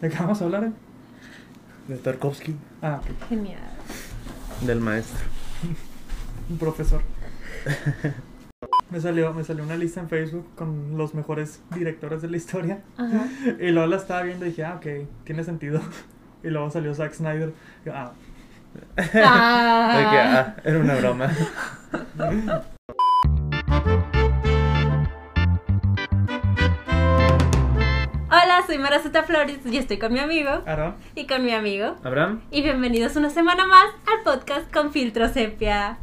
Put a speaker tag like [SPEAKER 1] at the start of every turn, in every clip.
[SPEAKER 1] ¿De qué vamos a hablar? eh?
[SPEAKER 2] De Tarkovsky,
[SPEAKER 1] Ah, ok.
[SPEAKER 3] Genial.
[SPEAKER 2] del maestro.
[SPEAKER 1] un profesor. Me salió, me salió una lista en Facebook con los mejores directores de la historia.
[SPEAKER 3] Ajá.
[SPEAKER 1] Y luego la estaba viendo y dije, ah, ok, tiene sentido. Y luego salió Zack Snyder. Y yo, ah,
[SPEAKER 2] De que,
[SPEAKER 3] Ah.
[SPEAKER 2] ah, era una broma.
[SPEAKER 3] Hola, soy Marazeta Flores y estoy con mi amigo
[SPEAKER 1] Aaron,
[SPEAKER 3] y con mi amigo.
[SPEAKER 2] ¿Abraham?
[SPEAKER 3] Y bienvenidos una semana más al podcast con Filtro Sepia.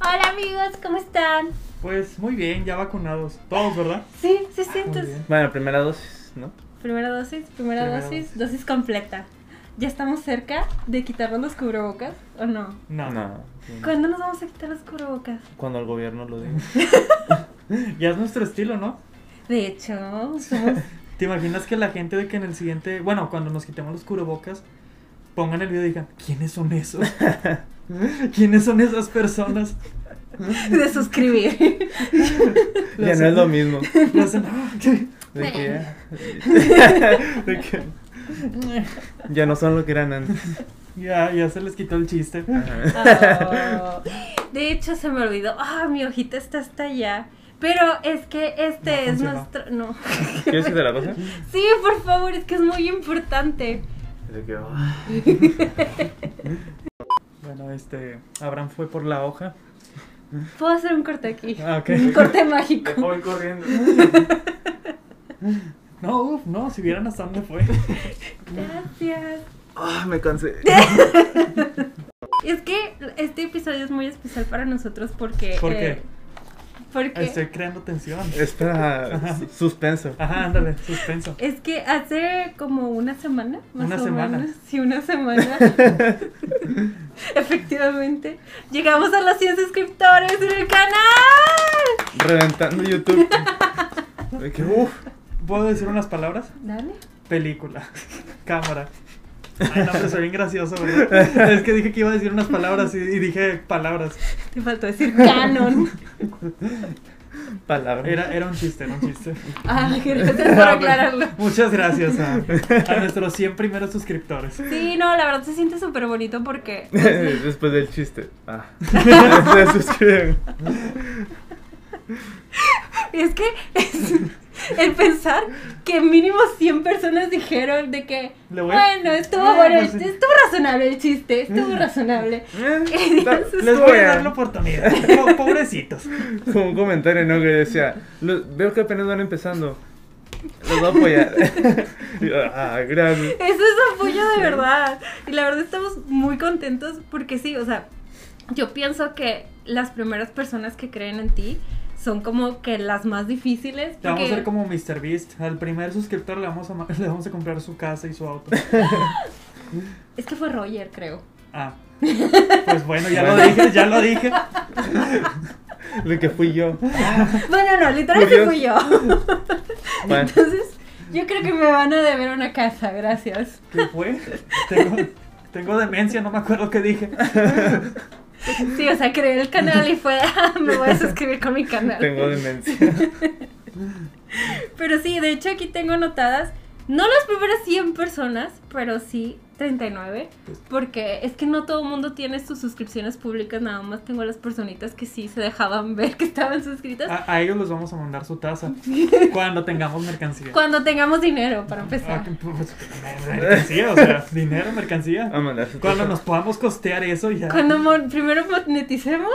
[SPEAKER 3] Hola amigos, ¿cómo están?
[SPEAKER 1] pues muy bien, ya vacunados. Todos, ¿verdad?
[SPEAKER 3] Sí, sí, sí.
[SPEAKER 1] Ah, muy
[SPEAKER 3] entonces-
[SPEAKER 1] bien.
[SPEAKER 2] Bueno, primera dosis, ¿no?
[SPEAKER 3] primera dosis, primera,
[SPEAKER 1] Primera
[SPEAKER 3] dosis,
[SPEAKER 1] dosis.
[SPEAKER 3] dosis completa. ¿Ya estamos cerca de quitarnos los cubrebocas o no?
[SPEAKER 1] No,
[SPEAKER 2] No.
[SPEAKER 3] ¿Cuándo nos vamos a quitar los cubrebocas?
[SPEAKER 2] Cuando el gobierno lo diga.
[SPEAKER 1] Ya es nuestro estilo, ¿no?
[SPEAKER 3] De hecho, somos...
[SPEAKER 1] ¿Te imaginas que la gente de que en el siguiente, bueno, cuando nos quitemos los cubrebocas, pongan el video y digan, ¿quiénes son esos? ¿Quiénes son esas personas?
[SPEAKER 3] de suscribir.
[SPEAKER 2] Ya no es lo mismo.
[SPEAKER 1] Y hacen, "Ah, sí".
[SPEAKER 2] De que, ya- de que ya no son lo que eran antes.
[SPEAKER 1] ya, ya se les quitó el chiste.
[SPEAKER 2] Ajá.
[SPEAKER 3] Oh. De hecho, se me olvidó. Ah, mi hojita está hasta allá. Pero es que este
[SPEAKER 1] No
[SPEAKER 3] es
[SPEAKER 1] funcionó.
[SPEAKER 3] nuestro. No.
[SPEAKER 2] ¿Quieres que te la pase?
[SPEAKER 3] Sí, por favor, es que es muy importante.
[SPEAKER 2] De que, ah.
[SPEAKER 1] Bueno, este, Abraham fue por la hoja.
[SPEAKER 3] Puedo hacer un corte aquí.
[SPEAKER 1] Ah, ok. Oh.
[SPEAKER 3] Un corte mágico.
[SPEAKER 2] voy corriendo.
[SPEAKER 1] No, uff, no, si vieran hasta dónde fue.
[SPEAKER 3] Gracias.
[SPEAKER 2] Ah, me cansé.
[SPEAKER 3] Es que este episodio es muy especial para nosotros porque.
[SPEAKER 1] ¿Por
[SPEAKER 3] eh,
[SPEAKER 1] qué?
[SPEAKER 3] porque
[SPEAKER 1] Estoy creando tensión.
[SPEAKER 2] Está su- suspenso.
[SPEAKER 1] Ajá, ándale, suspenso.
[SPEAKER 3] es que hace como una semana, más
[SPEAKER 1] Una
[SPEAKER 3] o
[SPEAKER 1] semana.
[SPEAKER 3] menos. Sí, una semana. Efectivamente. Llegamos a los 100 suscriptores en el canal.
[SPEAKER 2] Reventando YouTube. De que, uff.
[SPEAKER 1] ¿Puedo decir unas palabras?
[SPEAKER 3] Dale.
[SPEAKER 1] Película. Cámara. Ay, no, pero soy bien gracioso, ¿verdad? Es que dije que iba a decir unas palabras y, y dije palabras.
[SPEAKER 3] Te faltó decir canon.
[SPEAKER 2] Palabra.
[SPEAKER 1] Era, era un chiste, era un chiste. pues,
[SPEAKER 3] Ah, gracias por aclararlo.
[SPEAKER 1] Muchas gracias a, a nuestros 100 primeros suscriptores.
[SPEAKER 3] Sí, no, la verdad se siente súper bonito porque
[SPEAKER 2] Después del chiste. Ah. Se suscriben.
[SPEAKER 3] es que es el pensar que mínimo 100 personas dijeron de que,
[SPEAKER 1] Le voy a- Eh,
[SPEAKER 3] bueno, estuvo
[SPEAKER 1] Bueno,
[SPEAKER 3] bueno,
[SPEAKER 1] sí.
[SPEAKER 3] estuvo razonable el chiste, estuvo razonable.
[SPEAKER 2] Eh, ta-
[SPEAKER 1] Les voy a dar la oportunidad. Po- Pobrecitos.
[SPEAKER 2] Como un comentario, ¿no? Que decía, "Lo- veo que apenas van empezando. Los voy a apoyar. Y yo, ah, gracias.
[SPEAKER 3] Eso es apoyo de verdad. Y la verdad estamos muy contentos porque sí, o sea, yo pienso que las primeras personas que creen en ti son como que las más difíciles.
[SPEAKER 1] Le vamos a
[SPEAKER 3] porque-
[SPEAKER 1] hacer como Mr. Beast. Al primer suscriptor le vamos a, ma- le vamos a comprar su casa y su auto.
[SPEAKER 3] Es que fue Roger, creo.
[SPEAKER 1] Ah. Pues bueno, ya lo
[SPEAKER 2] Bueno.
[SPEAKER 1] dije, ya lo dije.
[SPEAKER 2] De que fui yo.
[SPEAKER 3] Bueno, no, literalmente
[SPEAKER 2] Fui
[SPEAKER 3] fui yo.
[SPEAKER 2] Bueno,
[SPEAKER 3] Entonces, yo creo que me van a deber una casa, gracias.
[SPEAKER 1] ¿Qué fue? Tengo, tengo demencia, no me acuerdo qué dije.
[SPEAKER 3] Sí, o sea, creé el canal y fue, "Ah, me voy a suscribir con mi canal.
[SPEAKER 2] tengo demencia.
[SPEAKER 3] Pero sí, de hecho aquí tengo anotadas, no las primeras 100 personas, pero sí 39, porque es que no todo el mundo tiene sus suscripciones públicas, nada más tengo las personitas que sí se dejaban ver que estaban suscritas.
[SPEAKER 1] A, a ellos les vamos a mandar su taza cuando tengamos mercancía.
[SPEAKER 3] Cuando tengamos dinero, para
[SPEAKER 1] Ah,
[SPEAKER 3] empezar.
[SPEAKER 1] que- pues, mercancía, o sea, dinero, mercancía.
[SPEAKER 2] A mandar su
[SPEAKER 1] Cuando
[SPEAKER 2] cosa.
[SPEAKER 1] nos podamos costear eso ya.
[SPEAKER 3] Cuando mon- primero moneticemos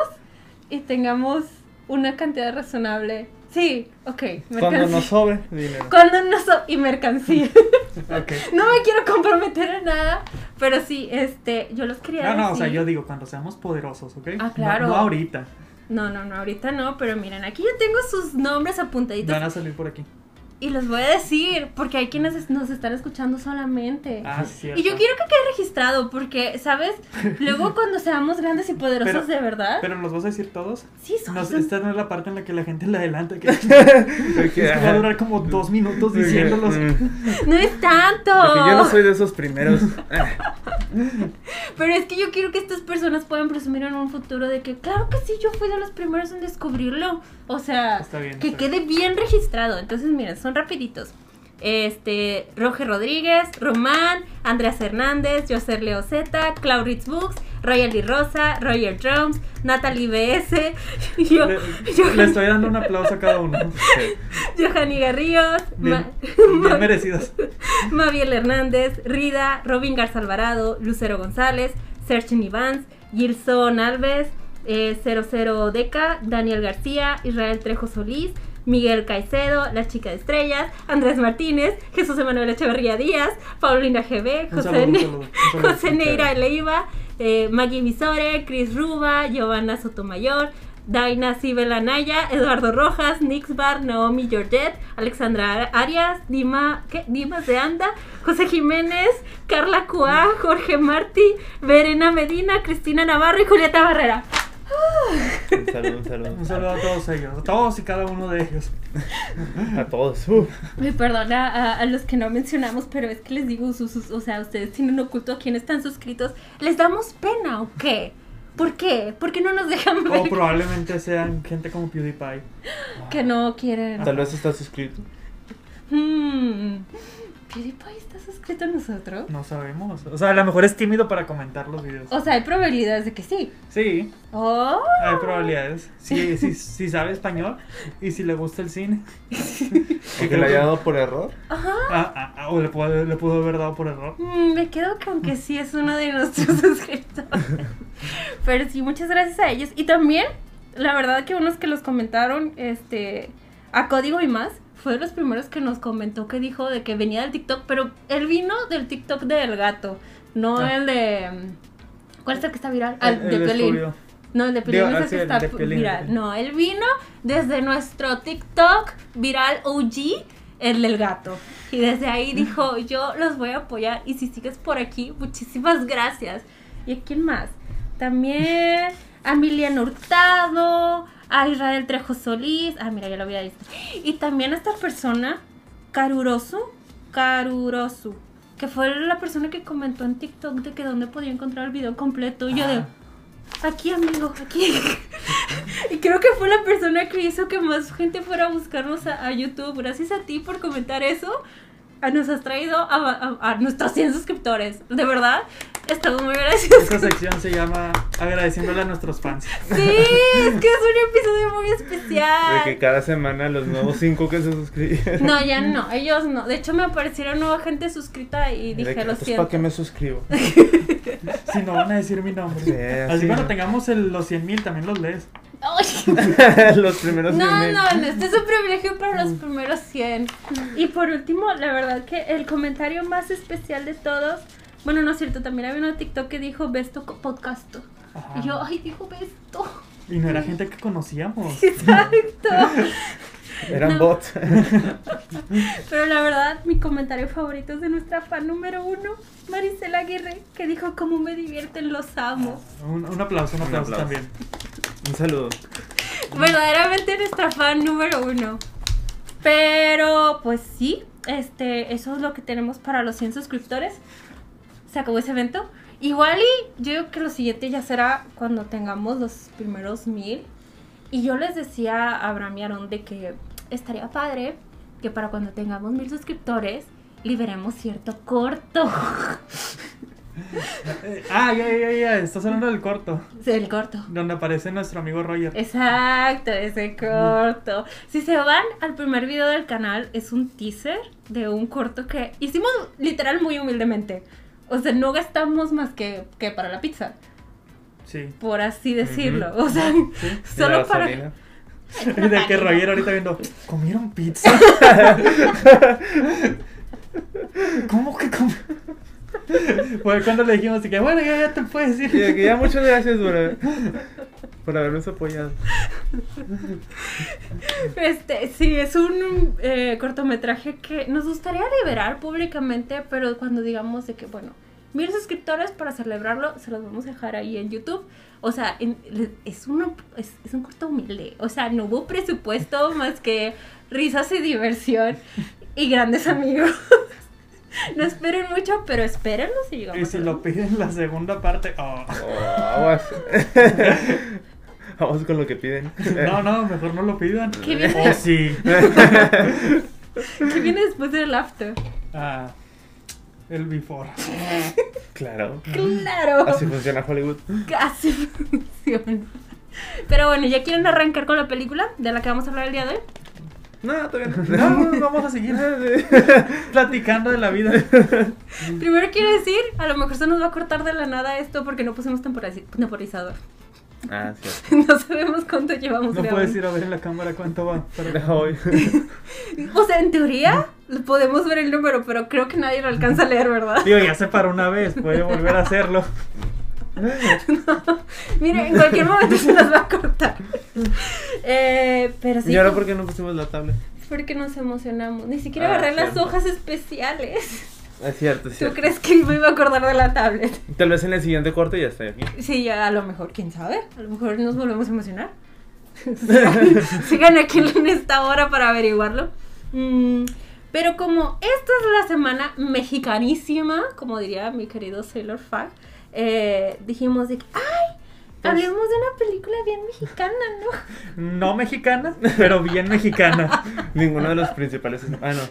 [SPEAKER 3] y tengamos una cantidad razonable. Sí, ok.
[SPEAKER 2] Cuando
[SPEAKER 3] mercancía.
[SPEAKER 2] nos sobre dinero.
[SPEAKER 3] Cuando no so- y mercancía.
[SPEAKER 1] Ok.
[SPEAKER 3] No me quiero comprometer a nada, pero sí, este, yo los quería
[SPEAKER 1] No, no, o sea,
[SPEAKER 3] decir-
[SPEAKER 1] yo digo cuando seamos poderosos, ¿ok?
[SPEAKER 3] Ah,
[SPEAKER 1] No-
[SPEAKER 3] claro.
[SPEAKER 1] No, ahorita.
[SPEAKER 3] No, no, no, ahorita no, pero miren, aquí yo tengo sus nombres apuntaditos
[SPEAKER 1] Van a salir por aquí.
[SPEAKER 3] y los voy a decir, porque hay quienes es- nos están escuchando solamente.
[SPEAKER 1] Ah, sí, cierto.
[SPEAKER 3] y yo quiero que quede registrado, porque, ¿sabes? Luego cuando seamos grandes y poderosos
[SPEAKER 1] Pero-
[SPEAKER 3] de verdad...
[SPEAKER 1] Pero nos vas a decir todos.
[SPEAKER 3] sí, son-
[SPEAKER 1] No, sé,
[SPEAKER 3] son-
[SPEAKER 1] esta no es la parte en la que la gente le adelanta. Que, es
[SPEAKER 2] De
[SPEAKER 1] que
[SPEAKER 2] que,
[SPEAKER 1] va a
[SPEAKER 2] ajá.
[SPEAKER 1] durar como dos minutos
[SPEAKER 2] De que,
[SPEAKER 1] diciéndolos.
[SPEAKER 2] mm, de que
[SPEAKER 3] no es tanto.
[SPEAKER 2] yo
[SPEAKER 3] Oh.
[SPEAKER 2] no soy de esos primeros. Ah,
[SPEAKER 3] Pero es que yo quiero que estas personas puedan presumir en un futuro de que, claro que sí, yo fui de los primeros en descubrirlo. O sea,
[SPEAKER 1] Está bien,
[SPEAKER 3] que
[SPEAKER 1] está
[SPEAKER 3] quede bien registrado. Entonces, miren, son rapiditos. este, Roger Rodríguez, Román, Andreas Hernández, Joser Leo Z, Clauritz Books, Royal y Rosa, Roger Drums, Natalie BS, yo,
[SPEAKER 1] Le,
[SPEAKER 3] yo-
[SPEAKER 1] le estoy dando un aplauso a cada uno.
[SPEAKER 3] Johanny Garríos,
[SPEAKER 1] Bien,
[SPEAKER 3] Ma-
[SPEAKER 1] bien merecidos.
[SPEAKER 3] Maviel Hernández, Rida, Robin Garza Alvarado, Lucero González, Sergio Ivans, Gilson Alves, eh, 00 Deca, Daniel García, Israel Trejo Solís, Miguel Caicedo, La Chica de Estrellas, Andrés Martínez, Jesús Emanuel Echeverría Díaz, Paulina GB,
[SPEAKER 1] Un
[SPEAKER 3] José,
[SPEAKER 1] saludo, un
[SPEAKER 3] Ne-
[SPEAKER 1] saludo, un saludo.
[SPEAKER 3] José Neira Leiva, eh, Maggie Visore, Chris Ruba, Giovanna Sotomayor, Daina Sibel Anaya, Eduardo Rojas, Nix Bar, Naomi Georgette, Alexandra Arias, Dima, ¿qué? Dimas de Anda, José Jiménez, Carla Cuá, Jorge Martí, Verena Medina, Cristina Navarro y Julieta Barrera.
[SPEAKER 2] Un saludo, un saludo.
[SPEAKER 1] Un saludo a todos ellos, a todos y cada uno de ellos.
[SPEAKER 2] A todos. Uh.
[SPEAKER 3] Me perdona a, a los que no mencionamos, pero es que les digo, sus- sus- o sea, ustedes tienen oculto a quienes están suscritos. ¿Les damos pena o qué? ¿Por qué? ¿Por qué no nos dejan ver
[SPEAKER 1] O probablemente sean gente como PewDiePie.
[SPEAKER 3] que no quieren?
[SPEAKER 2] Tal vez estás suscrito.
[SPEAKER 3] Hmm. PewDiePie está suscrito a nosotros.
[SPEAKER 1] No sabemos. O sea, a lo mejor es tímido para comentar los videos.
[SPEAKER 3] O sea, hay probabilidades de que sí.
[SPEAKER 1] Sí,
[SPEAKER 3] Oh,
[SPEAKER 1] hay probabilidades. Sí, sí, sí sabe español y si le gusta el cine.
[SPEAKER 2] O que le haya dado por error.
[SPEAKER 3] ajá.
[SPEAKER 1] Ah, ah, ah, o le pudo, le pudo haber dado por error.
[SPEAKER 3] Mm, Me quedo con que sí es uno de nuestros suscriptores. Pero sí, muchas gracias a ellos. Y también, la verdad que unos que los comentaron, este, a Código y más, fue de los primeros que nos comentó que dijo de que venía del TikTok, pero él vino del TikTok del gato, no
[SPEAKER 1] Ah.
[SPEAKER 3] el de... ¿Cuál es el que está viral? Ah,
[SPEAKER 1] Él-
[SPEAKER 3] de
[SPEAKER 1] él
[SPEAKER 3] Piolín.
[SPEAKER 1] descubrió.
[SPEAKER 3] No, el de
[SPEAKER 1] Digo,
[SPEAKER 3] Piolín es el
[SPEAKER 1] ah,
[SPEAKER 3] que
[SPEAKER 1] sí, el
[SPEAKER 3] está
[SPEAKER 1] de Piolín,
[SPEAKER 3] viral.
[SPEAKER 1] sí.
[SPEAKER 3] No, él vino desde nuestro TikTok viral OG, el del gato. Y desde ahí dijo, yo los voy a apoyar y si sigues por aquí, muchísimas gracias. ¿Y a quién más? También a Emiliano Hurtado, a Israel Trejo Solís. Ah, mira, ya lo había visto. Y también a esta persona, Karurosu, Karurosu, que fue la persona que comentó en TikTok de que dónde podía encontrar el video completo. Y yo de...
[SPEAKER 1] Ah.
[SPEAKER 3] Aquí, amigo, aquí. y creo que fue la persona que hizo que más gente fuera a buscarnos a, a YouTube. Gracias a ti por comentar eso. A- Nos has traído a, a- a nuestros 100 suscriptores. De verdad, estamos muy agradecidos.
[SPEAKER 1] Esta sección se llama Agradeciéndole a nuestros fans.
[SPEAKER 3] Sí, es que es un episodio muy especial.
[SPEAKER 2] De que cada semana los nuevos cinco que se suscribieron.
[SPEAKER 3] No, ya no, ellos no. De hecho, me aparecieron nueva gente suscrita y
[SPEAKER 2] De que,
[SPEAKER 3] dije, lo
[SPEAKER 2] "Entonces, ¿Para
[SPEAKER 3] siento.
[SPEAKER 2] qué me suscribo?
[SPEAKER 1] Si no van a decir mi nombre.
[SPEAKER 2] Sí,
[SPEAKER 1] Así
[SPEAKER 2] sí,
[SPEAKER 1] cuando
[SPEAKER 2] ¿no?
[SPEAKER 1] tengamos el- los 100 mil también los lees.
[SPEAKER 3] Ay.
[SPEAKER 2] los primeros
[SPEAKER 3] No,
[SPEAKER 2] mil.
[SPEAKER 3] no, no, este es un privilegio para los primeros 100. Y por último, la verdad que el comentario más especial de todos, bueno, no es cierto, también había una TikTok que dijo Besto co- Podcast.
[SPEAKER 1] Ajá.
[SPEAKER 3] Y yo, ay, dijo Besto.
[SPEAKER 1] Y no era gente que conocíamos.
[SPEAKER 3] Exacto.
[SPEAKER 2] Eran
[SPEAKER 3] No.
[SPEAKER 2] bots.
[SPEAKER 3] Pero la verdad, mi comentario favorito es de nuestra fan número uno, Marisela Aguirre, que dijo, cómo me divierten, los amo.
[SPEAKER 1] Un, un aplauso, un
[SPEAKER 2] Un
[SPEAKER 1] aplauso
[SPEAKER 2] aplauso.
[SPEAKER 1] también.
[SPEAKER 2] Un saludo.
[SPEAKER 3] verdaderamente nuestra fan número uno. Pero, pues sí, este, eso es lo que tenemos para los 100 suscriptores. Se acabó ese evento. Igual y yo digo que lo siguiente ya será cuando tengamos los primeros mil. Y yo les decía a Abraham y Aarón de que estaría padre que para cuando tengamos mil suscriptores liberemos cierto corto.
[SPEAKER 1] Eh, ah, ya, ya, ya. Estás hablando del corto.
[SPEAKER 3] El corto.
[SPEAKER 1] Donde aparece nuestro amigo Roger.
[SPEAKER 3] Eh. Exacto, ese corto. Si se van al primer video del canal, es un teaser de un corto que hicimos literal muy humildemente. O sea, no gastamos más que, que para la pizza,
[SPEAKER 1] Sí.
[SPEAKER 3] por así decirlo.
[SPEAKER 2] Ujú.
[SPEAKER 3] O sea, solo
[SPEAKER 2] La
[SPEAKER 3] para...
[SPEAKER 2] gasolina.
[SPEAKER 1] Y de que Roger ahorita viendo, ¿comieron pizza? ¿Cómo que com Pues cuando le dijimos, así que bueno, ya, ya te puedes
[SPEAKER 2] Y de
[SPEAKER 1] ir.
[SPEAKER 2] que ya muchas gracias por, por habernos apoyado.
[SPEAKER 3] Este, sí, es un eh, cortometraje que nos gustaría liberar públicamente, pero cuando digamos de que, bueno, mil suscriptores para celebrarlo, se los vamos a dejar ahí en YouTube. O sea, en- le- es, uno, es, es un corto humilde. O sea, no hubo presupuesto más que risas y diversión y grandes amigos. No esperen mucho, pero espérenlo si llegamos.
[SPEAKER 1] Y si
[SPEAKER 3] a-
[SPEAKER 1] lo piden la segunda parte, oh.
[SPEAKER 2] Oh, aguas. Vamos con lo que piden.
[SPEAKER 1] No, no, mejor no lo pidan.
[SPEAKER 3] Qué bien.
[SPEAKER 1] O sí.
[SPEAKER 3] ¿Qué viene después del after?
[SPEAKER 1] Ah, el before.
[SPEAKER 2] Claro.
[SPEAKER 3] ¡Claro!
[SPEAKER 2] Así funciona Hollywood.
[SPEAKER 3] Casi funciona. Pero bueno, ¿ya quieren arrancar con la película de la que vamos a hablar el día de hoy?
[SPEAKER 2] No, todavía
[SPEAKER 1] No,
[SPEAKER 2] no.
[SPEAKER 1] no, vamos a seguir platicando de la vida.
[SPEAKER 3] Primero quiero decir, a lo mejor se nos va a cortar de la nada esto porque no pusimos temporiz- temporizador.
[SPEAKER 2] Ah, sí.
[SPEAKER 3] No sabemos cuánto llevamos
[SPEAKER 1] No
[SPEAKER 3] grabando.
[SPEAKER 1] puedes ir a ver en la cámara cuánto va. pero-
[SPEAKER 2] Deja hoy.
[SPEAKER 3] O sea, en teoría podemos ver el número, pero creo que nadie lo alcanza a leer, ¿verdad?
[SPEAKER 1] Digo, ya se paró una vez, puede volver a hacerlo.
[SPEAKER 3] Mire, en cualquier momento se nos va a cortar. Eh, pero sí.
[SPEAKER 2] ¿Y ahora por qué no pusimos la tablet?
[SPEAKER 3] Porque nos emocionamos. Ni siquiera
[SPEAKER 2] Ah,
[SPEAKER 3] agarré las
[SPEAKER 2] cierto.
[SPEAKER 3] hojas especiales.
[SPEAKER 2] Ah, Es cierto, es
[SPEAKER 3] ¿Tú
[SPEAKER 2] cierto.
[SPEAKER 3] crees que me iba a acordar de la tablet?
[SPEAKER 2] Tal vez en el siguiente corte ya estoy aquí.
[SPEAKER 3] Sí, ya a lo mejor, quién sabe. A lo mejor nos volvemos a emocionar. Sigan- Sigan aquí en esta hora para averiguarlo. Mm, pero como esta es la semana mexicanísima, como diría mi querido Sailor Fag, eh, dijimos de que, ¡ay!
[SPEAKER 1] Pues
[SPEAKER 3] Hablemos de una película bien mexicana, ¿no?
[SPEAKER 1] No mexicana, pero bien mexicana.
[SPEAKER 2] Ninguno de los principales. es- Ah, no.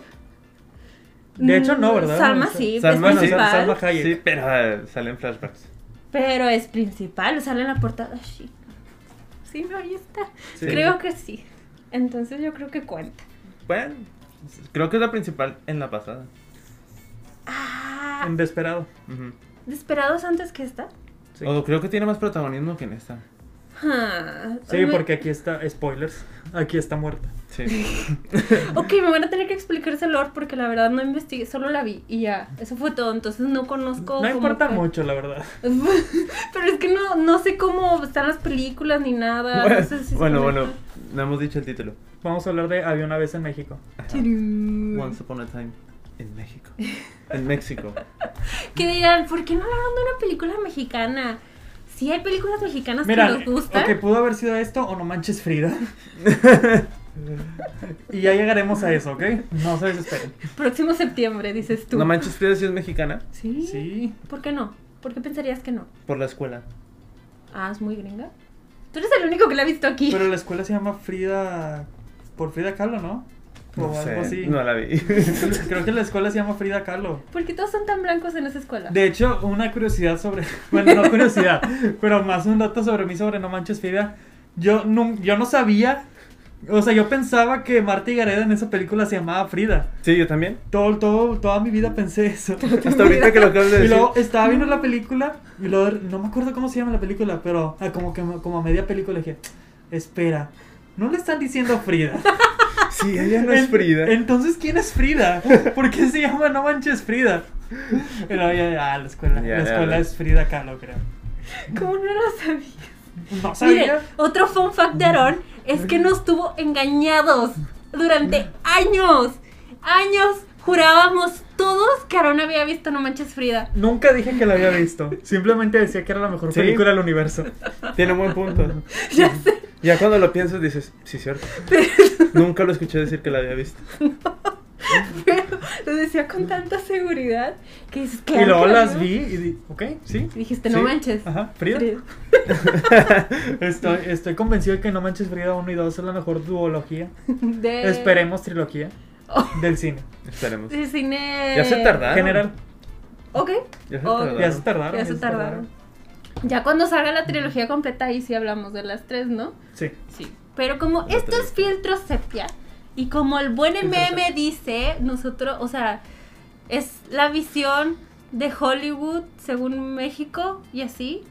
[SPEAKER 1] De hecho, no, ¿verdad?
[SPEAKER 3] Mm, Salma
[SPEAKER 1] O sea,
[SPEAKER 3] sí,
[SPEAKER 2] Salma
[SPEAKER 3] es
[SPEAKER 2] sí,
[SPEAKER 3] principal.
[SPEAKER 1] Salma Hayek.
[SPEAKER 2] Sí, pero ah, salen flashbacks.
[SPEAKER 3] Pero es principal, sale en la portada. Sí, sí no, ahí está.
[SPEAKER 2] Sí.
[SPEAKER 3] Creo que sí. Entonces yo creo que cuenta.
[SPEAKER 2] Bueno, creo que es la principal en la pasada.
[SPEAKER 3] Ah,
[SPEAKER 1] En Desperado.
[SPEAKER 2] Ujú.
[SPEAKER 3] ¿Desperados antes que esta?
[SPEAKER 1] Sí.
[SPEAKER 2] O creo que tiene más protagonismo que en esta.
[SPEAKER 3] Ah,
[SPEAKER 1] Sí,
[SPEAKER 3] me-
[SPEAKER 1] porque aquí está, spoilers, aquí está muerta.
[SPEAKER 2] Sí.
[SPEAKER 3] Ok, me van a tener que explicar ese lore porque la verdad no investigué, solo la vi y ya. Eso fue todo, entonces no conozco.
[SPEAKER 1] No
[SPEAKER 3] cómo
[SPEAKER 1] importa
[SPEAKER 3] fue.
[SPEAKER 1] mucho, la verdad.
[SPEAKER 3] Pero es que no, no sé cómo están las películas ni nada. Ah, no sé si se
[SPEAKER 2] bueno,
[SPEAKER 3] conecta.
[SPEAKER 2] bueno, no hemos dicho el título.
[SPEAKER 1] Vamos a hablar de Había una vez en México.
[SPEAKER 2] Ajá.
[SPEAKER 3] Chirú.
[SPEAKER 2] Once Upon a Time en México. En México.
[SPEAKER 3] ¿Qué dirán? ¿Por qué no hablaron de una película mexicana? Si hay películas mexicanas
[SPEAKER 1] Mira,
[SPEAKER 3] que nos gustan.
[SPEAKER 1] ok, pudo haber sido esto o no manches Frida. y ya llegaremos a eso, ¿ok? No se desesperen.
[SPEAKER 3] Próximo septiembre, dices tú.
[SPEAKER 2] No manches, Frida sí es mexicana
[SPEAKER 3] ¿Sí?
[SPEAKER 1] Sí.
[SPEAKER 3] ¿Por qué no? ¿Por qué pensarías que no?
[SPEAKER 2] por la escuela.
[SPEAKER 3] Ah, es muy gringa. Tú eres el único que la ha visto aquí.
[SPEAKER 1] Pero la escuela se llama Frida. Por Frida Kahlo, ¿no? O
[SPEAKER 2] No
[SPEAKER 1] algo así.
[SPEAKER 2] sé, no la vi.
[SPEAKER 1] Creo que la escuela se llama Frida Kahlo.
[SPEAKER 3] ¿Por qué todos son tan blancos en esa escuela?
[SPEAKER 1] De hecho, una curiosidad sobre. Bueno, no curiosidad, pero más un dato sobre mí, sobre No Manches Frida. Yo no, yo no sabía. O sea, yo pensaba que Marta y Gareda en esa película se llamaba Frida.
[SPEAKER 2] Sí, yo también.
[SPEAKER 1] Todo, todo, toda mi vida pensé eso.
[SPEAKER 2] Hasta ahorita que lo acabas de
[SPEAKER 1] Y
[SPEAKER 2] decir.
[SPEAKER 1] luego estaba viendo la película y luego no me acuerdo cómo se llama la película, pero ah, como que como a media película dije, espera, no le están diciendo Frida.
[SPEAKER 2] Sí, ella no es
[SPEAKER 1] En-
[SPEAKER 2] Frida.
[SPEAKER 1] Entonces, ¿quién es Frida? ¿Por qué se llama No Manches Frida? Pero ya, ya, ah, la escuela,
[SPEAKER 2] Ya,
[SPEAKER 1] la
[SPEAKER 2] ya,
[SPEAKER 1] escuela
[SPEAKER 2] ya.
[SPEAKER 1] es Frida Kahlo, creo.
[SPEAKER 3] ¿Cómo no lo sabía?
[SPEAKER 1] No
[SPEAKER 3] Mire,
[SPEAKER 1] sabía.
[SPEAKER 3] otro fun fact de Aaron es que nos tuvo engañados durante años. Años jurábamos todos que Aaron había visto No Manches Frida.
[SPEAKER 1] Nunca dije que la había visto. Simplemente decía que era la mejor
[SPEAKER 2] ¿Sí?
[SPEAKER 1] película del universo.
[SPEAKER 2] Tiene un buen punto. Ya cuando lo piensas dices, sí, cierto. Nunca lo escuché decir que la había visto.
[SPEAKER 3] Pero lo decía con tanta seguridad que dices
[SPEAKER 1] Y
[SPEAKER 3] "Claro
[SPEAKER 1] luego
[SPEAKER 3] que la
[SPEAKER 1] las vi y di, ok, sí.
[SPEAKER 3] Y Dijiste, no
[SPEAKER 2] Sí.
[SPEAKER 3] manches.
[SPEAKER 1] Ajá, Frida.
[SPEAKER 3] Frida.
[SPEAKER 1] Estoy, estoy convencido de que No Manches Frida 1 y 2 es la mejor duología.
[SPEAKER 3] De...
[SPEAKER 1] Esperemos trilogía
[SPEAKER 3] Oh.
[SPEAKER 1] del cine.
[SPEAKER 2] Esperemos.
[SPEAKER 3] De cine.
[SPEAKER 2] Ya se tardaron.
[SPEAKER 1] General,
[SPEAKER 3] Ok.
[SPEAKER 2] Ya se
[SPEAKER 3] Oh.
[SPEAKER 2] tardaron.
[SPEAKER 1] ya se tardaron.
[SPEAKER 3] Ya se tardaron. Ya cuando salga la trilogía completa, ahí sí hablamos de las tres, ¿no?
[SPEAKER 1] Sí.
[SPEAKER 3] Sí. Pero como
[SPEAKER 2] La
[SPEAKER 3] esto es
[SPEAKER 2] trilogía.
[SPEAKER 3] filtro sepia, y como el buen
[SPEAKER 2] Filtro
[SPEAKER 3] meme dice, nosotros, o sea, es la visión de Hollywood según México y así.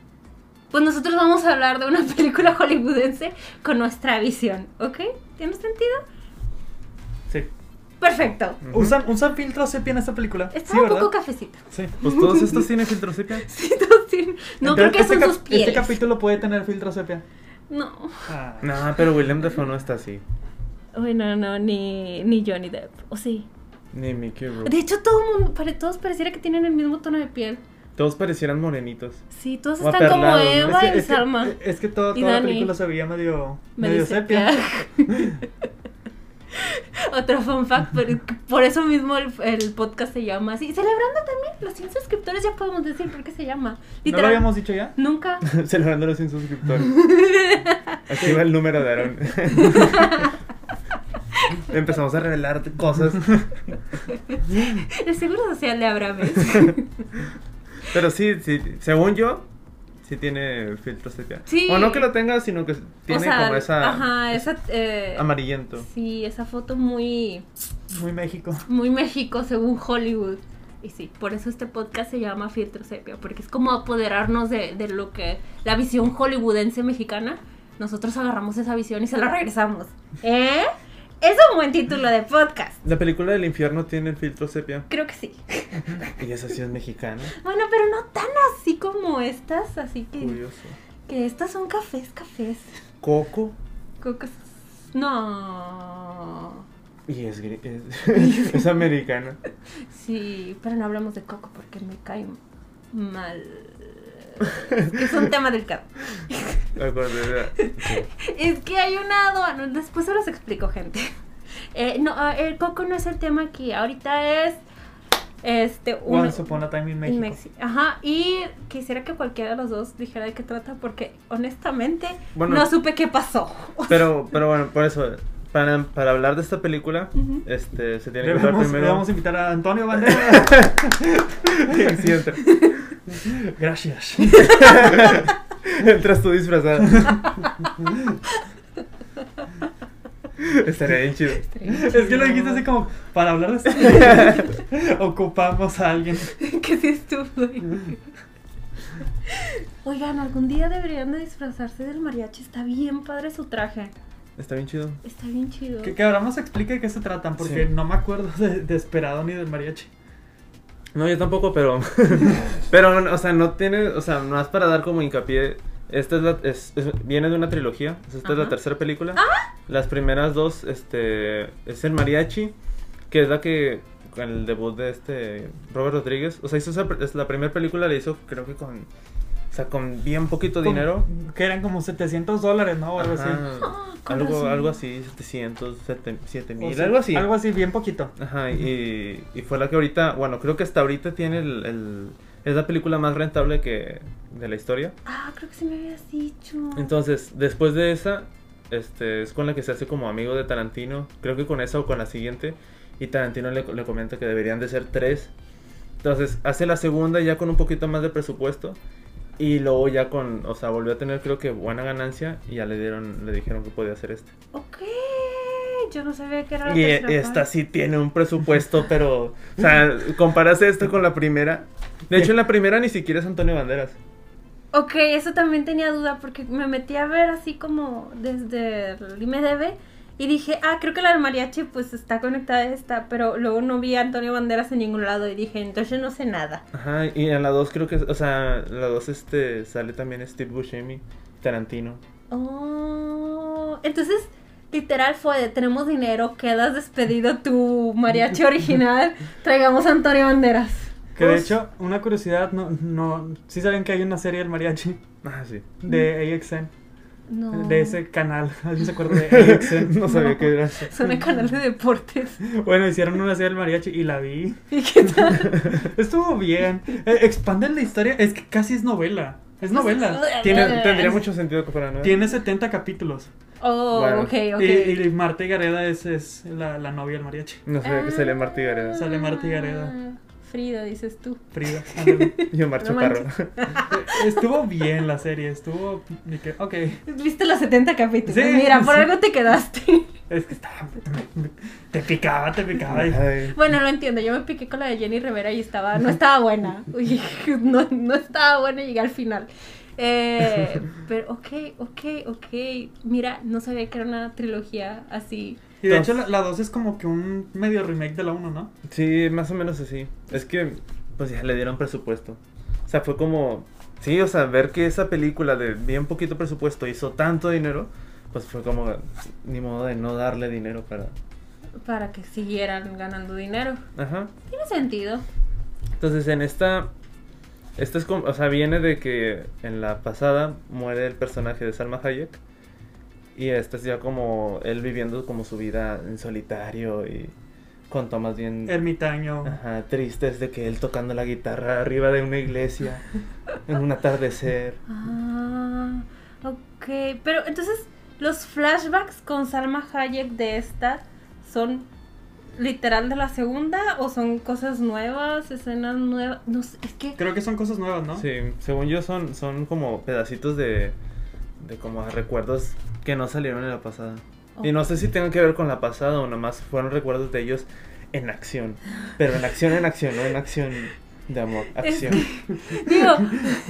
[SPEAKER 3] Pues nosotros vamos a hablar de una película hollywoodense con nuestra visión, ¿ok? ¿Tiene sentido?
[SPEAKER 1] Sí.
[SPEAKER 3] Perfecto.
[SPEAKER 2] Ujú.
[SPEAKER 1] ¿Usan, ¿Usan filtro sepia en esta película? Mm.
[SPEAKER 3] Está
[SPEAKER 1] sí,
[SPEAKER 3] un
[SPEAKER 1] ¿verdad?
[SPEAKER 3] poco cafecito.
[SPEAKER 1] Sí.
[SPEAKER 2] Pues todos estos tienen filtro sepia.
[SPEAKER 3] Sí, no, sí. No creo
[SPEAKER 1] Entonces,
[SPEAKER 3] que
[SPEAKER 1] este
[SPEAKER 3] son
[SPEAKER 1] cap-
[SPEAKER 3] sus pieles.
[SPEAKER 1] Este capítulo puede tener filtro sepia.
[SPEAKER 3] No.
[SPEAKER 1] Ah.
[SPEAKER 2] No, pero William Dafoe no está así.
[SPEAKER 3] Bueno, no, ni, ni Johnny Depp. O sí.
[SPEAKER 2] Ni Mickey
[SPEAKER 3] De
[SPEAKER 2] Rourke.
[SPEAKER 3] hecho, todo mundo, pare- todos pareciera que tienen el mismo tono de piel.
[SPEAKER 2] Todos parecieran morenitos.
[SPEAKER 3] Sí, todos
[SPEAKER 2] O
[SPEAKER 3] están como
[SPEAKER 2] aperlados,
[SPEAKER 1] Es
[SPEAKER 2] ¿no?
[SPEAKER 3] Eva
[SPEAKER 1] que-
[SPEAKER 3] y
[SPEAKER 1] es que-
[SPEAKER 3] Salma.
[SPEAKER 1] Es que todo,
[SPEAKER 3] Y
[SPEAKER 1] toda la
[SPEAKER 3] Dani.
[SPEAKER 1] película se veía medio,
[SPEAKER 3] Me
[SPEAKER 1] medio
[SPEAKER 3] dice,
[SPEAKER 1] sepia.
[SPEAKER 3] Otro fun fact, pero por eso mismo el, el podcast se llama así. Celebrando también los 100 suscriptores, ya podemos decir por qué se llama.
[SPEAKER 1] ¿No lo
[SPEAKER 3] Literal-
[SPEAKER 1] habíamos dicho ya?
[SPEAKER 3] Nunca.
[SPEAKER 2] Celebrando los 100 suscriptores. Aquí va el número de Aaron. Empezamos a revelar cosas.
[SPEAKER 3] El seguro social de Abrames.
[SPEAKER 2] Pero sí, sí, según yo, sí tiene filtro sepia.
[SPEAKER 3] Sí.
[SPEAKER 2] O no que lo tenga, sino que tiene
[SPEAKER 3] o sea,
[SPEAKER 2] como esa
[SPEAKER 3] Ajá, esa. eh,
[SPEAKER 2] amarillento.
[SPEAKER 3] sí, esa foto muy.
[SPEAKER 1] Muy México.
[SPEAKER 3] Muy México, según Hollywood. Y sí, por eso este podcast se llama Filtro Sepia, porque es como apoderarnos de, de lo que. La visión hollywoodense mexicana. Nosotros agarramos esa visión y se la regresamos. ¿Eh? Es un buen título de podcast.
[SPEAKER 2] La película del infierno tiene el filtro sepia.
[SPEAKER 3] Creo que sí.
[SPEAKER 2] Y esa sí es mexicana.
[SPEAKER 3] Bueno, pero no tan así como estas, así que.
[SPEAKER 2] Curioso.
[SPEAKER 3] Que estas son cafés, cafés.
[SPEAKER 2] Coco.
[SPEAKER 3] Cocos. No.
[SPEAKER 2] Y es, gri- es, es americana.
[SPEAKER 3] Sí, pero no hablamos de Coco porque me cae mal. Es que es un tema delicado.
[SPEAKER 2] Me acordé pues, de- sí.
[SPEAKER 3] Es que hay una aduana. Después se los explico, gente. Eh, no, ah, el Coco no es el tema aquí. Ahorita es. Este. un-
[SPEAKER 1] Once Upon a Time in México.
[SPEAKER 3] en Mexi- Ajá, y quisiera que cualquiera de los dos dijera de qué trata porque honestamente
[SPEAKER 2] Bueno.
[SPEAKER 3] no supe qué pasó.
[SPEAKER 2] Pero, pero bueno, por eso, para, para hablar de esta película,
[SPEAKER 3] Ujú.
[SPEAKER 2] este, se tiene que hablar
[SPEAKER 1] Debemos,
[SPEAKER 2] primero.
[SPEAKER 1] debemos invitar a Antonio Banderas.
[SPEAKER 2] Sí, entra-
[SPEAKER 1] Gracias.
[SPEAKER 2] Entras tú disfrazado. Estaría bien chido.
[SPEAKER 1] Es que lo dijiste así como, para hablar de esta película, ocupamos a alguien.
[SPEAKER 3] que sí estuvo. ahí. Oigan, algún día deberían de disfrazarse del mariachi. Está bien padre su traje.
[SPEAKER 2] Está bien chido.
[SPEAKER 3] Está bien chido.
[SPEAKER 1] Que, que ahora nos explique de qué se tratan, porque
[SPEAKER 2] Sí.
[SPEAKER 1] no me acuerdo de, de Esperado ni del mariachi.
[SPEAKER 2] No, yo tampoco, pero. pero, o sea, no tiene. O sea, más para dar como hincapié. Esta es la. es- es- viene de una trilogía. Esta es la
[SPEAKER 3] Ajá. Ah.
[SPEAKER 2] tercera película. Las primeras dos, este. Es el mariachi. Que es la que. Con el debut de este. Robert Rodríguez. O sea, hizo esa, es la primera película la hizo, creo que con. O sea, con bien poquito dinero.
[SPEAKER 1] Con- Que eran como 700 dólares, ¿no? O algo así.
[SPEAKER 2] Ajá.
[SPEAKER 3] Ah, con
[SPEAKER 2] algo,
[SPEAKER 3] razón.
[SPEAKER 2] algo así, 700, 7
[SPEAKER 1] O
[SPEAKER 2] mil,
[SPEAKER 1] sea,
[SPEAKER 2] algo así.
[SPEAKER 1] Algo así, bien poquito.
[SPEAKER 2] Ajá, y, y fue la que ahorita, bueno, creo que hasta ahorita tiene el, el- es la película más rentable que de la historia.
[SPEAKER 3] Ah, creo que sí me habías dicho.
[SPEAKER 2] Entonces, después de esa, este, es con la que se hace como amigo de Tarantino, creo que con esa o con la siguiente, y Tarantino le, le comenta que deberían de ser tres. Entonces, hace la segunda ya con un poquito más de presupuesto, y luego ya con, o sea, volvió a tener creo que buena ganancia, y ya le dieron, le dijeron que podía hacer este.
[SPEAKER 3] ok. Yo no sabía que era la
[SPEAKER 2] Y e-
[SPEAKER 3] tercera
[SPEAKER 2] esta
[SPEAKER 3] parte.
[SPEAKER 2] sí tiene un presupuesto, pero. O sea, comparas esto con la primera. De hecho, en la primera ni siquiera es Antonio Banderas.
[SPEAKER 3] Ok, eso también tenía duda porque me metí a ver así como desde el IMDB y dije, ah, creo que la del mariachi pues está conectada a esta, pero luego no vi a Antonio Banderas en ningún lado y dije, entonces no sé nada.
[SPEAKER 2] Ajá, y en la 2 creo que. O sea, en la 2 este, sale también Steve Buscemi, Tarantino.
[SPEAKER 3] Oh, entonces literal fue de tenemos dinero, quedas despedido tu mariachi original, traigamos a Antonio Banderas.
[SPEAKER 1] Que de
[SPEAKER 2] Pues-
[SPEAKER 1] hecho, una curiosidad, no, no, sí saben que hay una serie del mariachi
[SPEAKER 2] Ah, sí.
[SPEAKER 1] de AXN,
[SPEAKER 3] No.
[SPEAKER 1] de ese canal. ¿Alguien se acuerda de AXN?
[SPEAKER 2] No sabía que era.
[SPEAKER 3] Son el canal de deportes.
[SPEAKER 1] Bueno, hicieron una serie del mariachi y la vi.
[SPEAKER 3] ¿Y qué tal?
[SPEAKER 1] Estuvo bien. Eh, expanden la historia. Es que casi es novela. Es novela.
[SPEAKER 2] Tiene- tendría mucho sentido que fuera nueva.
[SPEAKER 1] Tiene 70 capítulos.
[SPEAKER 3] Oh,
[SPEAKER 2] Bueno.
[SPEAKER 3] ok, ok.
[SPEAKER 1] Y, y Marta y Gareda es, es la, la novia del mariachi.
[SPEAKER 2] No sabía que salía Martí Gareda.
[SPEAKER 1] Sale Marta y Gareda.
[SPEAKER 3] Ah. Mm, Frida, dices tú.
[SPEAKER 1] Frida. ándale.
[SPEAKER 2] Yo marcho
[SPEAKER 3] No
[SPEAKER 2] parro.
[SPEAKER 3] manches.
[SPEAKER 1] estuvo bien la serie. Estuvo. y que- Ok.
[SPEAKER 3] Viste los 70 capítulos.
[SPEAKER 1] Sí,
[SPEAKER 3] Mira, por
[SPEAKER 1] sí.
[SPEAKER 3] algo te quedaste.
[SPEAKER 1] Es que estaba. Te picaba, te picaba. y-
[SPEAKER 2] Ay.
[SPEAKER 3] Bueno, lo entiendo. Yo me piqué con la de Jenny Rivera y estaba, no estaba buena. Uy, no, no estaba buena y llegué al final. Eh, pero ok, ok, ok. Mira, no sabía que era una trilogía así.
[SPEAKER 1] Y de hecho, la- la 2 es como que un medio remake de la 1, ¿no?
[SPEAKER 2] Sí, más o menos así. Es que, pues ya le dieron presupuesto. O sea, fue como. Sí, o sea, ver que esa película de bien poquito presupuesto hizo tanto dinero, pues fue como. Ni modo de no darle dinero para.
[SPEAKER 3] Para que siguieran ganando dinero.
[SPEAKER 2] Ajá.
[SPEAKER 3] Tiene sentido.
[SPEAKER 2] Entonces, en esta. Esta es como. O sea, viene de que en la pasada muere el personaje de Salma Hayek. Y esta es ya como él viviendo como su vida en solitario y con tomas bien.
[SPEAKER 1] Ermitaño.
[SPEAKER 2] Ajá, tristes de que él tocando la guitarra arriba de una iglesia en un atardecer.
[SPEAKER 3] Ah, ok. Pero entonces, los flashbacks con Salma Hayek de esta son literal de la segunda o son cosas nuevas, escenas nuevas. No sé, es que.
[SPEAKER 1] Creo que son cosas nuevas, ¿no?
[SPEAKER 2] Sí, según yo son, son como pedacitos de, de como recuerdos que no salieron en la pasada.
[SPEAKER 3] Oh.
[SPEAKER 2] Y no sé si tengan que ver con la pasada o nomás fueron recuerdos de ellos en acción. Pero en acción, en acción, no en acción de amor, acción.
[SPEAKER 3] Digo,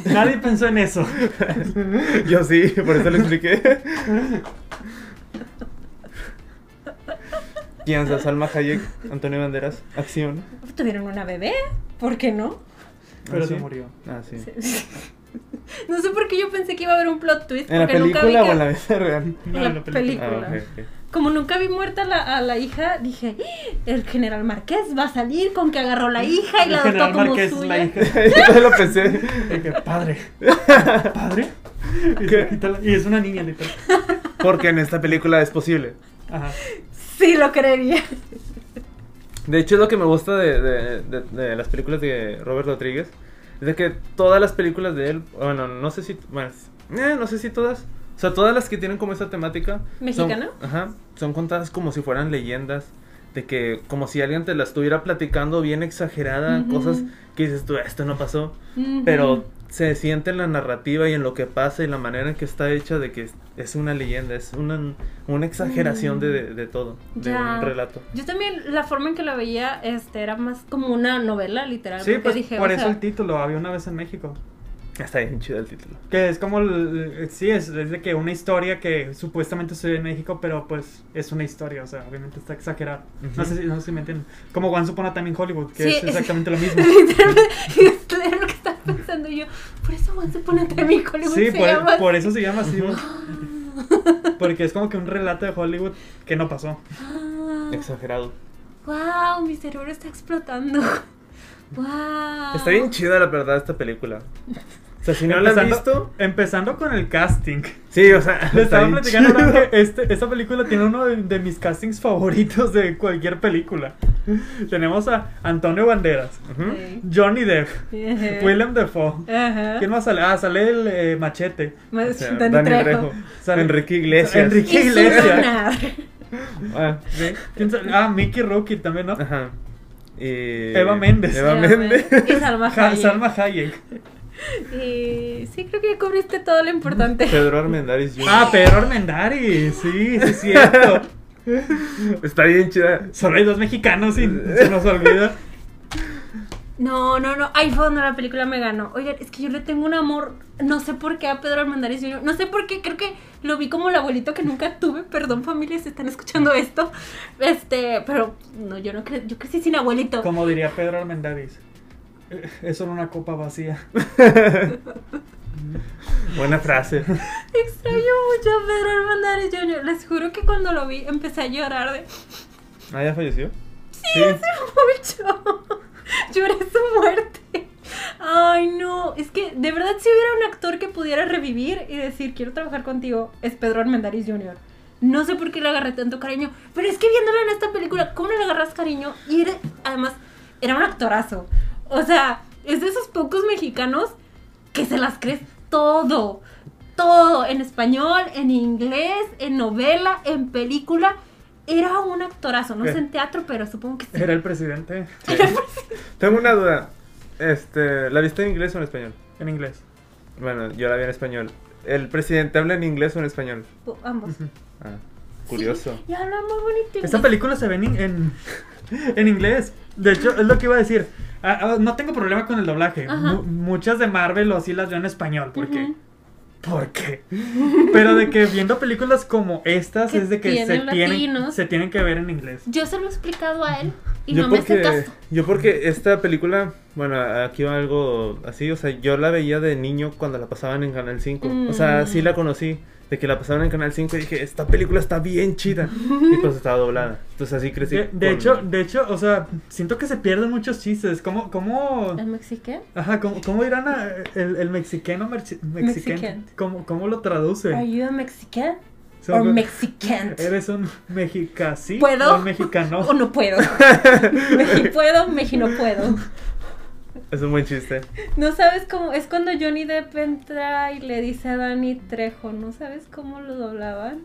[SPEAKER 1] Nadie pensó en eso.
[SPEAKER 2] Yo sí, por eso lo expliqué. Piensa, Salma Hayek, Antonio Banderas, acción.
[SPEAKER 3] tuvieron una bebé, ¿por qué no?
[SPEAKER 1] Pero
[SPEAKER 2] Ah,
[SPEAKER 1] se
[SPEAKER 2] sí.
[SPEAKER 1] murió.
[SPEAKER 2] Ah, sí.
[SPEAKER 3] No sé por qué yo pensé que iba a haber un plot twist.
[SPEAKER 2] ¿En la
[SPEAKER 3] porque nunca
[SPEAKER 2] película o
[SPEAKER 3] vi que-
[SPEAKER 2] en la vida real?
[SPEAKER 1] No,
[SPEAKER 3] la
[SPEAKER 1] la película.
[SPEAKER 3] película.
[SPEAKER 2] Ah, ok, ok.
[SPEAKER 3] Como nunca vi muerta la- a la hija, dije, "¡Ah! el general Marqués va a salir con que agarró la hija y
[SPEAKER 1] El
[SPEAKER 3] la
[SPEAKER 1] general
[SPEAKER 3] adoptó como
[SPEAKER 1] Márquez,
[SPEAKER 3] suya.
[SPEAKER 1] la hija.
[SPEAKER 2] Yo también lo pensé.
[SPEAKER 1] De que, padre. ¿Padre? Y, se quita la- y es una niña, literal.
[SPEAKER 2] Porque en esta película es posible.
[SPEAKER 1] Ajá.
[SPEAKER 3] Sí, lo creería.
[SPEAKER 2] De hecho, es lo que me gusta de, de- de- de las películas de Robert Rodríguez. Es de que todas las películas de él, bueno, no sé si, bueno, eh, no sé si todas, o sea, todas las que tienen como esta temática. son-
[SPEAKER 3] ¿Mexicana?
[SPEAKER 2] ajá, son contadas como si fueran leyendas. De que, como si alguien te la estuviera platicando bien exagerada,
[SPEAKER 3] Ujú.
[SPEAKER 2] cosas que dices tú, esto no pasó. Pero se siente en la narrativa y en lo que pasa y la manera en que está hecha de que es- es una leyenda, es una, una exageración de, de- de todo, de
[SPEAKER 3] Ya.
[SPEAKER 2] un relato.
[SPEAKER 3] Yo también, la forma en que la veía este, era más como una novela, literal.
[SPEAKER 1] Sí,
[SPEAKER 3] porque
[SPEAKER 1] pues
[SPEAKER 3] dije,
[SPEAKER 1] por
[SPEAKER 3] o
[SPEAKER 1] eso
[SPEAKER 3] sea,
[SPEAKER 1] el título, había una vez en México.
[SPEAKER 2] Está bien chido el título.
[SPEAKER 1] Que es como, el- sí, es, es de que una historia que supuestamente sucedió en México, pero pues es una historia, o sea, obviamente está exagerado. no, sé si, no sé si me entienden. Como Once Upon a Time in Hollywood, que
[SPEAKER 3] Sí,
[SPEAKER 1] es
[SPEAKER 3] es-
[SPEAKER 1] exactamente lo mismo.
[SPEAKER 3] literalmente, era lo que estaba pensando yo. Por eso Once Upon a Time in Hollywood
[SPEAKER 1] Sí,
[SPEAKER 3] se llama
[SPEAKER 1] por, por
[SPEAKER 3] así.
[SPEAKER 1] eso se llama así. Porque es como que un relato de Hollywood que no pasó.
[SPEAKER 3] Ah.
[SPEAKER 2] Exagerado.
[SPEAKER 3] wow, mi cerebro está explotando. Wow.
[SPEAKER 2] Está bien chida la verdad esta película. O sea, si no la han visto,
[SPEAKER 1] Empezando con el casting.
[SPEAKER 2] sí, o sea,
[SPEAKER 1] Le
[SPEAKER 2] está
[SPEAKER 1] estaba
[SPEAKER 2] bien
[SPEAKER 1] platicando a Abraham
[SPEAKER 2] chido.
[SPEAKER 1] que este- esta película tiene uno de, de mis castings favoritos de cualquier película. Tenemos a Antonio Banderas,
[SPEAKER 2] Ujú.
[SPEAKER 3] Sí.
[SPEAKER 1] Johnny Depp,
[SPEAKER 3] Ajá.
[SPEAKER 1] Willem Dafoe.
[SPEAKER 3] Ajá.
[SPEAKER 1] ¿Quién más sale? Ah, sale el eh, machete.
[SPEAKER 3] Más
[SPEAKER 2] O sea,
[SPEAKER 3] Dani
[SPEAKER 2] Dani
[SPEAKER 3] Trejo.
[SPEAKER 2] Trejo.
[SPEAKER 1] Sale-
[SPEAKER 2] Enrique Iglesias.
[SPEAKER 3] Y
[SPEAKER 1] Enrique
[SPEAKER 3] su
[SPEAKER 1] Iglesias.
[SPEAKER 3] lunar.
[SPEAKER 2] Ah,
[SPEAKER 1] ¿Quién sale? Ah, Mickey Rocky también, ¿no?
[SPEAKER 2] ajá. Y-
[SPEAKER 1] Eva Méndez.
[SPEAKER 2] Eva
[SPEAKER 3] Ya,
[SPEAKER 2] Méndez.
[SPEAKER 3] güey. Y Salma
[SPEAKER 1] Ja-
[SPEAKER 3] Hayek.
[SPEAKER 1] Salma Hayek.
[SPEAKER 3] Y sí, creo que ya cubriste todo lo importante.
[SPEAKER 2] Pedro Armendáriz Jr.
[SPEAKER 1] Ah, Pedro Armendariz. Sí, sí, es cierto.
[SPEAKER 2] Está bien chida.
[SPEAKER 1] Solo hay dos mexicanos y se nos olvida.
[SPEAKER 3] No, no, no. Ahí fue donde la película me ganó. Oigan, es que yo le tengo un amor. No sé por qué a Pedro Armendariz Jr. No sé por qué. Creo que lo vi como el abuelito que nunca tuve. Perdón, familia, si están escuchando esto. Este, pero no, yo no creo. Yo crecí sin abuelito.
[SPEAKER 1] Como diría Pedro Armendariz. eh, Es solo una copa vacía.
[SPEAKER 2] Buena frase.
[SPEAKER 3] Extraño mucho a Pedro Armendariz Jr. Les juro que cuando lo vi empecé a llorar de.
[SPEAKER 2] Ah, ya falleció.
[SPEAKER 3] Sí, hace mucho. Lloré su muerte. Ay, no. Es que, de verdad, si hubiera un actor que pudiera revivir y decir, quiero trabajar contigo, es Pedro Armendariz Jr. No sé por qué le agarré tanto cariño, pero es que viéndola en esta película, ¿cómo no le agarras cariño? Y era- además, era un actorazo. O sea, es de esos pocos mexicanos que se las crees todo. Todo. En español, en inglés, en novela, en película. Era un actorazo. No sé en teatro, pero supongo que sí.
[SPEAKER 1] Era el presidente
[SPEAKER 2] Tengo una duda. Este, ¿la viste en inglés o en español?
[SPEAKER 1] en inglés.
[SPEAKER 2] Bueno, yo la vi en español. ¿El presidente habla en inglés o en español?
[SPEAKER 3] O Ambos.
[SPEAKER 2] Ah, curioso.
[SPEAKER 3] Sí, y habla muy bonito. inglés.
[SPEAKER 1] Esta película se ve en, en, en inglés. De hecho, es lo que iba a decir. Ah, ah, no tengo problema con el doblaje.
[SPEAKER 3] Ajá.
[SPEAKER 1] Mu- muchas de Marvel o así las veo en español. ¿Por qué?
[SPEAKER 3] Ujú.
[SPEAKER 1] ¿Por qué? Pero de que viendo películas como estas
[SPEAKER 3] Que
[SPEAKER 1] es de que se
[SPEAKER 3] tienen
[SPEAKER 1] tienen,
[SPEAKER 3] latinos.
[SPEAKER 1] se tienen que ver en inglés.
[SPEAKER 3] Yo se lo he explicado a él y no me hace caso.
[SPEAKER 2] yo porque esta película, bueno, aquí va algo así, o sea, yo la veía de niño cuando la pasaban en Canal 5. O sea,
[SPEAKER 3] Mm.
[SPEAKER 2] sí la conocí, de que la pasaban en Canal 5 y dije, esta película está bien chida. Y pues estaba doblada. Entonces así crecí.
[SPEAKER 1] De, de
[SPEAKER 2] con-
[SPEAKER 1] hecho, de hecho, o sea, siento que se pierden muchos chistes. ¿Cómo, cómo,
[SPEAKER 3] ¿El mexicano?
[SPEAKER 1] ajá, cómo, cómo dirán a- el, el mexicano, merchi- mexican-
[SPEAKER 3] Mexican.
[SPEAKER 1] ¿Cómo, cómo lo traduce?
[SPEAKER 3] ¿Are you a Mexican?
[SPEAKER 1] So-
[SPEAKER 3] ¿Or Mexican?
[SPEAKER 1] ¿Eres un mexicasí
[SPEAKER 3] ¿Puedo?
[SPEAKER 1] o un mexicano?
[SPEAKER 3] ¿O no puedo? Meji puedo, Meji no puedo.
[SPEAKER 2] Es un buen chiste.
[SPEAKER 3] No sabes cómo. Es cuando Johnny Depp entra y le dice a Dani Trejo. ¿No sabes cómo lo doblaban?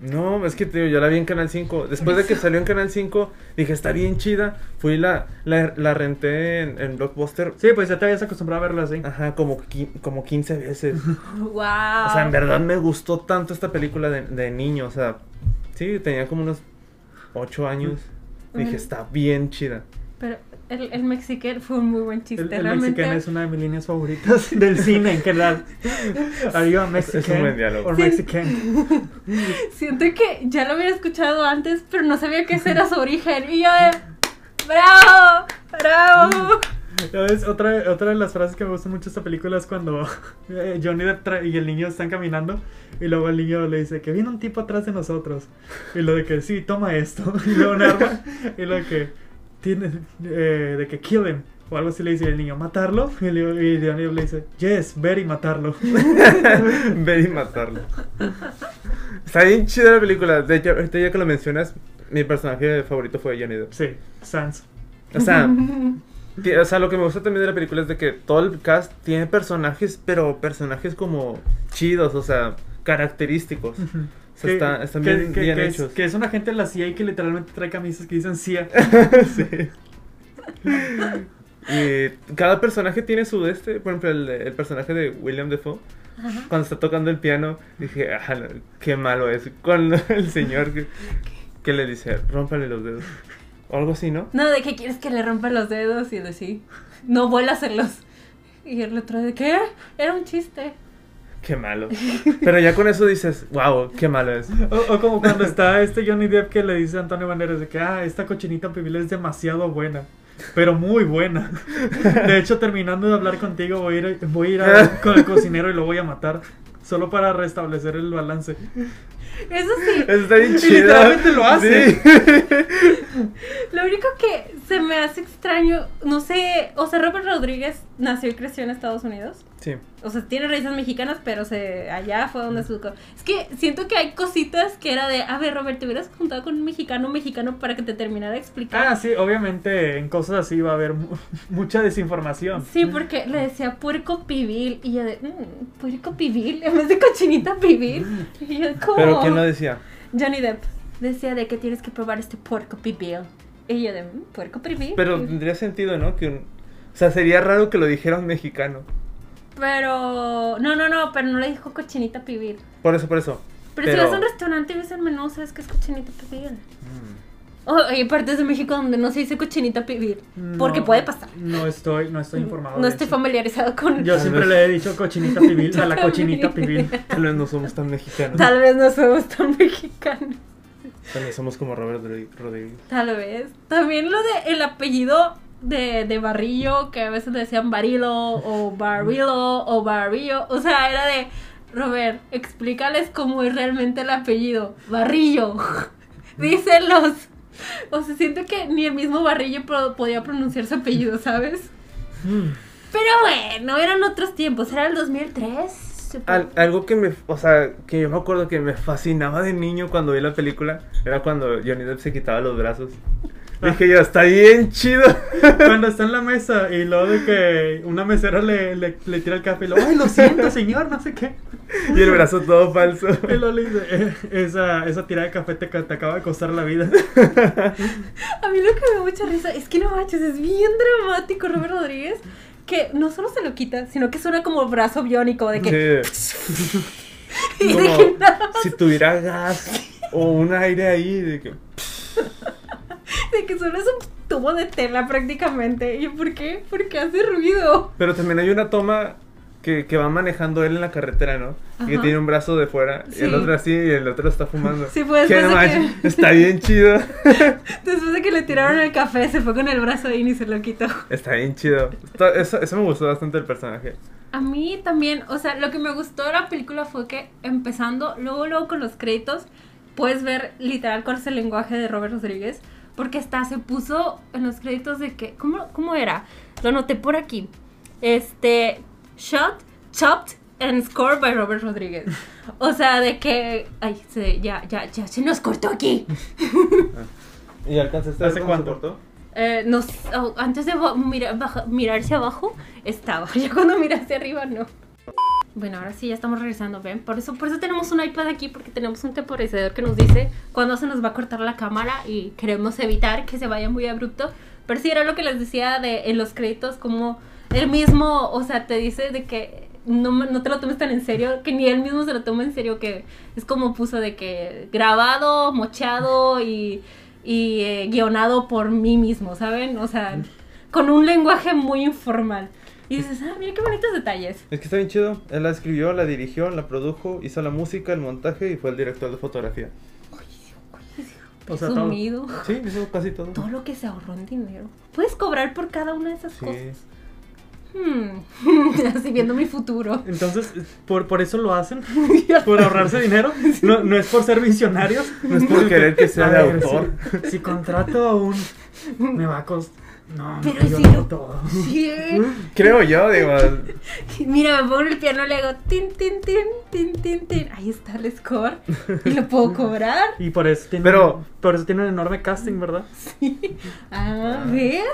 [SPEAKER 2] No, es que tío, yo la vi en Canal 5. Después de que salió en Canal 5, dije, está bien chida. Fui y la, la, la renté en, en Blockbuster.
[SPEAKER 1] Sí, pues ya te habías acostumbrado a verla así.
[SPEAKER 2] Ajá, como, qui- como 15 veces.
[SPEAKER 3] ¡Wow!
[SPEAKER 2] O sea, en verdad me gustó tanto esta película de, de niño. O sea, sí, tenía como unos 8 años. Dije,
[SPEAKER 3] Ujú.
[SPEAKER 2] está bien chida.
[SPEAKER 3] Pero el, el mexiquén fue un muy buen chiste.
[SPEAKER 1] El, el
[SPEAKER 3] Realmente.
[SPEAKER 1] mexicano es una de mis líneas favoritas del cine en general. Are you a Mexican?
[SPEAKER 2] es un buen diálogo.
[SPEAKER 1] or
[SPEAKER 3] Sí.
[SPEAKER 1] Mexican?
[SPEAKER 3] Siento que ya lo había escuchado antes, pero no sabía qué ese era su origen. Y yo de. ¡Bravo! ¡Bravo!
[SPEAKER 1] ¿Sabes? Otra, otra de las frases que me gustan mucho de esta película es cuando eh, Johnny Depp tra- y el niño están caminando y luego el niño le dice que viene un tipo atrás de nosotros. Y lo de que sí, toma esto. Y luego un arma. Y lo de que tiene, eh, de que kill him. O algo así le dice el niño, ¿matarlo? Y, le- y Johnny Depp le dice, yes, very matarlo.
[SPEAKER 2] Ver y matarlo. Está bien chida la película. De hecho, ahorita ya que lo mencionas, mi personaje favorito fue Johnny Depp.
[SPEAKER 1] Sí, Sans.
[SPEAKER 2] O sea, ti- o sea, lo que me gusta también de la película es de que todo el cast tiene personajes, pero personajes como chidos, o sea, característicos. O sea, está- están
[SPEAKER 1] que-
[SPEAKER 2] bien,
[SPEAKER 1] que-
[SPEAKER 2] bien
[SPEAKER 1] que es-
[SPEAKER 2] hechos.
[SPEAKER 1] que es una gente de la CIA que literalmente trae camisas que dicen CIA.
[SPEAKER 2] Sí. Y cada personaje tiene su de este, por ejemplo, el, de- el personaje de William Defoe,
[SPEAKER 3] Ajá.
[SPEAKER 2] cuando está tocando el piano, dije, "Ah, la- qué malo es, cuando el señor que, que le dice, rómpale los dedos, o algo así, ¿no?
[SPEAKER 3] No, ¿de qué quieres que le rompa los dedos? Y de sí. No vuélaselos. Y el otro de qué? Era un chiste.
[SPEAKER 2] Qué malo. Pero ya con eso dices, wow, qué malo es.
[SPEAKER 1] O, o como cuando está este Johnny Depp que le dice a Antonio Banderas de que, ah, esta cochinita pibil es demasiado buena. Pero muy buena. De hecho, terminando de hablar contigo, voy a ir, voy a ir a- con el cocinero y lo voy a matar. Solo para restablecer el balance.
[SPEAKER 3] Eso sí,
[SPEAKER 2] Eso está bien
[SPEAKER 1] Y
[SPEAKER 2] chido.
[SPEAKER 1] literalmente lo hace.
[SPEAKER 3] Lo único que se me hace extraño, no sé, o sea, Robert Rodríguez nació y creció en Estados Unidos.
[SPEAKER 2] Sí.
[SPEAKER 3] O sea, tiene raíces mexicanas, pero se allá fue donde su... Es que siento que hay cositas que era de, a ver, Robert, te hubieras juntado con un mexicano, un mexicano para que te terminara de
[SPEAKER 1] Ah,
[SPEAKER 3] explicar.
[SPEAKER 1] sí, obviamente en cosas así va a haber mu- mucha desinformación.
[SPEAKER 3] Sí, porque le decía puerco pibil y yo de, "Mm, puerco pibil en vez de cochinita
[SPEAKER 1] Mm.
[SPEAKER 3] pibil. Y yo, ¿cómo?
[SPEAKER 2] Pero ¿quién lo decía?
[SPEAKER 3] Johnny Depp decía de que tienes que probar este puerco pibil. Y yo de, "Mm, puerco pibil.
[SPEAKER 2] Pero tendría sentido, ¿no? Que un- O sea, sería raro que lo dijera un mexicano.
[SPEAKER 3] Pero. No, no, no, pero no le dijo cochinita pibil.
[SPEAKER 2] Por eso, por eso.
[SPEAKER 3] Pero, si vas a un restaurante y ves el menú, sabes que es cochinita pibil.
[SPEAKER 2] Mm.
[SPEAKER 3] Oh, hay partes de México donde no se dice cochinita pibil. porque
[SPEAKER 1] No,
[SPEAKER 3] puede pasar.
[SPEAKER 1] No estoy, no estoy informado.
[SPEAKER 3] No
[SPEAKER 1] de
[SPEAKER 3] estoy
[SPEAKER 1] eso.
[SPEAKER 3] familiarizado con.
[SPEAKER 1] Yo
[SPEAKER 2] Tal
[SPEAKER 1] siempre
[SPEAKER 2] vez.
[SPEAKER 1] le he dicho cochinita pibil a la cochinita pibil.
[SPEAKER 2] Tal vez no somos tan mexicanos.
[SPEAKER 3] Tal vez no somos tan mexicanos.
[SPEAKER 2] Tal vez somos como Robert Rodri- Rodríguez.
[SPEAKER 3] Tal vez. También lo de el apellido de, de Barrillo, que a veces le decían Barilo o Barilo o Barrillo. O sea, era de Robert, explícales cómo es realmente el apellido. Barrillo. Díselos. O sea, siento que ni el mismo Barrillo pro- podía pronunciar su apellido, ¿sabes? Pero bueno, eran otros tiempos. Era el 2003. supongo.
[SPEAKER 2] Al- algo que me, o sea, que yo me acuerdo que me fascinaba de niño cuando vi la película era cuando Johnny Depp se quitaba los brazos.
[SPEAKER 3] Ah.
[SPEAKER 2] Dije yo, está bien chido.
[SPEAKER 1] Cuando está en la mesa y luego de que una mesera le, le, le tira el café y luego, ay, lo siento, señor, no sé qué.
[SPEAKER 2] Y el brazo todo falso.
[SPEAKER 1] Y luego le dice, "Eh, esa, esa tirada de café te, ca- te acaba de costar la vida.
[SPEAKER 3] A mí lo que me da mucha risa es que no manches, es bien dramático Robert Rodríguez, que no solo se lo quita, sino que suena como brazo biónico de que... y de que
[SPEAKER 2] Como
[SPEAKER 3] nada más-
[SPEAKER 2] si tuviera gas o un aire ahí. De que,
[SPEAKER 3] de que solo es un tubo de tela prácticamente. ¿Y por qué? Porque hace ruido.
[SPEAKER 2] Pero también hay una toma que, que va manejando él en la carretera, ¿no? Y que
[SPEAKER 3] Ajá.
[SPEAKER 2] tiene un brazo de fuera, y el
[SPEAKER 3] Sí.
[SPEAKER 2] otro así, y el otro está fumando.
[SPEAKER 3] Sí, pues,
[SPEAKER 2] ¿Qué
[SPEAKER 3] pues, de
[SPEAKER 2] más?
[SPEAKER 3] que-
[SPEAKER 2] Está bien chido.
[SPEAKER 3] Después de que le tiraron el café, se fue con el brazo ahí y ni se lo quitó.
[SPEAKER 2] Está bien chido. Está- eso, eso me gustó bastante el personaje.
[SPEAKER 3] A mí también, o sea, lo que me gustó de la película fue que empezando, luego, luego con los créditos, puedes ver literal cuál es el lenguaje de Robert Rodríguez, porque hasta se puso en los créditos de que, ¿cómo, cómo era? Lo noté por aquí. Este, shot, chopped and scored by Robert Rodríguez. O sea, de que, ay, se, ya, ya, ya, se nos cortó aquí.
[SPEAKER 2] ¿Y alcanzaste
[SPEAKER 1] a ver cómo se cortó?
[SPEAKER 3] Eh, no s- oh, antes de ba- mira- baja- mirarse abajo, estaba. Ya cuando miraste arriba, no. Bueno, ahora sí, ya estamos regresando, ven. Por eso, por eso tenemos un iPad aquí, porque tenemos un temporizador que nos dice cuándo se nos va a cortar la cámara y queremos evitar que se vaya muy abrupto. Pero sí, era lo que les decía de en los créditos, como él mismo, o sea, te dice de que no, no te lo tomes tan en serio, que ni él mismo se lo toma en serio, que es como puso de que grabado, mochado y, y eh, guionado por mí mismo, ¿saben? O sea, con un lenguaje muy informal. Y dices, ah, mira qué bonitos detalles.
[SPEAKER 2] Es que está bien chido. Él la escribió, la dirigió, la produjo, hizo la música, el montaje y fue el director de fotografía.
[SPEAKER 1] O sea, todo.
[SPEAKER 3] Presumido.
[SPEAKER 2] Sí, hizo casi todo.
[SPEAKER 3] Todo lo que se ahorró en dinero. Puedes cobrar por cada una de esas
[SPEAKER 2] Sí.
[SPEAKER 3] cosas. Hmm. Así viendo mi futuro.
[SPEAKER 1] Entonces, por, por eso lo hacen, por ahorrarse dinero. No, no es por ser visionarios.
[SPEAKER 2] No es por querer que sea
[SPEAKER 4] A
[SPEAKER 2] de
[SPEAKER 4] ver,
[SPEAKER 2] autor.
[SPEAKER 4] Si, si contrato a un, me va a costar. No,
[SPEAKER 3] Pero
[SPEAKER 4] no, yo
[SPEAKER 3] si
[SPEAKER 4] lo
[SPEAKER 3] no-
[SPEAKER 4] hago todo.
[SPEAKER 3] Sí.
[SPEAKER 2] Creo yo, digo.
[SPEAKER 3] Mira, me pongo en el piano y le hago tin, tin, tin, tin, tin, tin. Ahí está el score. Y lo puedo cobrar.
[SPEAKER 1] Y por eso tienen,
[SPEAKER 2] Pero-
[SPEAKER 1] por eso tienen enorme casting, ¿verdad?
[SPEAKER 3] Ah, ¿ves?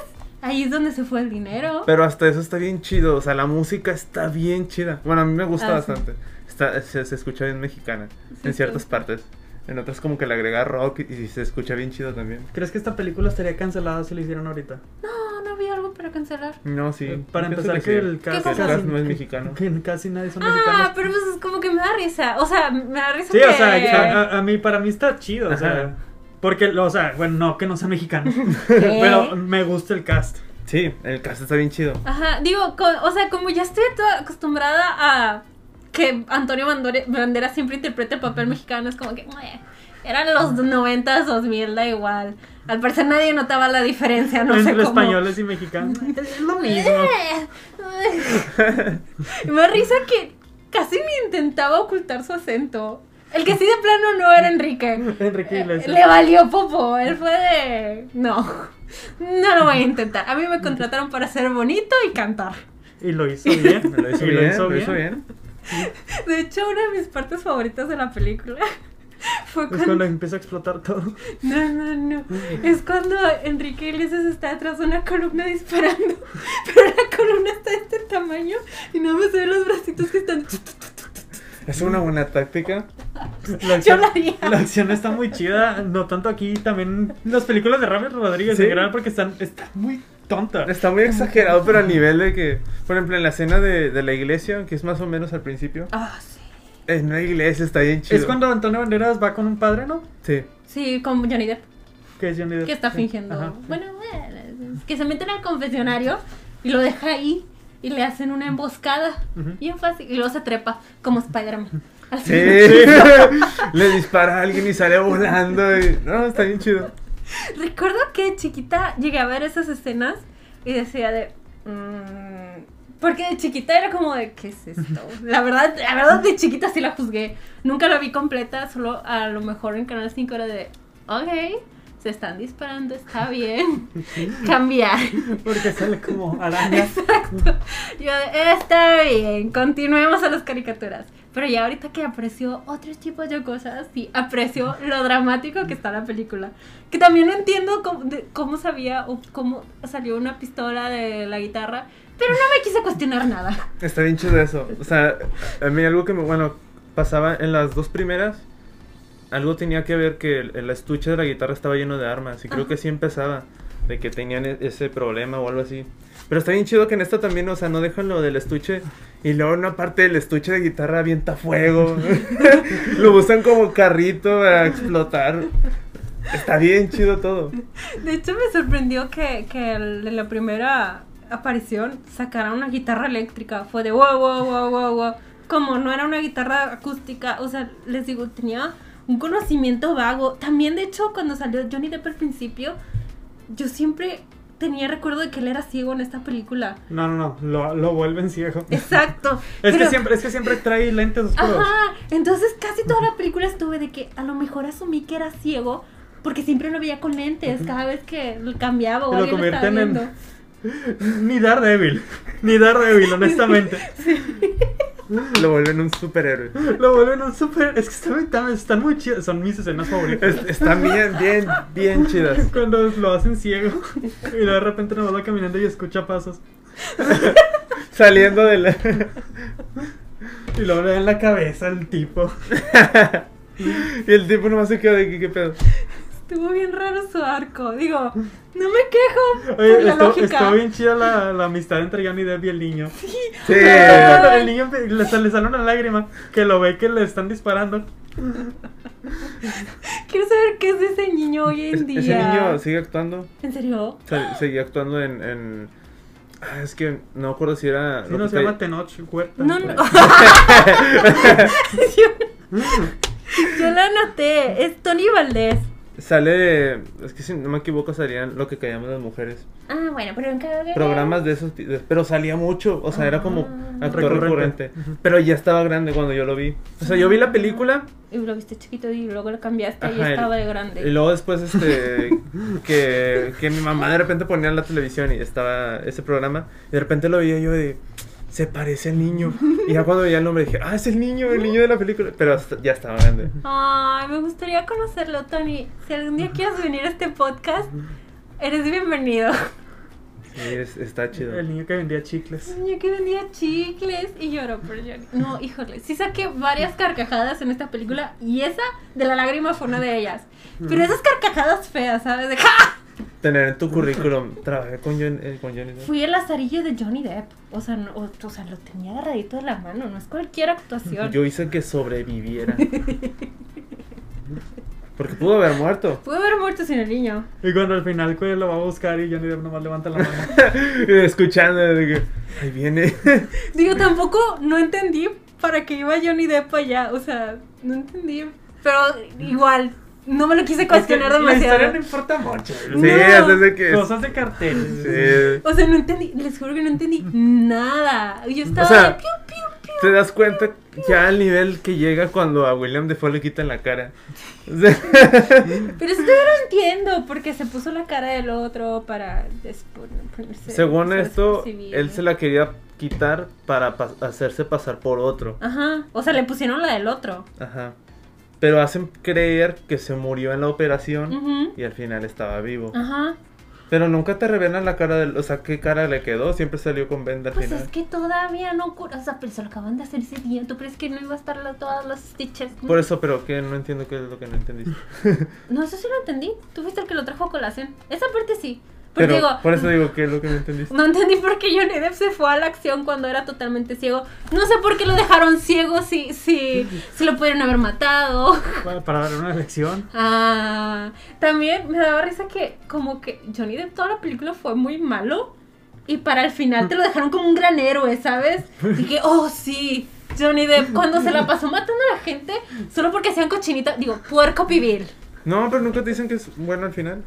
[SPEAKER 3] Ahí es donde se fue el dinero.
[SPEAKER 2] Pero hasta eso está bien chido. O sea, la música está bien chida. Bueno, a mí me gusta
[SPEAKER 3] Ah, sí.
[SPEAKER 2] bastante. Está, se, se escucha bien mexicana.
[SPEAKER 3] Sí,
[SPEAKER 2] en ciertas
[SPEAKER 3] sí.
[SPEAKER 2] partes. En otras como que le agrega rock y, y se escucha bien chido también.
[SPEAKER 1] ¿Crees que esta película estaría cancelada si la hicieran ahorita?
[SPEAKER 3] No, no había algo para cancelar.
[SPEAKER 2] No, sí.
[SPEAKER 1] Eh, Para
[SPEAKER 2] yo pienso
[SPEAKER 1] empezar, que,
[SPEAKER 2] sí.
[SPEAKER 1] el cast,
[SPEAKER 3] ¿Qué
[SPEAKER 2] El
[SPEAKER 3] cosa?
[SPEAKER 2] cast no es mexicano.
[SPEAKER 1] que casi nadie son
[SPEAKER 3] Ah,
[SPEAKER 1] mexicanos.
[SPEAKER 3] pero pues es como que me da risa. O sea, me da risa
[SPEAKER 1] Sí,
[SPEAKER 3] que...
[SPEAKER 1] o sea, a, a- a mí, para mí está chido, o sea.
[SPEAKER 2] Ajá.
[SPEAKER 1] Porque, o sea, bueno, no, que no sea mexicano.
[SPEAKER 3] ¿Qué?
[SPEAKER 1] pero me gusta el cast.
[SPEAKER 2] Sí, el cast está bien chido.
[SPEAKER 3] Ajá, digo, co- o sea, como ya estoy toda acostumbrada a que Antonio Bandore- Banderas siempre interprete el papel mexicano, es como que "Mue". eran los 90s, 2000, da igual. Al parecer nadie notaba la diferencia, no sé
[SPEAKER 1] entre
[SPEAKER 3] cómo.
[SPEAKER 1] españoles y mexicanos.
[SPEAKER 3] Es lo mismo. Me da risa que casi ni intentaba ocultar su acento. El que sí de plano no era Enrique.
[SPEAKER 1] Enrique Iglesias.
[SPEAKER 3] Eh, Le valió popo, él fue de... No, no lo voy a intentar. A mí me contrataron para ser bonito y cantar.
[SPEAKER 1] Y lo hizo bien.
[SPEAKER 2] Lo hizo
[SPEAKER 1] y
[SPEAKER 2] bien, lo hizo bien.
[SPEAKER 3] De hecho, una de mis partes favoritas de la película fue
[SPEAKER 1] Es cuando
[SPEAKER 3] cuando...
[SPEAKER 1] empieza a explotar todo.
[SPEAKER 3] No, no, no. Es cuando Enrique Iglesias está atrás de una columna disparando, pero la columna está de este tamaño y no me se ven los bracitos que están...
[SPEAKER 2] Es una buena táctica.
[SPEAKER 1] La
[SPEAKER 3] Yo
[SPEAKER 1] acción,
[SPEAKER 3] la haría.
[SPEAKER 1] la acción está muy chida. No tanto aquí, también las películas de Ramos Rodríguez
[SPEAKER 2] Sí.
[SPEAKER 1] en general porque están, están muy tontas.
[SPEAKER 2] Está muy exagerado, pero al nivel de que, por ejemplo, en la escena de, de la iglesia, que es más o menos al principio,
[SPEAKER 3] Ah, sí.
[SPEAKER 2] en la iglesia está bien chido.
[SPEAKER 1] Es cuando Antonio Banderas va con un padre, ¿no?
[SPEAKER 2] Sí.
[SPEAKER 3] Sí, con Johnny Depp.
[SPEAKER 1] Que es Johnny Depp.
[SPEAKER 3] que está fingiendo.
[SPEAKER 1] Ajá.
[SPEAKER 3] Bueno, eh, que se meten al confesionario y lo deja ahí y le hacen una emboscada.
[SPEAKER 1] Ujú.
[SPEAKER 3] Bien fácil. Y luego se trepa como Spider-Man. Al
[SPEAKER 2] Sí.
[SPEAKER 3] final.
[SPEAKER 2] Le dispara a alguien y sale volando. y- No, está bien chido.
[SPEAKER 3] Recuerdo que de chiquita llegué a ver esas escenas y decía de. "Mm", porque de chiquita era como de, ¿qué es esto? La verdad, la verdad de chiquita sí la juzgué. Nunca la vi completa, solo a lo mejor en Canal 5 era de, ok, se están disparando, está bien. Cambiar.
[SPEAKER 1] Porque sale como araña.
[SPEAKER 3] Yo, está bien, continuemos a las caricaturas. Pero ya ahorita que aprecio otros tipos de cosas, sí, aprecio lo dramático que está la película. Que también no entiendo cómo, de- cómo sabía o cómo salió una pistola de la guitarra, pero no me quise cuestionar nada.
[SPEAKER 2] Está bien chido eso. O sea, a mí algo que me, bueno, pasaba en las dos primeras, algo tenía que ver que el, el estuche de la guitarra estaba lleno de armas y creo
[SPEAKER 3] Ajá.
[SPEAKER 2] que sí empezaba de que tenían e- ese problema o algo así. Pero está bien chido que en esta también, o sea, no dejan lo del estuche y luego en una parte del estuche de guitarra avienta fuego. lo usan como carrito para explotar. Está bien chido todo.
[SPEAKER 3] De hecho, me sorprendió que, que el- en la primera aparición sacaran una guitarra eléctrica. Fue de wow, wow, wow, wow, wow. Como no era una guitarra acústica, o sea, les digo, tenía un conocimiento vago. También, de hecho, cuando salió Johnny Depp al principio, yo siempre tenía recuerdo de que él era ciego en esta película.
[SPEAKER 1] No, no, no. Lo, lo vuelven ciego. Es,
[SPEAKER 3] Exacto.
[SPEAKER 1] que
[SPEAKER 3] pero-
[SPEAKER 1] siempre, es que siempre trae lentes oscuros.
[SPEAKER 3] Ajá, entonces casi toda la película estuve de que a lo mejor asumí que era ciego porque siempre lo veía con lentes cada vez que lo cambiaba o
[SPEAKER 1] Y lo
[SPEAKER 3] alguien lo estaba
[SPEAKER 1] convierten en-
[SPEAKER 3] viendo.
[SPEAKER 1] Ni Daredevil. Ni Daredevil, honestamente.
[SPEAKER 2] Lo vuelven un superhéroe.
[SPEAKER 1] Lo vuelven un súper. Es que están muy, tan- están muy chidas. Son mis escenas favoritas.
[SPEAKER 2] Es- están bien, bien, bien chidas.
[SPEAKER 1] Cuando lo hacen ciego y luego de repente nos va caminando y escucha pasos.
[SPEAKER 2] Saliendo de la...
[SPEAKER 1] Y luego le dan la cabeza al tipo.
[SPEAKER 2] Y el tipo nomás se queda de que, ¿qué pedo?
[SPEAKER 3] Estuvo bien raro su arco. Digo, no me
[SPEAKER 1] Oye,
[SPEAKER 3] quejo. por la
[SPEAKER 1] estuvo-
[SPEAKER 3] lógica.
[SPEAKER 1] estuvo bien chida la, la amistad entre Johnny Depp y el niño.
[SPEAKER 2] Sí.
[SPEAKER 3] Ay.
[SPEAKER 1] El niño empe- le, sal- le sale una lágrima que lo ve que le están disparando.
[SPEAKER 3] Quiero saber qué es de ese niño hoy
[SPEAKER 2] Es-
[SPEAKER 3] en día.
[SPEAKER 2] ese niño sigue actuando.
[SPEAKER 3] ¿En serio?
[SPEAKER 2] se- Seguía actuando en. en- Ah, Es que no me acuerdo si era.
[SPEAKER 1] Si
[SPEAKER 2] lo
[SPEAKER 1] no
[SPEAKER 2] que
[SPEAKER 1] se
[SPEAKER 2] te-
[SPEAKER 1] llama Tenoch Huerta.
[SPEAKER 3] No, no. yo, yo la anoté. Es Tony Valdés.
[SPEAKER 2] Sale de. Es que si no me equivoco, salían lo que callamos las mujeres.
[SPEAKER 3] Ah, bueno, pero en cada
[SPEAKER 2] Programas de esos. ti- de- Pero salía mucho. O sea, era como
[SPEAKER 3] Ah.
[SPEAKER 2] actor
[SPEAKER 1] Recurrente.
[SPEAKER 2] recurrente. Pero ya estaba grande cuando yo lo vi. O sea, yo vi la película.
[SPEAKER 3] Y lo viste chiquito y luego lo cambiaste y
[SPEAKER 2] Ajá,
[SPEAKER 3] estaba de
[SPEAKER 2] Y
[SPEAKER 3] grande.
[SPEAKER 2] luego después, este. que, que mi mamá de repente ponía en la televisión y estaba ese programa. Y de repente lo veía yo de. Se parece al niño. Y ya cuando veía el nombre dije, ah, es el niño, el niño de la película. Pero hasta- ya estaba grande.
[SPEAKER 3] Ay, me gustaría conocerlo, Tony. Si algún día quieres venir a este podcast, eres bienvenido.
[SPEAKER 2] Sí, es- está chido.
[SPEAKER 1] El niño que vendía chicles.
[SPEAKER 3] Yo que vendía chicles y lloró por Johnny. No, híjole, sí saqué varias carcajadas en esta película y esa de la lágrima fue una de ellas. Pero esas carcajadas feas, ¿sabes? De ¡ja!
[SPEAKER 2] Tener en tu currículum, trabajé con John- eh, con Johnny. Depp.
[SPEAKER 3] Fui el azarillo de Johnny Depp. O sea, no- o, o sea, lo tenía agarradito de la mano, no es cualquier actuación.
[SPEAKER 2] Yo hice que sobreviviera. Porque pudo haber muerto.
[SPEAKER 3] Pude haber muerto sin el niño.
[SPEAKER 1] Y cuando al final pues, lo va a buscar y Johnny Depp nomás levanta la mano.
[SPEAKER 2] Escuchando, de que, ahí viene.
[SPEAKER 3] Digo, tampoco no entendí para qué iba Johnny Depp allá. O sea, no entendí. Pero igual, no me lo quise cuestionar
[SPEAKER 1] Es que La
[SPEAKER 3] demasiado.
[SPEAKER 1] historia no importa mucho.
[SPEAKER 2] Sí,
[SPEAKER 3] No.
[SPEAKER 2] haces de que.
[SPEAKER 1] Cosas de carteles.
[SPEAKER 2] Sí.
[SPEAKER 3] O sea, no entendí, les juro que no entendí nada. Yo estaba
[SPEAKER 2] O sea,
[SPEAKER 3] de piu, piu, piu.
[SPEAKER 2] Te das cuenta ya al nivel que llega cuando a William Defoe le quitan la cara. O sea,
[SPEAKER 3] Pero eso todavía no entiendo, porque se puso la cara del otro para despo- ponerse.
[SPEAKER 2] según
[SPEAKER 3] se
[SPEAKER 2] esto,
[SPEAKER 3] despercibir.
[SPEAKER 2] él se la quería quitar para pas- hacerse pasar por otro.
[SPEAKER 3] Ajá, o sea, le pusieron la del otro.
[SPEAKER 2] Ajá. Pero hacen creer que se murió en la operación
[SPEAKER 3] Ujú. Ah.
[SPEAKER 2] y al final estaba vivo.
[SPEAKER 3] Ajá.
[SPEAKER 2] Pero nunca te revelan la cara del. O sea, qué cara le quedó. Siempre salió con venda al
[SPEAKER 3] Pues
[SPEAKER 2] final.
[SPEAKER 3] es que todavía no cura. O sea, pero se lo acaban de hacer ese día. ¿Tú crees que no iba a estar la- todas las stitches?
[SPEAKER 2] Por eso, pero que no entiendo qué es lo que no entendiste.
[SPEAKER 3] No, eso sí lo entendí. Tú fuiste el que lo trajo a colación. Esa parte sí. Porque
[SPEAKER 2] Pero
[SPEAKER 3] Pues digo, mm.
[SPEAKER 2] por eso digo que es lo que no entendiste.
[SPEAKER 3] No entendí por qué Johnny Depp se fue a la acción cuando era totalmente ciego. No sé por qué lo dejaron ciego si, si, si lo pudieron haber matado.
[SPEAKER 1] Para, para dar una lección.
[SPEAKER 3] Ah, también me daba risa que como que Johnny Depp toda la película fue muy malo y para el final te lo dejaron como un gran héroe, ¿sabes? Y que, oh sí, Johnny Depp cuando se la pasó matando a la gente solo porque hacían cochinita, digo, puerco pibil.
[SPEAKER 2] No, pero nunca te dicen que es bueno al final.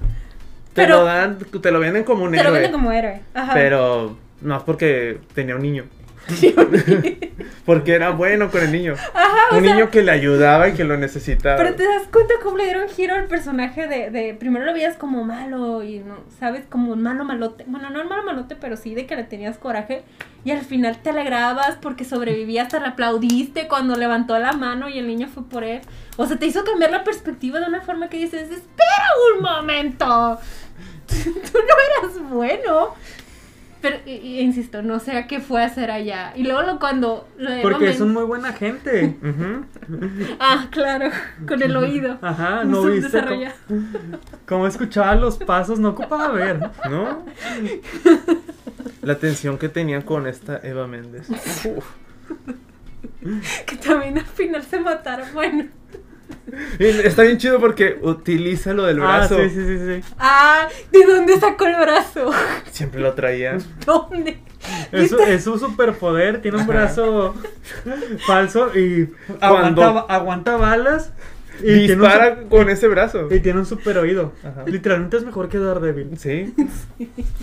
[SPEAKER 2] Te
[SPEAKER 3] Pero-
[SPEAKER 2] lo dan, te lo venden como un
[SPEAKER 3] Te lo
[SPEAKER 2] héroe.
[SPEAKER 3] venden como héroe. Ajá.
[SPEAKER 2] Pero no es porque tenía un niño. porque era bueno con el niño.
[SPEAKER 3] Ajá, o
[SPEAKER 2] un
[SPEAKER 3] sea-
[SPEAKER 2] niño que le ayudaba y que lo necesitaba.
[SPEAKER 3] Pero te das cuenta cómo le dieron giro al personaje de, de primero lo veías como malo y no, sabes, como un malo malote. Bueno, no un malo malote, pero sí de que le tenías coraje y al final te alegrabas porque sobrevivías, hasta le aplaudiste cuando levantó la mano y el niño fue por él. O sea, te hizo cambiar la perspectiva de una forma que dices, espera un momento. Tú no eras bueno. Pero, y- y insisto, no sé a qué fue a hacer allá. Y luego lo- cuando... lo de
[SPEAKER 1] Porque es
[SPEAKER 3] Mamen-
[SPEAKER 1] un muy buen agente.
[SPEAKER 2] Ujú.
[SPEAKER 3] Ah, claro, con el oído.
[SPEAKER 1] Ajá, Ah, no viste.
[SPEAKER 3] Subdesarrollado.
[SPEAKER 1] cómo- Cómo escuchaba los pasos, no ocupaba ver.
[SPEAKER 2] ¿No? La tensión que tenía con esta Eva Méndez. Uf.
[SPEAKER 3] Que también al final se mataron. Bueno.
[SPEAKER 2] Y Está bien chido porque utiliza lo del
[SPEAKER 1] Ah,
[SPEAKER 2] brazo.
[SPEAKER 1] sí, sí, sí, sí.
[SPEAKER 3] Ah, ¿de dónde sacó el brazo?
[SPEAKER 2] Siempre lo traía.
[SPEAKER 3] ¿Dónde?
[SPEAKER 1] Es, su- es su superpoder, tiene un
[SPEAKER 2] Ajá.
[SPEAKER 1] brazo falso y
[SPEAKER 2] Cuando-
[SPEAKER 1] aguanta, aguanta balas y
[SPEAKER 2] Dispara
[SPEAKER 1] tiene un,
[SPEAKER 2] con ese brazo.
[SPEAKER 1] su- y tiene un super oído.
[SPEAKER 2] Ajá.
[SPEAKER 1] Literalmente es mejor que Daredevil.
[SPEAKER 2] Sí.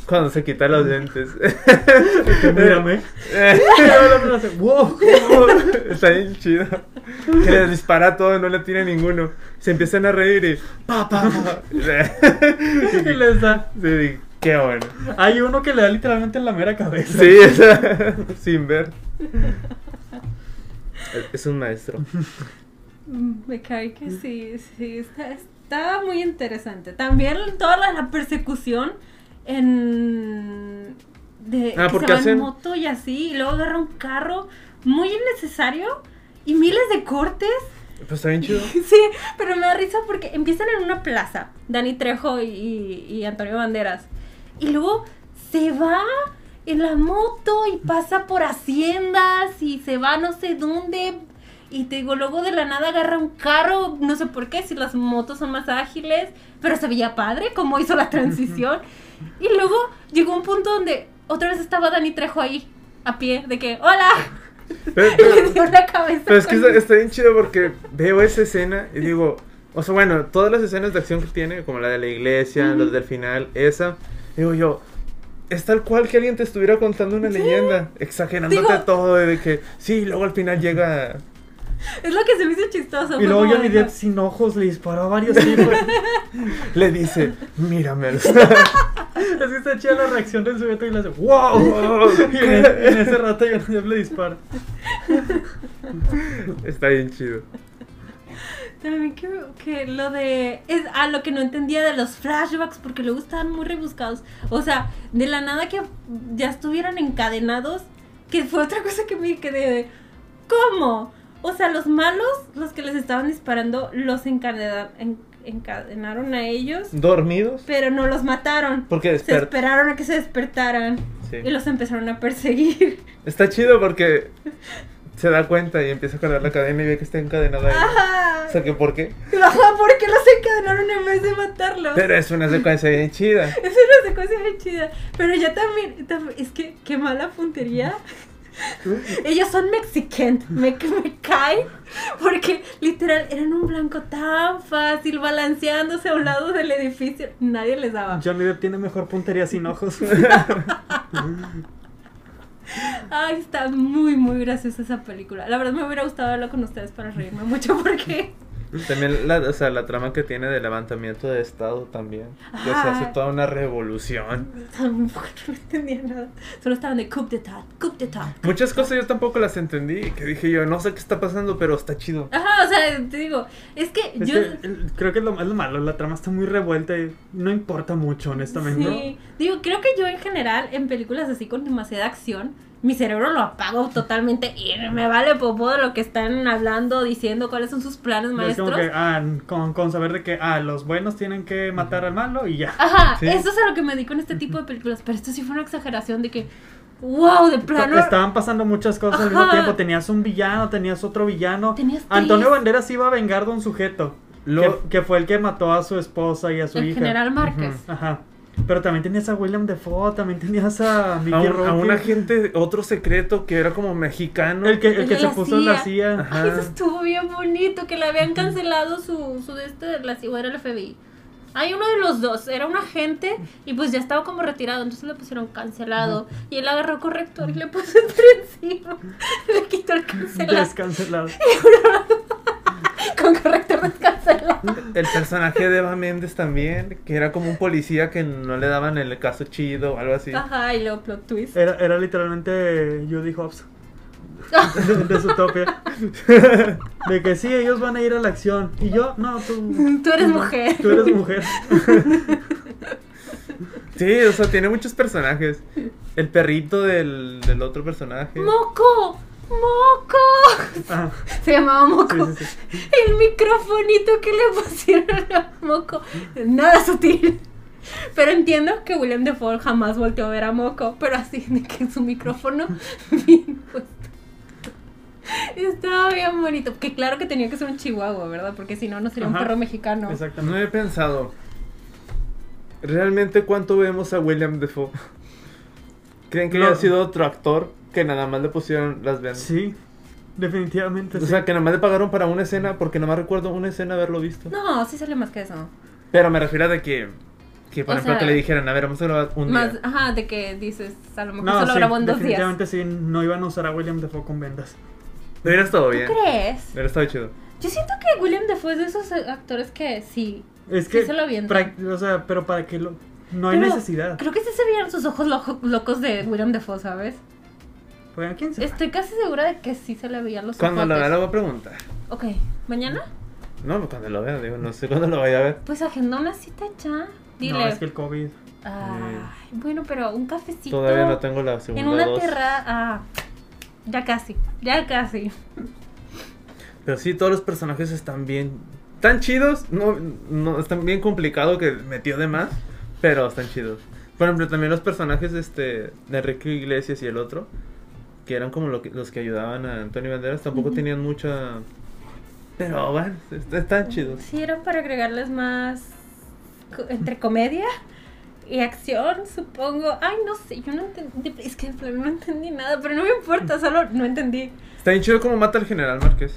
[SPEAKER 2] Cuando se quita los lentes.
[SPEAKER 1] Mírame.
[SPEAKER 2] Eh,
[SPEAKER 1] wow.
[SPEAKER 2] Está bien chido. Que le dispara a todo, no le tira a ninguno. Se empiezan a reír y. Pa, pa, pa.
[SPEAKER 1] Y les da.
[SPEAKER 2] Sí, qué bueno.
[SPEAKER 1] Hay uno que le da literalmente en la mera cabeza.
[SPEAKER 2] Sí, o sea, sin ver. Es- Es un maestro.
[SPEAKER 3] Mm, Me cae que sí, sí, está, está muy interesante. También toda la, la persecución en... De,
[SPEAKER 2] Ah,
[SPEAKER 3] que
[SPEAKER 2] porque
[SPEAKER 3] se va
[SPEAKER 1] Ah,
[SPEAKER 2] hacen-
[SPEAKER 3] en moto y así, y luego agarra un carro. muy innecesario y miles de cortes.
[SPEAKER 2] Pues está bien chido.
[SPEAKER 3] Sí, pero me da risa porque empiezan en una plaza, Dani Trejo y, y- y Antonio Banderas. Y luego se va en la moto y pasa por haciendas y se va no sé dónde. Y te digo, luego de la nada agarra un carro, no sé por qué, si las motos son más ágiles, pero se veía padre cómo hizo la transición. Y luego llegó un punto donde otra vez estaba Dani Trejo ahí, a pie, de que, hola,
[SPEAKER 2] Pero,
[SPEAKER 3] y le
[SPEAKER 2] pero-
[SPEAKER 3] dio la cabeza.
[SPEAKER 2] pero es que
[SPEAKER 3] con-
[SPEAKER 2] está, está bien chido porque veo esa escena y digo, o sea, bueno, todas las escenas de acción que tiene, como la de la iglesia, los del final, esa, digo yo, es tal cual que alguien te estuviera contando una leyenda, exagerándote
[SPEAKER 3] Digo-
[SPEAKER 2] todo de que, sí, y luego al final llega...
[SPEAKER 3] Es lo que se me hizo chistoso.
[SPEAKER 1] Y
[SPEAKER 3] fue
[SPEAKER 1] luego
[SPEAKER 3] como
[SPEAKER 1] Johnny
[SPEAKER 3] de-
[SPEAKER 1] Depp sin ojos le disparó a varios tipos.
[SPEAKER 2] Le dice, mírame.
[SPEAKER 1] Es que está chida la reacción del sujeto y le hace ¡Wow! Y en, en ese rato Johnny Depp le dispara.
[SPEAKER 2] Está bien chido.
[SPEAKER 3] También que, que lo de. Es, ah, lo que no entendía de los flashbacks, porque luego estaban muy rebuscados. O sea, de la nada que ya estuvieran encadenados, que fue otra cosa que me quedé de. ¿Cómo? O sea, los malos, los que les estaban disparando, los encadena- en- encadenaron a ellos,
[SPEAKER 2] ¿Dormidos?
[SPEAKER 3] pero no los mataron.
[SPEAKER 2] Porque
[SPEAKER 3] Se
[SPEAKER 2] despertó.
[SPEAKER 3] esperaron a que se despertaran
[SPEAKER 2] Sí.
[SPEAKER 3] y los empezaron a perseguir.
[SPEAKER 2] Está chido porque se da cuenta y empieza a jalar la cadena y ve que está encadenada ahí.
[SPEAKER 3] Ajá.
[SPEAKER 2] O sea que, ¿por qué?
[SPEAKER 3] Ajá, ¿por qué los encadenaron en vez de matarlos?
[SPEAKER 2] Pero es una secuencia bien chida.
[SPEAKER 3] Es una secuencia bien chida. Pero ya también, tam- es que qué mala puntería. Ellos son mexicanos, me, me cae. Porque literal eran un blanco tan fácil, balanceándose a un lado del edificio. Nadie les daba.
[SPEAKER 1] Johnny Depp tiene mejor puntería sin ojos.
[SPEAKER 3] Ay, está muy, muy graciosa esa película. La verdad me hubiera gustado verla con ustedes para reírme mucho porque.
[SPEAKER 2] También la, o sea, la trama que tiene de levantamiento de estado también. Que se hace
[SPEAKER 3] Ah.
[SPEAKER 2] toda una revolución.
[SPEAKER 3] Tampoco no entendía nada. Solo estaban de coup de tat, coup de tat.
[SPEAKER 2] Muchas cosas yo tampoco las entendí. Que dije yo, no sé qué está pasando, pero está chido.
[SPEAKER 3] Ajá, o sea, te digo, es que
[SPEAKER 1] Es
[SPEAKER 3] yo.
[SPEAKER 1] que, el- creo que es lo, es lo malo, la trama está muy revuelta y no importa mucho, honestamente.
[SPEAKER 3] Sí, digo, creo que yo en general en películas así con demasiada acción, mi cerebro lo apago totalmente y me vale popó de lo que están hablando, diciendo cuáles son sus planes
[SPEAKER 1] ¿no? Es como
[SPEAKER 3] maestros.
[SPEAKER 1] que, ah, con, con saber de que, ah, los buenos tienen que matar al malo y ya.
[SPEAKER 3] Ajá,
[SPEAKER 2] Sí.
[SPEAKER 3] eso es a lo que me di con este tipo de películas, pero esto sí fue una exageración de que, wow, de plano.
[SPEAKER 1] Estaban pasando muchas cosas al mismo
[SPEAKER 3] Ajá.
[SPEAKER 1] tiempo. Tenías un villano, tenías otro villano.
[SPEAKER 3] Tenías tres.
[SPEAKER 1] Antonio Banderas iba a vengar de un sujeto.
[SPEAKER 2] Lo-
[SPEAKER 1] Que, que fue el que mató a su esposa y a su
[SPEAKER 3] El
[SPEAKER 1] hija.
[SPEAKER 3] general Márquez.
[SPEAKER 1] Ajá. Pero también tenías a William Defoe, también tenías a Mickey
[SPEAKER 2] A un, a un
[SPEAKER 1] Rourke,
[SPEAKER 2] agente, otro secreto que era como mexicano.
[SPEAKER 1] El que, el
[SPEAKER 3] El
[SPEAKER 1] que
[SPEAKER 3] de
[SPEAKER 1] se
[SPEAKER 3] la
[SPEAKER 1] puso en la CIA.
[SPEAKER 3] CIA. Ay, eso estuvo bien bonito, que le habían cancelado su, su de este, la o era el FBI. Hay uno de los dos, era un agente y pues ya estaba como retirado, entonces le pusieron cancelado. Y él agarró corrector y le puso entre encima. Le quitó el cancelado
[SPEAKER 1] Descancelado.
[SPEAKER 3] con corrector descancelado.
[SPEAKER 2] El personaje de Eva Méndez también, que era como un policía que no le daban el caso chido o algo así.
[SPEAKER 3] Ajá, y luego plot twist.
[SPEAKER 1] Era, era literalmente Judy Hobbs. De, de su topia. De que sí, ellos van a ir a la acción. Y yo, no, tú.
[SPEAKER 3] Tú eres mujer.
[SPEAKER 1] Tú eres mujer.
[SPEAKER 2] Sí, o sea, tiene muchos personajes. El perrito del, del otro personaje.
[SPEAKER 3] ¡Moco! ¡Moco!
[SPEAKER 1] Ah,
[SPEAKER 3] Se llamaba Moco.
[SPEAKER 1] sí, sí, sí.
[SPEAKER 3] El microfonito que le pusieron a Moco. Nada sutil. Pero entiendo que William Defoe jamás volteó a ver a Moco, pero así de que su micrófono bien puesto. Estaba bien bonito. Que claro que tenía que ser un chihuahua, ¿verdad? Porque si no, no sería un
[SPEAKER 1] Ajá.
[SPEAKER 3] perro mexicano.
[SPEAKER 2] No
[SPEAKER 1] Exactamente.
[SPEAKER 2] he pensado. ¿Realmente cuánto vemos a William Defoe? ¿Creen que
[SPEAKER 1] No.
[SPEAKER 2] haya sido otro actor que nada más le pusieron las vendas?
[SPEAKER 1] Sí, definitivamente.
[SPEAKER 2] O
[SPEAKER 1] sí.
[SPEAKER 2] sea, que nada más le pagaron para una escena, porque nada más recuerdo una escena haberlo visto.
[SPEAKER 3] No, sí sale más que eso.
[SPEAKER 2] Pero me refiero a de que, que por
[SPEAKER 3] O
[SPEAKER 2] ejemplo,
[SPEAKER 3] sea,
[SPEAKER 2] que le dijeran, a ver, vamos a grabar un
[SPEAKER 3] Más,
[SPEAKER 2] día.
[SPEAKER 3] ajá, de que dices, a lo mejor
[SPEAKER 1] no,
[SPEAKER 3] solo
[SPEAKER 1] sí,
[SPEAKER 3] grabó en dos días.
[SPEAKER 1] definitivamente sí, no iban a usar a William Defoe con vendas.
[SPEAKER 2] Hubiera estado
[SPEAKER 3] ¿Tú
[SPEAKER 2] bien.
[SPEAKER 3] crees?
[SPEAKER 2] Hubiera estado chido.
[SPEAKER 3] Yo siento que William Defoe es de esos eh, actores que sí,
[SPEAKER 1] Es
[SPEAKER 3] Sí
[SPEAKER 1] que.
[SPEAKER 3] se lo avientan.
[SPEAKER 1] prac- O sea, pero para que lo. No hay
[SPEAKER 3] Pero
[SPEAKER 1] necesidad.
[SPEAKER 3] Creo que sí se vieron sus ojos lojo- locos de William Defoe, ¿sabes?
[SPEAKER 1] Bueno, ¿quién se
[SPEAKER 3] Estoy casi segura de que sí se le veían los
[SPEAKER 2] Cuando
[SPEAKER 3] ojos.
[SPEAKER 2] lo vea, lo voy a preguntar.
[SPEAKER 3] Ok, ¿mañana?
[SPEAKER 2] No, cuando lo vea, digo, no sé cuándo lo vaya a ver.
[SPEAKER 3] Pues agenda una cita ya. Dile.
[SPEAKER 1] No, es que eh, el COVID.
[SPEAKER 3] Ay, bueno, pero un cafecito.
[SPEAKER 2] Todavía no tengo la segunda
[SPEAKER 3] En una
[SPEAKER 2] dosis.
[SPEAKER 3] terraza. Ah, Ya casi, ya casi.
[SPEAKER 2] Pero sí, todos los personajes están bien. Están chidos, no, no están bien complicado que metió de más, pero están chidos. Por ejemplo, también los personajes este, de Enrique Iglesias y el otro, que eran como lo que- los que ayudaban a Antonio Banderas, tampoco
[SPEAKER 3] Ujú.
[SPEAKER 2] tenían mucha. Pero bueno, est- están chidos.
[SPEAKER 3] Sí, era para agregarles más co- entre comedia y acción, supongo. Ay, no sé, yo no entendí, es que de plano no entendí nada, pero no me importa, solo no entendí.
[SPEAKER 2] Está bien chido como mata al general Márquez.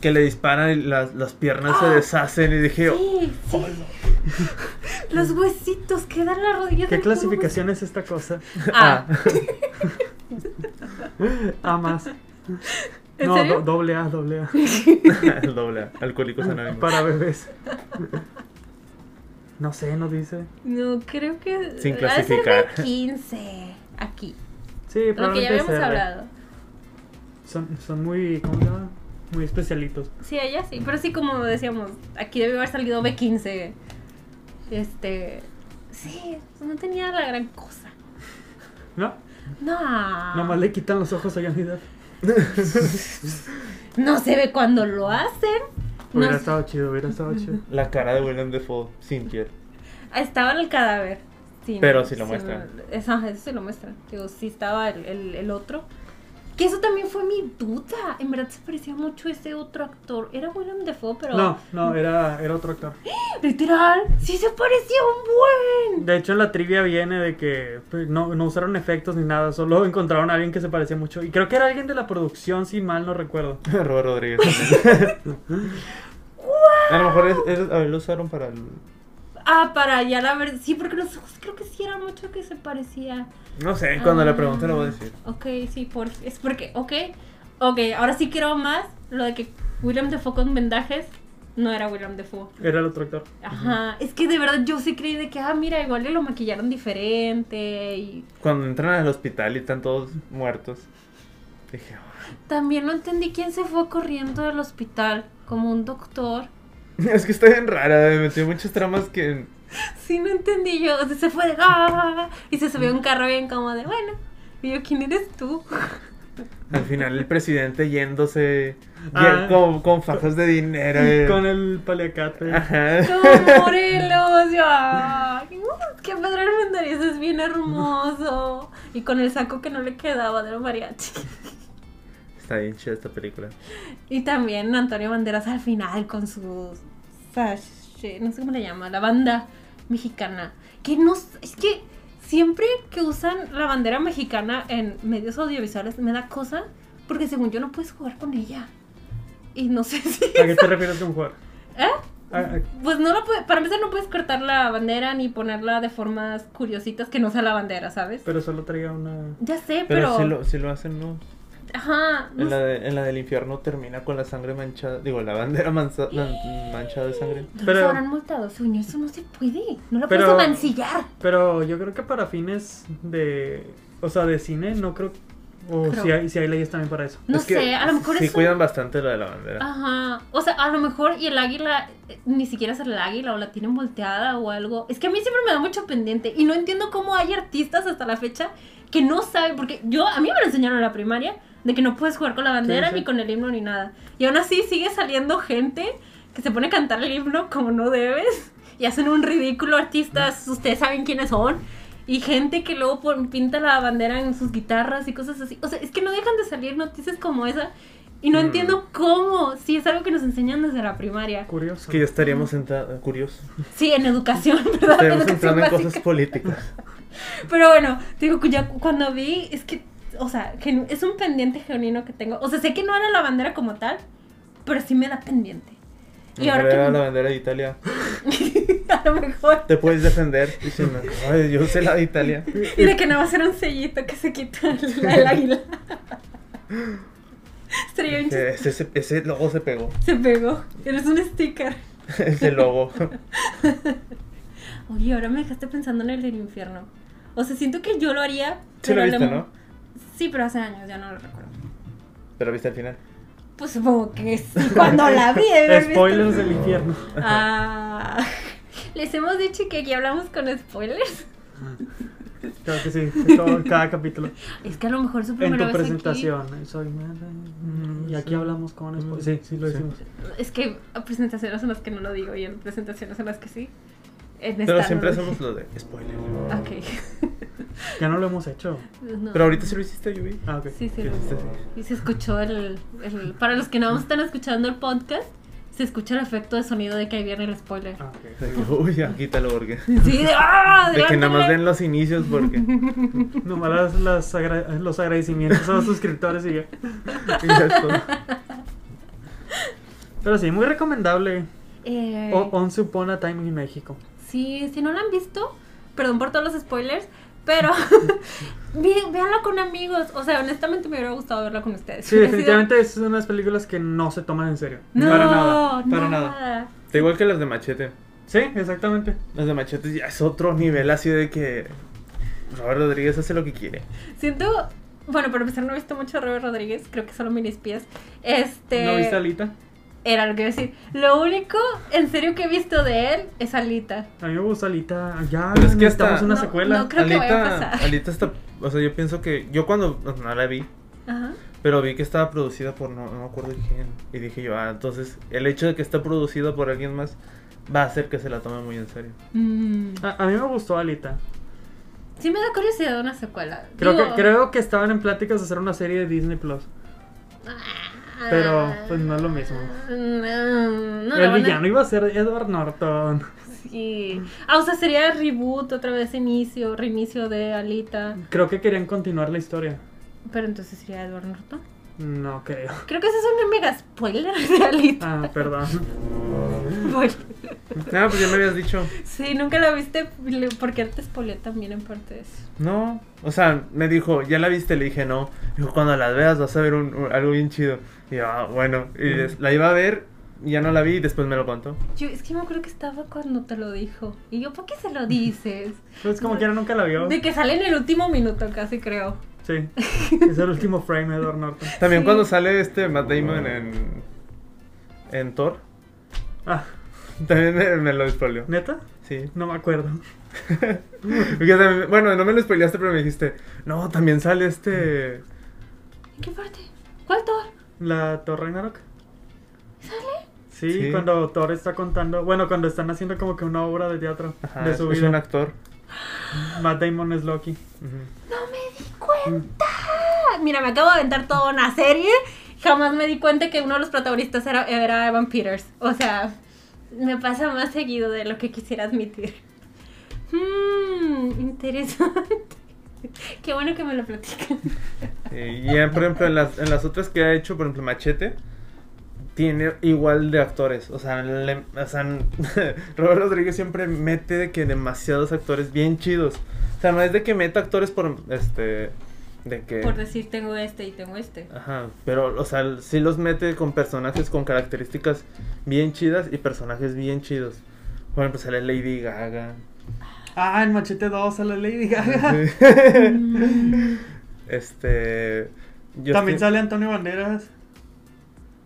[SPEAKER 2] Que le disparan y las, las piernas se
[SPEAKER 3] Ah,
[SPEAKER 2] deshacen. Y dije,
[SPEAKER 3] Sí, sí. Los huesitos quedan las rodillas.
[SPEAKER 4] ¿Qué
[SPEAKER 3] del puro
[SPEAKER 4] clasificación es esta cosa?
[SPEAKER 3] huesito. Ah,
[SPEAKER 4] A más.
[SPEAKER 3] ¿en
[SPEAKER 4] no,
[SPEAKER 3] serio?
[SPEAKER 4] do- doble A, doble A.
[SPEAKER 2] el Ah, doble, A, alcohólicos anónimos.
[SPEAKER 4] Para bebés. No sé, no dice.
[SPEAKER 3] No, creo que.
[SPEAKER 2] Sin
[SPEAKER 3] ha de ser
[SPEAKER 2] clasificar.
[SPEAKER 3] de 15 aquí.
[SPEAKER 4] Sí,
[SPEAKER 3] Lo que ya
[SPEAKER 4] probablemente
[SPEAKER 3] habíamos
[SPEAKER 4] sea ¿eh? real.
[SPEAKER 3] hablado.
[SPEAKER 4] Son, son muy, ¿cómo se llama? Muy especialitos.
[SPEAKER 3] Sí, allá sí. Pero sí, como decíamos, aquí debe haber salido B15. Este. Sí, no tenía la gran cosa.
[SPEAKER 4] ¿No?
[SPEAKER 3] No.
[SPEAKER 4] Nomás le quitan los ojos a Johnny Depp.
[SPEAKER 3] No se ve cuando lo hacen. No
[SPEAKER 4] Hubiera
[SPEAKER 3] se-
[SPEAKER 4] estado chido, hubiera estado chido.
[SPEAKER 2] La cara de William Defoe, sin piel.
[SPEAKER 3] Estaba en el cadáver. Sí,
[SPEAKER 2] Pero
[SPEAKER 3] no,
[SPEAKER 2] sí lo muestran.
[SPEAKER 3] Eso, ajá, eso sí lo muestran. Digo, sí estaba el, el- el otro. Que eso también fue mi duda. En verdad se parecía mucho a ese otro actor. Era William Defoe, pero.
[SPEAKER 4] No, no, era, era otro actor.
[SPEAKER 3] Literal, sí se parecía un buen.
[SPEAKER 4] De hecho, la trivia viene de que pues, no, no usaron efectos ni nada, solo encontraron a alguien que se parecía mucho. Y creo que era alguien de la producción, si mal no recuerdo.
[SPEAKER 2] Robert Rodríguez. también. A lo mejor es, es- a ver, lo usaron para el-
[SPEAKER 3] Ah, para ya la verdad. Sí, porque los ojos creo que sí era mucho que se parecía.
[SPEAKER 2] No sé, Eh, cuando le
[SPEAKER 3] Ah,
[SPEAKER 2] pregunte lo voy a decir.
[SPEAKER 3] Ok, sí, por, es porque, ok. Ok, ahora sí quiero más lo de que William Defoe con vendajes no era William Defoe.
[SPEAKER 4] Era el otro actor.
[SPEAKER 3] Ajá, es que de verdad yo sí creí de que, ah, mira, igual le lo maquillaron diferente y
[SPEAKER 2] Cuando entran al hospital y están todos muertos. Dije, "Oh,
[SPEAKER 3] también no entendí quién se fue corriendo del hospital como un doctor.
[SPEAKER 2] es que está bien rara, me metió muchas tramas que...
[SPEAKER 3] Sí, no entendí yo. O sea, se fue de. ¡Ah! Y se subió a un carro bien como de. Bueno. Y yo, ¿quién eres tú?
[SPEAKER 2] Al final el presidente yéndose
[SPEAKER 4] Ah.
[SPEAKER 2] y- con, con fajas de dinero. eh. Ah.
[SPEAKER 4] Con el paliacate.
[SPEAKER 2] Ajá.
[SPEAKER 3] Como Morelos. Yo, ¡ay! uh, ¡Qué Pedro Armendariz es bien hermoso! Y con el saco que no le quedaba de los mariachi.
[SPEAKER 2] Está bien chida esta película.
[SPEAKER 3] Y también Antonio Banderas al final con su. sashe- No sé cómo le llama. La banda mexicana. Que no. s- Es que. Siempre que usan la bandera mexicana en medios audiovisuales me da cosa porque según yo no puedes jugar con ella. Y no sé si
[SPEAKER 4] ¿A qué te refieres con jugar? Ah,
[SPEAKER 3] ¿Eh?
[SPEAKER 4] A- a-
[SPEAKER 3] Pues no lo puede, para empezar no puedes cortar la bandera ni ponerla de formas curiositas que no sea la bandera, ¿sabes?
[SPEAKER 4] pero solo traía una.
[SPEAKER 3] ya sé,
[SPEAKER 2] Pero,
[SPEAKER 3] pero,
[SPEAKER 2] si, lo, si lo hacen, ¿no?
[SPEAKER 3] ajá, no
[SPEAKER 2] En la, de- en la del infierno termina con la sangre manchada, digo, la bandera mansa- man- manchada de sangre.
[SPEAKER 3] sé,
[SPEAKER 4] pero-
[SPEAKER 3] los habrán multado, según yo, eso no se puede, no la
[SPEAKER 4] Pero-
[SPEAKER 3] puedes mancillar.
[SPEAKER 4] Pero yo creo que para fines de. O sea, de cine, no creo. O
[SPEAKER 3] Creo.
[SPEAKER 4] si hay, si hay leyes también para eso.
[SPEAKER 3] No
[SPEAKER 2] Es que
[SPEAKER 3] sé, a lo mejor
[SPEAKER 2] Sí,
[SPEAKER 3] es un- Ah,
[SPEAKER 2] cuidan bastante lo de la bandera.
[SPEAKER 3] Ajá, o sea, a lo mejor y el águila eh, ni siquiera es el águila o la tienen volteada o algo. Es que a mí siempre me da mucho pendiente y no entiendo cómo hay artistas hasta la fecha que no saben, porque yo, a mí me lo enseñaron en la primaria de que no puedes jugar con la bandera
[SPEAKER 4] sí.
[SPEAKER 3] ni con el himno ni nada. Y aún así sigue saliendo gente que se pone a cantar el himno como no debes y hacen un ridículo artistas,
[SPEAKER 4] Mm.
[SPEAKER 3] ustedes saben quiénes son. Y gente que luego pon- pinta la bandera en sus guitarras y cosas así. O sea, es que no dejan de salir noticias como esa. Y no
[SPEAKER 2] Mm.
[SPEAKER 3] entiendo cómo. Sí, es algo que nos enseñan desde la primaria.
[SPEAKER 4] Curioso.
[SPEAKER 2] Que ya estaríamos entrando, curioso,
[SPEAKER 3] Sí, en educación, ¿verdad?
[SPEAKER 2] estaríamos
[SPEAKER 3] En educación
[SPEAKER 2] entrando en
[SPEAKER 3] básica.
[SPEAKER 2] cosas políticas.
[SPEAKER 3] Pero bueno, te digo que ya cuando vi, es que, o sea, genu- es un pendiente genuino que tengo. O sea, sé que no era la bandera como tal, pero sí me da pendiente. Y ahora
[SPEAKER 2] Era la
[SPEAKER 3] que...
[SPEAKER 2] bandera de Italia.
[SPEAKER 3] a lo mejor.
[SPEAKER 2] Te puedes defender. Y si no, ay, yo sé la de Italia.
[SPEAKER 3] Y de que nada más era un sellito que se quita el, el águila. Sería un
[SPEAKER 2] Que
[SPEAKER 3] chiste.
[SPEAKER 2] Ese, ese- ese logo se pegó.
[SPEAKER 3] Se pegó. Eres un sticker.
[SPEAKER 2] Ese logo.
[SPEAKER 3] Oye, ahora me dejaste pensando en el del infierno. O sea, siento que yo lo haría.
[SPEAKER 2] Sí lo
[SPEAKER 3] pero
[SPEAKER 2] viste,
[SPEAKER 3] le-
[SPEAKER 2] ¿no?
[SPEAKER 3] Sí, pero hace años, ya no lo recuerdo.
[SPEAKER 2] Pero viste al final.
[SPEAKER 3] Pues supongo que sí, cuando la vi. de haber visto-
[SPEAKER 4] Spoilers del infierno.
[SPEAKER 3] Ah, les hemos dicho que aquí hablamos con spoilers.
[SPEAKER 4] Claro que sí, todo- cada capítulo.
[SPEAKER 3] Es que a lo mejor su
[SPEAKER 4] En
[SPEAKER 3] primera
[SPEAKER 4] tu
[SPEAKER 3] vez
[SPEAKER 4] presentación, soy mm, y aquí hablamos con espo- Sí, sí lo
[SPEAKER 2] Sí.
[SPEAKER 4] hicimos.
[SPEAKER 3] aquí. Es que a presentaciones en las que no lo digo y en presentaciones en las que sí. En esta
[SPEAKER 2] Pero
[SPEAKER 3] no
[SPEAKER 2] siempre
[SPEAKER 3] lo dije.
[SPEAKER 2] hacemos lo de spoiler.
[SPEAKER 3] Ok.
[SPEAKER 4] Ya no lo hemos hecho.
[SPEAKER 3] No.
[SPEAKER 2] Pero ahorita sí lo hiciste, yo vi.
[SPEAKER 4] Ah, ok.
[SPEAKER 3] Sí, sí.
[SPEAKER 2] Que
[SPEAKER 3] lo-
[SPEAKER 2] hiciste.
[SPEAKER 3] Y se escuchó el, el- Para los que no están escuchando el podcast, se escucha el efecto de sonido de que ahí viene el spoiler.
[SPEAKER 4] Ah, ok.
[SPEAKER 2] De que, Uy, ya, quítalo porque.
[SPEAKER 3] Sí, de. ¡Ah!
[SPEAKER 2] De que nada más
[SPEAKER 3] adelántale!
[SPEAKER 2] den los inicios porque.
[SPEAKER 4] Nomás las, las agra- los agradecimientos a los suscriptores y ya.
[SPEAKER 2] y ya es todo.
[SPEAKER 4] Pero sí, muy recomendable.
[SPEAKER 3] Eh,
[SPEAKER 4] O, Once Upon a Time in México.
[SPEAKER 3] Sí, si no lo han visto, perdón por todos los spoilers, pero ve- véanlo con amigos. O sea, honestamente me hubiera gustado verlo con ustedes.
[SPEAKER 4] Sí,
[SPEAKER 3] Hubiera sido-
[SPEAKER 4] definitivamente es una de las películas que no se toman en serio.
[SPEAKER 3] No,
[SPEAKER 4] Para nada.
[SPEAKER 1] para
[SPEAKER 2] Da igual que las de Machete.
[SPEAKER 4] Sí, exactamente.
[SPEAKER 2] Las de Machete ya es otro nivel así de que. Robert Rodríguez hace lo que quiere.
[SPEAKER 3] Siento, bueno, para empezar no he visto mucho a Robert Rodríguez, creo que solo mini espías. Este
[SPEAKER 4] ¿No viste Alita?
[SPEAKER 3] era lo que iba a decir. Lo único en serio que he visto de él es Alita.
[SPEAKER 4] A mí me gusta Alita. Ya,
[SPEAKER 2] Pero es que
[SPEAKER 4] necesitamos
[SPEAKER 2] hasta-
[SPEAKER 4] una
[SPEAKER 3] No,
[SPEAKER 4] secuela.
[SPEAKER 3] no creo que vaya a pasar.
[SPEAKER 2] Alita está. O sea, yo pienso que. Yo cuando. No la vi.
[SPEAKER 3] Ajá.
[SPEAKER 2] Pero vi que estaba producida por no, no me acuerdo quién. Y dije yo, ah, entonces el hecho de que está producida por alguien más va a hacer que se la tome muy en serio.
[SPEAKER 3] Mm.
[SPEAKER 4] A, a mí me gustó Alita.
[SPEAKER 3] Sí me da curiosidad una secuela.
[SPEAKER 4] Creo
[SPEAKER 3] Digo-
[SPEAKER 4] que, creo que estaban en pláticas de hacer una serie de Disney Plus. pero, pues, no es lo mismo.
[SPEAKER 3] ah, No, no,
[SPEAKER 4] El
[SPEAKER 3] la van a-
[SPEAKER 4] villano iba a ser Edward Norton.
[SPEAKER 3] Sí. Ah, o sea, sería reboot, otra vez inicio, reinicio de Alita.
[SPEAKER 4] Creo que querían continuar la historia.
[SPEAKER 3] Pero entonces sería Edward Norton.
[SPEAKER 4] No creo.
[SPEAKER 3] Creo que ese es un mega spoiler de Alita.
[SPEAKER 4] Ah, perdón.
[SPEAKER 3] Bueno,
[SPEAKER 2] No, pues ya me habías dicho.
[SPEAKER 3] sí, nunca la viste le- porque él te spoileó también en parte de eso.
[SPEAKER 2] No, o sea, me dijo, ¿ya la viste? Le dije, no. Dijo, cuando las veas vas a ver un, un- algo bien chido. Y yo, ah, bueno. Y des- la iba a ver, ya no la vi y después me lo contó.
[SPEAKER 3] Yo, es que yo me acuerdo que estaba cuando te lo dijo. Y yo, ¿por qué se lo dices?
[SPEAKER 4] Pues como quiera nunca la vio.
[SPEAKER 3] De que sale en el último minuto casi, creo.
[SPEAKER 4] Sí. Es el último frame de Edward Norton.
[SPEAKER 2] También
[SPEAKER 3] Sí.
[SPEAKER 2] cuando sale este Matt Damon en, en Thor,
[SPEAKER 4] Ah,
[SPEAKER 2] también me, me lo spoileó.
[SPEAKER 4] ¿neta?
[SPEAKER 2] Sí.
[SPEAKER 4] No me acuerdo.
[SPEAKER 2] Porque también- bueno, no me lo spoileaste, pero me dijiste, no, también sale este...
[SPEAKER 3] ¿En qué parte? ¿Cuál Thor?
[SPEAKER 4] ¿La Thor Ragnarok?
[SPEAKER 3] ¿Sale?
[SPEAKER 4] Sí,
[SPEAKER 2] Sí.
[SPEAKER 4] cuando Thor está contando. Bueno, cuando están haciendo como que una obra de teatro
[SPEAKER 2] Ajá,
[SPEAKER 4] de
[SPEAKER 2] es,
[SPEAKER 4] su
[SPEAKER 2] es
[SPEAKER 4] vida.
[SPEAKER 2] un actor.
[SPEAKER 4] Matt Damon es Loki.
[SPEAKER 2] Ujú.
[SPEAKER 3] No me di cuenta. Mira, me acabo de aventar toda una serie. Jamás me di cuenta que uno de los protagonistas era, era Evan Peters. O sea, me pasa más seguido de lo que quisiera admitir. Hmm, interesante. Qué bueno que me lo platican.
[SPEAKER 2] Y ya, por ejemplo, en las, en las otras que ha hecho, por ejemplo, Machete, tiene igual de actores. O sea, le- o sea, Robert Rodríguez siempre mete de que demasiados actores bien chidos. O sea, no es de que meta actores por, este, de que...
[SPEAKER 3] Por decir, tengo este y tengo este.
[SPEAKER 2] Ajá, pero, o sea, sí los mete con personajes con características bien chidas y personajes bien chidos. Por ejemplo, sale Lady Gaga.
[SPEAKER 1] Ah, en Machete 2 a la Lady Gaga.
[SPEAKER 2] Este... yo
[SPEAKER 1] También
[SPEAKER 2] estoy-
[SPEAKER 1] sale Antonio Banderas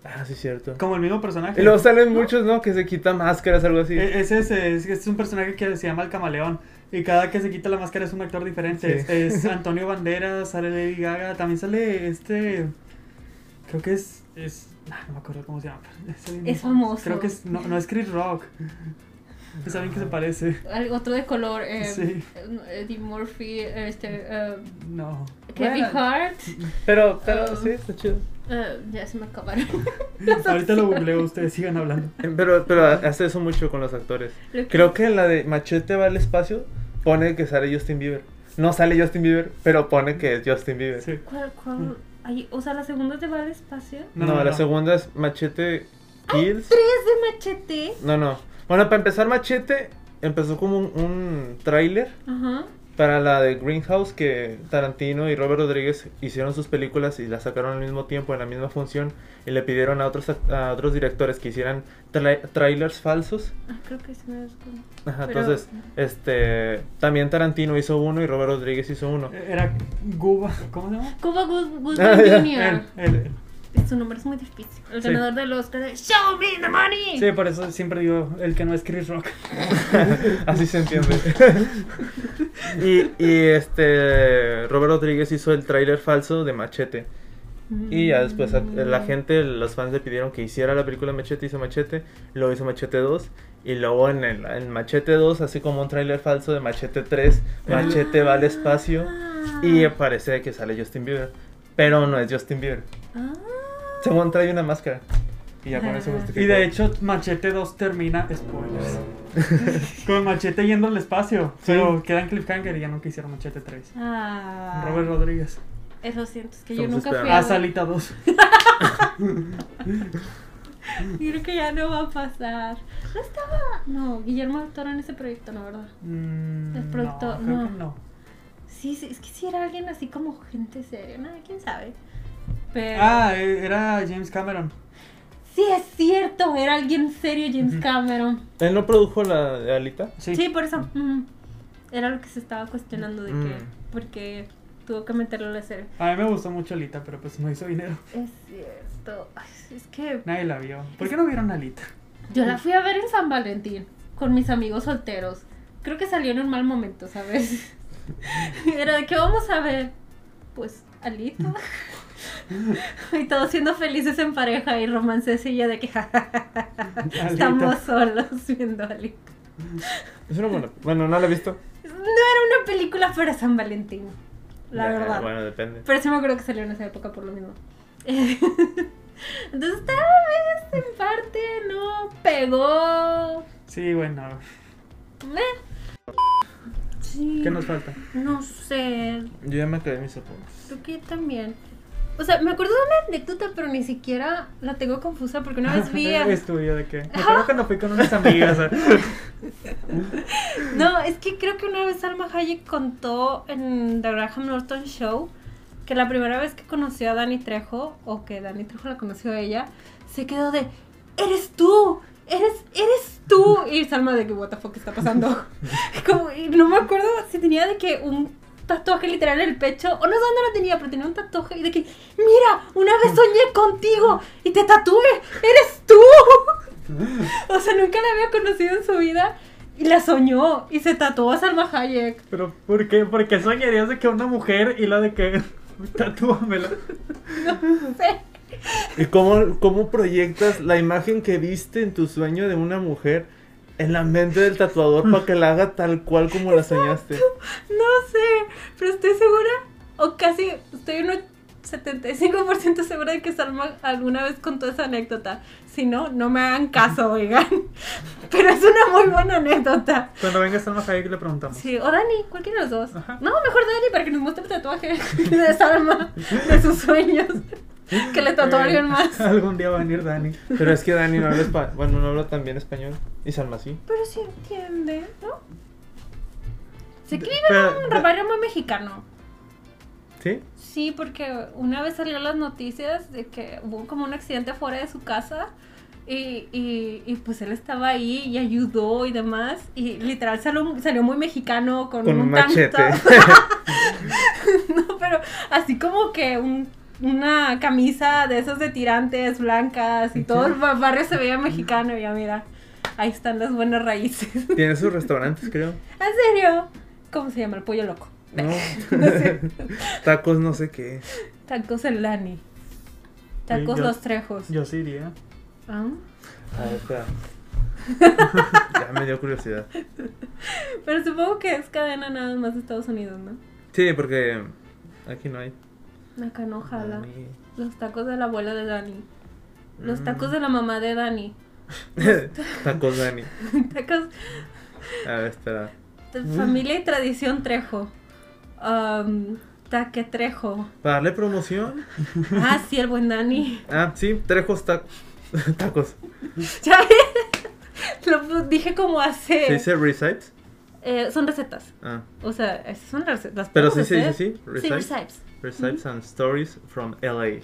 [SPEAKER 2] Ah, sí, cierto.
[SPEAKER 1] como el mismo personaje.
[SPEAKER 2] Y luego salen muchos, ¿no? Que se quitan máscaras, algo así.
[SPEAKER 1] E- Ese es, es, es un personaje que se llama el camaleón. Y cada que se quita la máscara es un actor diferente.
[SPEAKER 2] Sí.
[SPEAKER 1] Es Antonio Banderas, sale Lady Gaga. También sale este. Creo que es. es ah, no me acuerdo cómo se llama. pero Es, alguien
[SPEAKER 3] Es
[SPEAKER 1] muy famoso.
[SPEAKER 3] famoso.
[SPEAKER 1] Creo que es. No, no es Chris Rock. Es alguien que se parece.
[SPEAKER 3] Algo- Otro de color. eh,
[SPEAKER 1] Sí.
[SPEAKER 3] Eddie Murphy, eh, este, eh,
[SPEAKER 1] No.
[SPEAKER 3] Kevin
[SPEAKER 1] Bueno,
[SPEAKER 3] Hart.
[SPEAKER 2] Pero, pero,
[SPEAKER 3] Ah.
[SPEAKER 2] sí, está chido.
[SPEAKER 3] Eh, ya se me acabaron.
[SPEAKER 1] Ahorita lo googleo, ustedes sigan hablando.
[SPEAKER 2] Eh, Pero, pero hace eso mucho con los actores.
[SPEAKER 3] Lo que-
[SPEAKER 2] Creo que en la de Machete va al espacio, pone que sale Justin Bieber. No sale Justin Bieber, pero pone que es Justin Bieber.
[SPEAKER 1] Sí.
[SPEAKER 3] ¿Cuál,
[SPEAKER 2] Mm.
[SPEAKER 3] cuál? Ay, o sea, la segunda te va al espacio.
[SPEAKER 2] No, la segunda es Machete Kills.
[SPEAKER 3] Tres de machete.
[SPEAKER 2] No, no. Bueno, para empezar, Machete empezó como un, un tráiler
[SPEAKER 3] Ajá.
[SPEAKER 2] para la de Greenhouse que Tarantino y Robert Rodríguez hicieron sus películas y las sacaron al mismo tiempo en la misma función y le pidieron a otros act- a otros directores que hicieran tra- trailers falsos.
[SPEAKER 3] Ah, creo que se me descubrió.
[SPEAKER 2] Ajá,
[SPEAKER 3] Pero-
[SPEAKER 2] entonces, este, también Tarantino hizo uno y Robert Rodríguez hizo uno.
[SPEAKER 1] Era Guba. ¿Cómo se llama?
[SPEAKER 3] Cuba Good- Gooding
[SPEAKER 2] Ah, ya.
[SPEAKER 3] Jr.
[SPEAKER 1] Él, él.
[SPEAKER 3] su nombre es muy difícil. El
[SPEAKER 1] Sí.
[SPEAKER 3] ganador del Oscar es Show Me the Money.
[SPEAKER 1] Sí, por eso siempre digo el que no es Chris Rock.
[SPEAKER 2] Así se entiende. y, y, este Robert Rodríguez hizo el tráiler falso de Machete.
[SPEAKER 3] Mm.
[SPEAKER 2] Y ya después a- la gente, los fans le pidieron que hiciera la película Machete, hizo Machete, luego hizo Machete 2 y luego en, el, en Machete 2, así como un tráiler falso de Machete 3,
[SPEAKER 3] Ah.
[SPEAKER 2] Machete va al espacio y parece que sale Justin Bieber, pero no es Justin Bieber.
[SPEAKER 3] Ah.
[SPEAKER 2] Según trae una máscara. Y ya con eso justificó.
[SPEAKER 1] Y de hecho, Machete 2 termina, spoilers, con Machete yendo al espacio. Pero quedan cliffhanger y ya nunca hicieron Machete 3.
[SPEAKER 3] Ah.
[SPEAKER 1] Robert Rodríguez.
[SPEAKER 3] Eso siento, es que yo
[SPEAKER 2] Estamos
[SPEAKER 3] nunca fui
[SPEAKER 2] esperando.
[SPEAKER 3] a
[SPEAKER 1] Ah,
[SPEAKER 3] ver.
[SPEAKER 1] Salita 2.
[SPEAKER 3] Yo creo que ya no va a pasar. No estaba. No, Guillermo del Toro en ese proyecto, no, ¿verdad?
[SPEAKER 1] Mm,
[SPEAKER 3] Es producto-
[SPEAKER 1] creo
[SPEAKER 3] no.
[SPEAKER 1] que no.
[SPEAKER 3] Sí, sí, es que si era alguien así como gente seria, nada, quién sabe. Pero.
[SPEAKER 1] Ah, eh, era James Cameron.
[SPEAKER 3] Sí, es cierto, era alguien serio James Cameron.
[SPEAKER 2] ¿Él no produjo la de Alita?
[SPEAKER 1] Sí.
[SPEAKER 3] Sí, por eso. ujú. Era lo que se estaba cuestionando de que.
[SPEAKER 2] Mm.
[SPEAKER 3] Porque tuvo que meterlo en la serie.
[SPEAKER 1] A mí me gustó mucho Alita, pero pues no hizo dinero.
[SPEAKER 3] Es cierto. Ay, Es que
[SPEAKER 1] Nadie la vio. ¿Por qué no vieron Alita?
[SPEAKER 3] yo la fui a ver en San Valentín con mis amigos solteros. Creo que salió en un mal momento, ¿sabes? Era de que vamos a ver. Pues, Alita. y todos siendo felices en pareja y romancecilla de que estamos
[SPEAKER 1] Alita.
[SPEAKER 3] solos viendo Alita.
[SPEAKER 2] Es una buena. Bueno, no la he visto.
[SPEAKER 3] No era una película para San Valentín, la
[SPEAKER 2] Ya,
[SPEAKER 3] verdad.
[SPEAKER 2] Bueno, depende.
[SPEAKER 3] Pero sí me acuerdo que salió en esa época por lo mismo. Entonces tal vez en parte no pegó.
[SPEAKER 1] Sí, bueno.
[SPEAKER 3] Meh. Sí.
[SPEAKER 1] ¿Qué nos falta?
[SPEAKER 3] No sé,
[SPEAKER 2] Yo ya me acabé mis apuntes.
[SPEAKER 3] creo que también. O sea, me acuerdo de una anécdota, pero ni siquiera la tengo confusa porque una vez vi a...
[SPEAKER 1] Estudio de qué. Me acuerdo cuando fui con unas amigas. ¿eh?
[SPEAKER 3] No, es que creo que una vez Salma Hayek contó en The Graham Norton Show que la primera vez que conoció a Dani Trejo, o que Dani Trejo la conoció a ella, se quedó de, eres tú, eres, eres tú. Y Salma de que, what the fuck está pasando. Como, y no me acuerdo si tenía de que un tatuaje literal en el pecho, o no sé dónde lo tenía, pero tenía un tatuaje y de que, mira, una vez soñé contigo y te tatué, eres tú. o sea, nunca la había conocido en su vida. Y la soñó y se tatuó a Salma Hayek.
[SPEAKER 1] Pero, ¿por qué? Porque soñarías de que una mujer y la de que. Tatúamela.
[SPEAKER 2] ¿Y cómo, cómo proyectas la imagen que viste en tu sueño de una mujer en la mente del tatuador para que la haga tal cual como la soñaste?
[SPEAKER 3] No sé, pero estoy segura, o casi, estoy un 75% segura de que Salma alguna vez contó esa anécdota. Si no, no me hagan caso, oigan. Pero es una muy buena anécdota.
[SPEAKER 1] Cuando venga Salma Hayek le preguntamos.
[SPEAKER 3] Sí, o Dani, cualquiera de los dos. No, mejor Dani para que nos muestre el tatuaje de Salma, de sus sueños. Que le tatuó a alguien más.
[SPEAKER 1] Algún día va a venir Dani.
[SPEAKER 2] Pero es que Dani no habla español. Bueno, no habla tan bien español. Y Salma sí.
[SPEAKER 3] Pero sí entiende, ¿no? Se escribe
[SPEAKER 1] pero-
[SPEAKER 3] en un barrio muy mexicano.
[SPEAKER 2] ¿Sí?
[SPEAKER 3] Sí, porque una vez salió las noticias de que hubo como un accidente fuera de su casa y, y, y pues él estaba ahí y ayudó y demás y literal salió, salió muy mexicano con,
[SPEAKER 2] Con un
[SPEAKER 3] tanque
[SPEAKER 2] machete.
[SPEAKER 3] no, pero así como que un- una camisa de esas de tirantes blancas y todo el ba- barrio se veía mexicano y ya mira, ahí están las buenas raíces.
[SPEAKER 2] Tiene sus restaurantes, creo.
[SPEAKER 3] ¿En serio? ¿Cómo se llama? El pollo loco.
[SPEAKER 2] No. Tacos no sé qué.
[SPEAKER 3] Tacos el Lani.
[SPEAKER 1] Oye,
[SPEAKER 3] Tacos
[SPEAKER 1] yo-
[SPEAKER 3] los trejos.
[SPEAKER 1] Yo sí iría.
[SPEAKER 3] Ah.
[SPEAKER 2] A ver, espera. Ya me dio curiosidad.
[SPEAKER 3] Pero supongo que es cadena nada más de Estados Unidos, ¿no?
[SPEAKER 2] Sí, porque aquí no hay.
[SPEAKER 3] Acá no jala.
[SPEAKER 2] Dani.
[SPEAKER 3] Los tacos de la abuela de Dani. Los
[SPEAKER 2] Mm.
[SPEAKER 3] tacos de la mamá de Dani.
[SPEAKER 2] Tacos Dani.
[SPEAKER 3] Tacos
[SPEAKER 2] A ver, espera.
[SPEAKER 3] de familia y tradición trejo. Am, taque trejo.
[SPEAKER 2] ¿Para darle promoción?
[SPEAKER 3] Ah, sí, el buen Dani.
[SPEAKER 2] Ah, sí, Trejos ta- Tacos.
[SPEAKER 3] Ya ves, Lo pu- dije como
[SPEAKER 2] ¿Se
[SPEAKER 3] hace.
[SPEAKER 2] dice recipes?
[SPEAKER 3] Eh, son recetas.
[SPEAKER 2] Ah,
[SPEAKER 3] O sea, esas son recetas.
[SPEAKER 2] Pero sí
[SPEAKER 3] sí
[SPEAKER 2] se dice así,
[SPEAKER 3] Sí,
[SPEAKER 2] recipes.
[SPEAKER 3] recipes.
[SPEAKER 2] recipes and stories from LA.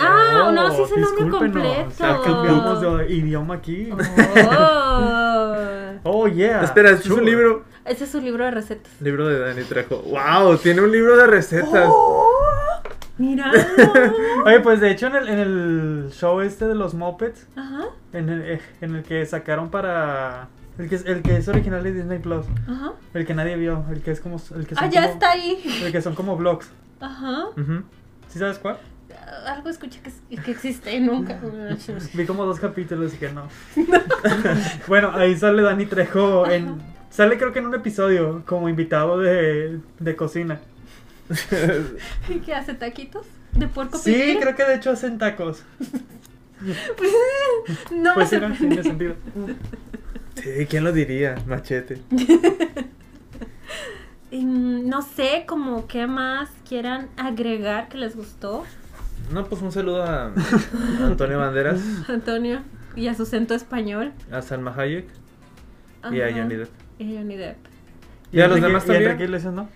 [SPEAKER 3] Ah,
[SPEAKER 1] Oh,
[SPEAKER 3] no, sí es el nombre
[SPEAKER 1] discúlpenos.
[SPEAKER 3] completo.
[SPEAKER 2] Ah,
[SPEAKER 1] Cambiamos de idioma aquí.
[SPEAKER 3] Oh.
[SPEAKER 1] Oh, yeah.
[SPEAKER 2] Espera, es
[SPEAKER 1] Sure.
[SPEAKER 2] un libro.
[SPEAKER 3] Ese es su libro de recetas.
[SPEAKER 2] Libro de Dani Trejo. ¡Wow! Tiene un libro de recetas.
[SPEAKER 3] ¡Oh! Mira.
[SPEAKER 1] Oye, pues de hecho en el, en el show este de los Muppets,
[SPEAKER 3] Ajá,
[SPEAKER 1] en el, eh, en el que sacaron para... El que, es- el que es original de Disney Plus,
[SPEAKER 3] ajá.
[SPEAKER 1] el que nadie vio, el que es como... El que son
[SPEAKER 3] Ah, ya
[SPEAKER 1] como-
[SPEAKER 3] está ahí.
[SPEAKER 1] El que son como vlogs.
[SPEAKER 3] Ajá.
[SPEAKER 1] Ujú. ¿Sí sabes cuál?
[SPEAKER 3] Ah, Algo escuché que, es- que existe y nunca.
[SPEAKER 1] Vi como dos capítulos y que no. bueno, ahí sale Dani Trejo en... Sale creo que en un episodio como invitado de, de cocina.
[SPEAKER 3] ¿Y ¿Qué hace? ¿Taquitos? ¿De puerco
[SPEAKER 1] Sí,
[SPEAKER 3] pibil?
[SPEAKER 1] creo que de hecho hacen tacos.
[SPEAKER 3] Pues, no
[SPEAKER 1] Pues sí,
[SPEAKER 3] me
[SPEAKER 1] no
[SPEAKER 3] sorprende.
[SPEAKER 1] tiene sentido.
[SPEAKER 2] Sí, ¿quién lo diría? Machete.
[SPEAKER 3] Y, mm, No sé, como qué más quieran agregar que les gustó,
[SPEAKER 2] No, pues un saludo a a Antonio Banderas,
[SPEAKER 3] Antonio, y a su acento español.
[SPEAKER 2] a Salma Hayek y a
[SPEAKER 3] Ajá.
[SPEAKER 2] Johnny Depp.
[SPEAKER 3] Y a Johnny Depp.
[SPEAKER 2] Y a los
[SPEAKER 1] Enrique-
[SPEAKER 2] demás
[SPEAKER 1] y a
[SPEAKER 2] también.
[SPEAKER 1] Enrique Iglesias, ¿no?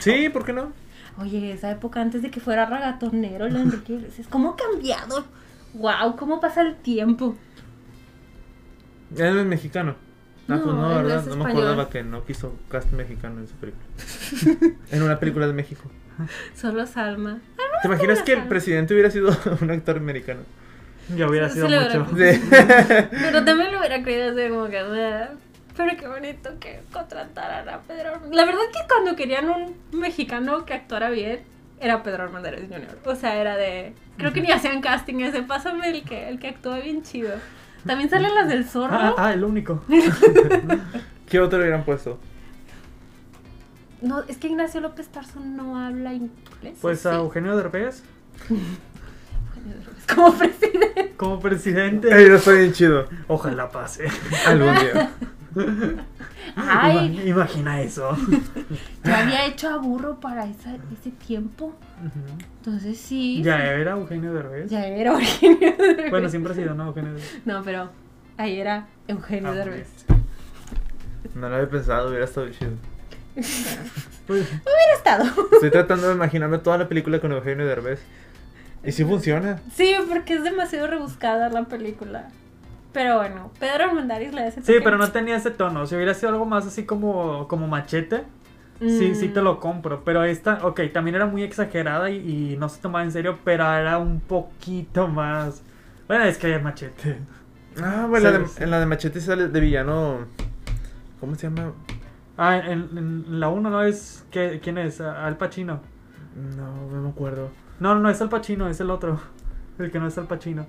[SPEAKER 2] Sí, ¿por qué no?
[SPEAKER 3] Oye, esa época antes de que fuera ragatonero, la Enrique Iglesias, ¿cómo ha cambiado? ¡Wow! ¿Cómo pasa el tiempo?
[SPEAKER 2] Él es mexicano. Ah, pues
[SPEAKER 3] No,
[SPEAKER 2] no,
[SPEAKER 3] él es
[SPEAKER 2] ¿verdad? No me
[SPEAKER 3] español.
[SPEAKER 2] acordaba que no quiso cast mexicano en su película. en una película de México.
[SPEAKER 3] Solo Salma.
[SPEAKER 2] ¿Te imaginas que el
[SPEAKER 3] Salma.
[SPEAKER 2] presidente hubiera sido un actor americano?
[SPEAKER 1] Ya hubiera
[SPEAKER 3] Sí,
[SPEAKER 1] sido
[SPEAKER 3] sí le
[SPEAKER 1] mucho.
[SPEAKER 3] hubiera-
[SPEAKER 2] Sí.
[SPEAKER 3] Pero también lo hubiera creído así como que... "Ah, Pero qué bonito que contrataran a Pedro... Armendariz". La verdad es que cuando querían un mexicano que actuara bien, era Pedro Armendariz Jr. O sea, era de... Creo que ni hacían casting ese. Pásame el que, el que actúa bien chido. También salen las del zorro.
[SPEAKER 1] Ah, ah, el único.
[SPEAKER 2] ¿Qué otro hubieran puesto?
[SPEAKER 3] No, es que Ignacio López Tarso no habla inglés.
[SPEAKER 1] Pues a Eugenio Derbez
[SPEAKER 3] Es como presidente.
[SPEAKER 1] como presidente.
[SPEAKER 2] Ey, no soy bien chido.
[SPEAKER 1] Ojalá pase.
[SPEAKER 2] Algún día.
[SPEAKER 1] Ah,
[SPEAKER 3] Ay,
[SPEAKER 1] Ima- Imagina eso.
[SPEAKER 3] yo había hecho a burro para esa- ese tiempo. Entonces sí.
[SPEAKER 1] ya era Eugenio Derbez.
[SPEAKER 3] ya era Eugenio Derbez.
[SPEAKER 1] Bueno, siempre ha sido, ¿no? Eugenio Derbez.
[SPEAKER 3] No, pero ahí era Eugenio
[SPEAKER 1] Ah,
[SPEAKER 3] Derbez.
[SPEAKER 2] No lo había pensado, hubiera estado chido.
[SPEAKER 1] Pues,
[SPEAKER 3] Hubiera estado.
[SPEAKER 2] Estoy tratando de imaginarme toda la película con Eugenio Derbez. Y sí funciona.
[SPEAKER 3] Sí, porque es demasiado rebuscada la película. Pero bueno, Pedro Armendariz le hace.
[SPEAKER 1] sí, pero no tenía ese tono. Si hubiera sido algo más así como, como machete, sí, sí te
[SPEAKER 2] Mm.
[SPEAKER 1] lo compro. Pero esta, ok, también era muy exagerada y, y no se tomaba en serio, pero era un poquito más. Bueno, es que es machete.
[SPEAKER 2] Ah, bueno, la
[SPEAKER 1] Sí,
[SPEAKER 2] de-
[SPEAKER 1] sí.
[SPEAKER 2] en la de Machete sale de villano. ¿Cómo se llama?
[SPEAKER 1] Ah, en, en la 1 no es. ¿qué- ¿Quién es? Ah, Al Pacino.
[SPEAKER 2] No, no me acuerdo.
[SPEAKER 1] No, no, no es Al Pacino, es el otro. El que no es Al Pacino.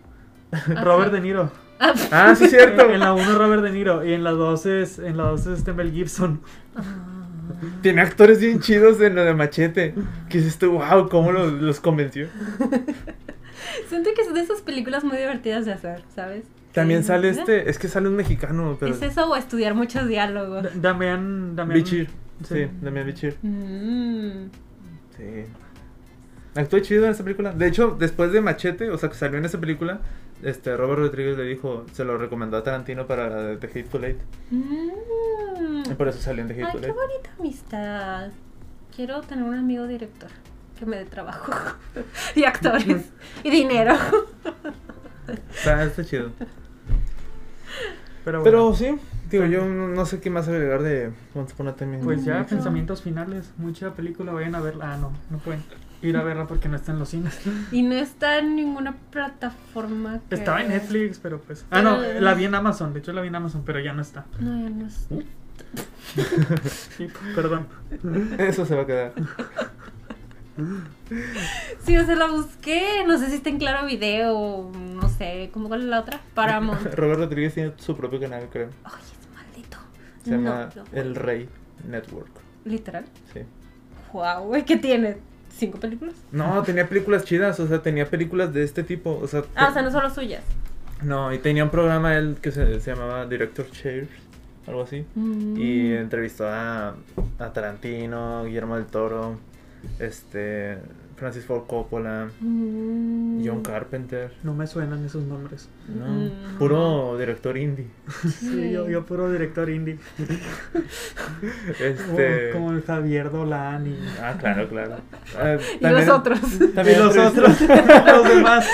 [SPEAKER 1] Robert De Niro.
[SPEAKER 2] Ah, sí, cierto.
[SPEAKER 1] En la 1 Robert De Niro y en la 2 es, en la dos es este Mel Gibson.
[SPEAKER 3] Mm.
[SPEAKER 2] Tiene actores bien chidos en la de Machete. Que dices tú, wow, cómo los, los convenció.
[SPEAKER 3] Siento que es de esas películas muy divertidas de hacer, ¿sabes?
[SPEAKER 2] También
[SPEAKER 3] Sí.
[SPEAKER 2] sale este, es que sale un mexicano, pero.
[SPEAKER 3] ¿Es eso o estudiar muchos diálogos?
[SPEAKER 1] Da- Damián, Damián.
[SPEAKER 2] Bichir.
[SPEAKER 1] Sí.
[SPEAKER 2] Sí, Damián Bichir.
[SPEAKER 3] Mm.
[SPEAKER 2] Sí. Actuó chido en esa película. De hecho, después de Machete, o sea, que salió en esa película, este Robert Rodríguez le dijo, se lo recomendó a Tarantino para la de The Hateful Eight.
[SPEAKER 3] Mm.
[SPEAKER 2] Y por eso salió en The
[SPEAKER 3] Ay,
[SPEAKER 2] Hateful
[SPEAKER 1] eh.
[SPEAKER 3] qué
[SPEAKER 2] Eight.
[SPEAKER 3] bonita amistad. Quiero tener un amigo director que me dé trabajo y actores y dinero.
[SPEAKER 2] Está, está chido.
[SPEAKER 1] Pero bueno,
[SPEAKER 2] Pero sí, digo, yo no no sé qué más agregar de Once Upon a Time in
[SPEAKER 1] pues ya,
[SPEAKER 2] Mexico.
[SPEAKER 1] pensamientos finales. Mucha película, vayan a verla. Ah, no, no pueden ir a verla porque no está en los cines.
[SPEAKER 3] Y no está en ninguna plataforma. que-
[SPEAKER 1] Estaba en Netflix, pero pues. Ah, no,
[SPEAKER 3] Eh.
[SPEAKER 1] la vi en Amazon. De hecho, la vi en Amazon, pero ya no está.
[SPEAKER 3] No, ya no está.
[SPEAKER 2] Uh.
[SPEAKER 1] Sí, perdón.
[SPEAKER 2] Eso se va a quedar.
[SPEAKER 3] Sí, o sea, la busqué. No sé si está en claro video. o No sé. ¿Cómo cuál es la otra? Paramount.
[SPEAKER 2] Robert Rodríguez tiene su propio canal, creo.
[SPEAKER 3] Ay, es maldito.
[SPEAKER 2] Se llama
[SPEAKER 3] No, no.
[SPEAKER 2] El Rey Network.
[SPEAKER 3] Literal.
[SPEAKER 2] Sí.
[SPEAKER 3] Wow, güey, ¿qué tiene? ¿Cinco películas?
[SPEAKER 2] No, tenía películas chidas, o sea, tenía películas de este tipo. O sea,
[SPEAKER 3] Ah,
[SPEAKER 2] te-
[SPEAKER 3] o sea, no solo suyas.
[SPEAKER 2] No, y tenía un programa él que se, se llamaba Director Chairs, algo así. Y
[SPEAKER 3] Mm.
[SPEAKER 2] entrevistó a, a Tarantino, Guillermo del Toro, este, Francis Ford Coppola,
[SPEAKER 3] Mm.
[SPEAKER 2] John Carpenter.
[SPEAKER 1] No me suenan esos nombres.
[SPEAKER 2] No,
[SPEAKER 3] Mm.
[SPEAKER 2] puro director indie.
[SPEAKER 1] Sí, yo, yo puro director indie. Como-
[SPEAKER 2] Este,
[SPEAKER 1] Como el Javier Dolan y.
[SPEAKER 2] Ah, claro, claro. Ah,
[SPEAKER 3] Y los
[SPEAKER 2] también-
[SPEAKER 3] otros.
[SPEAKER 2] También
[SPEAKER 1] y los
[SPEAKER 2] entrevistó-
[SPEAKER 1] otros, los demás.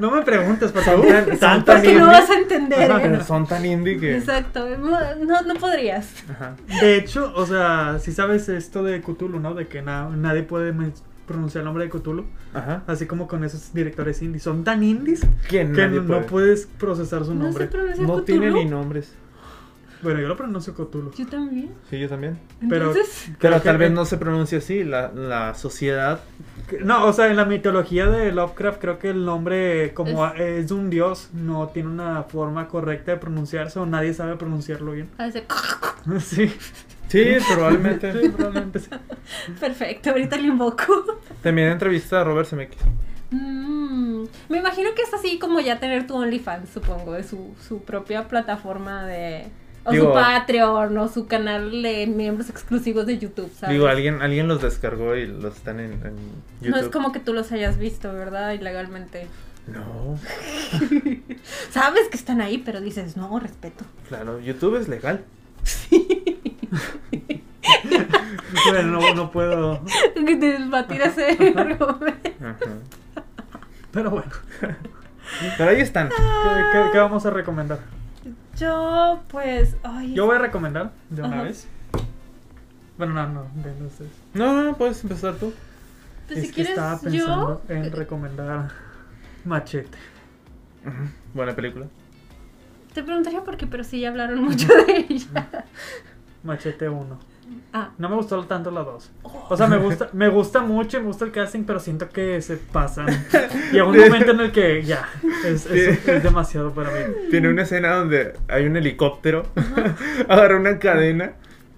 [SPEAKER 1] No me preguntes, por favor. Tan-
[SPEAKER 2] tan- tan
[SPEAKER 3] Porque no
[SPEAKER 2] indie.
[SPEAKER 3] vas a entender.
[SPEAKER 2] Ajá,
[SPEAKER 3] ¿eh?
[SPEAKER 2] pero son tan indie que.
[SPEAKER 3] Exacto. No, no- no podrías.
[SPEAKER 2] Ajá.
[SPEAKER 1] De hecho, o sea, si sabes esto de Cthulhu, ¿no? De que na- nadie puede men- pronunciar el nombre de Cthulhu.
[SPEAKER 2] Ajá.
[SPEAKER 1] Así como con esos directores indies. Son tan indies
[SPEAKER 2] Que
[SPEAKER 1] que
[SPEAKER 2] nadie
[SPEAKER 1] no,
[SPEAKER 2] puede.
[SPEAKER 1] puedes procesar su
[SPEAKER 3] No se
[SPEAKER 1] nombre.
[SPEAKER 3] pronuncia
[SPEAKER 2] No tiene
[SPEAKER 3] Cthulhu.
[SPEAKER 2] ni nombres.
[SPEAKER 1] Bueno, yo lo pronuncio Cthulhu.
[SPEAKER 3] Yo también.
[SPEAKER 2] Sí, yo también.
[SPEAKER 1] Pero-
[SPEAKER 3] Entonces,
[SPEAKER 2] Pero
[SPEAKER 1] Creo que-
[SPEAKER 2] tal vez no se pronuncia así. La, la sociedad.
[SPEAKER 1] Que- No, o sea, en la mitología de Lovecraft creo que el nombre como
[SPEAKER 3] Es-
[SPEAKER 1] a- es, de un dios, no tiene una forma correcta de pronunciarse o nadie sabe pronunciarlo bien.
[SPEAKER 3] hace-
[SPEAKER 1] Sí,
[SPEAKER 2] Sí, probablemente.
[SPEAKER 1] sí, probablemente sí.
[SPEAKER 3] Perfecto, ahorita le invoco.
[SPEAKER 2] También entrevista a Robert Zemeckis.
[SPEAKER 3] Mm, me imagino que es así como ya tener tu OnlyFans, supongo, de su, su propia plataforma de... O su
[SPEAKER 2] Digo-
[SPEAKER 3] Patreon, o su canal de miembros exclusivos de YouTube, ¿sabes?
[SPEAKER 2] Digo, alguien, alguien los descargó y los están en, en YouTube.
[SPEAKER 3] No es como que tú los hayas visto, ¿verdad? Ilegalmente.
[SPEAKER 2] No,
[SPEAKER 3] Sabes que están ahí, pero dices, no, respeto.
[SPEAKER 2] claro, YouTube es legal.
[SPEAKER 1] Bueno, no, no puedo.
[SPEAKER 3] Desbatir ese argumento.
[SPEAKER 2] Ajá.
[SPEAKER 1] Pero bueno,
[SPEAKER 2] Pero ahí están.
[SPEAKER 1] ¿qué, qué- qué vamos a recomendar?
[SPEAKER 3] Yo, pues, ay.
[SPEAKER 1] Yo voy a recomendar de una
[SPEAKER 3] Ajá.
[SPEAKER 1] vez. Bueno, no, no, de no sé.
[SPEAKER 2] No, no, puedes empezar tú.
[SPEAKER 3] pues,
[SPEAKER 1] es
[SPEAKER 3] si
[SPEAKER 1] que
[SPEAKER 3] quieres,
[SPEAKER 1] estaba
[SPEAKER 3] yo...
[SPEAKER 1] pensando en recomendar Machete.
[SPEAKER 2] Buena película.
[SPEAKER 3] Te preguntaría por qué, pero sí, ya hablaron mucho de ella.
[SPEAKER 1] Machete 1.
[SPEAKER 3] Ah,
[SPEAKER 1] No me gustó tanto la 2. O sea, me gusta, me gusta mucho, me gusta el casting, pero siento que se pasan. Llega un momento en el que ya, es, es- es demasiado para mí.
[SPEAKER 2] Tiene una escena donde hay un helicóptero, agarra una cadena,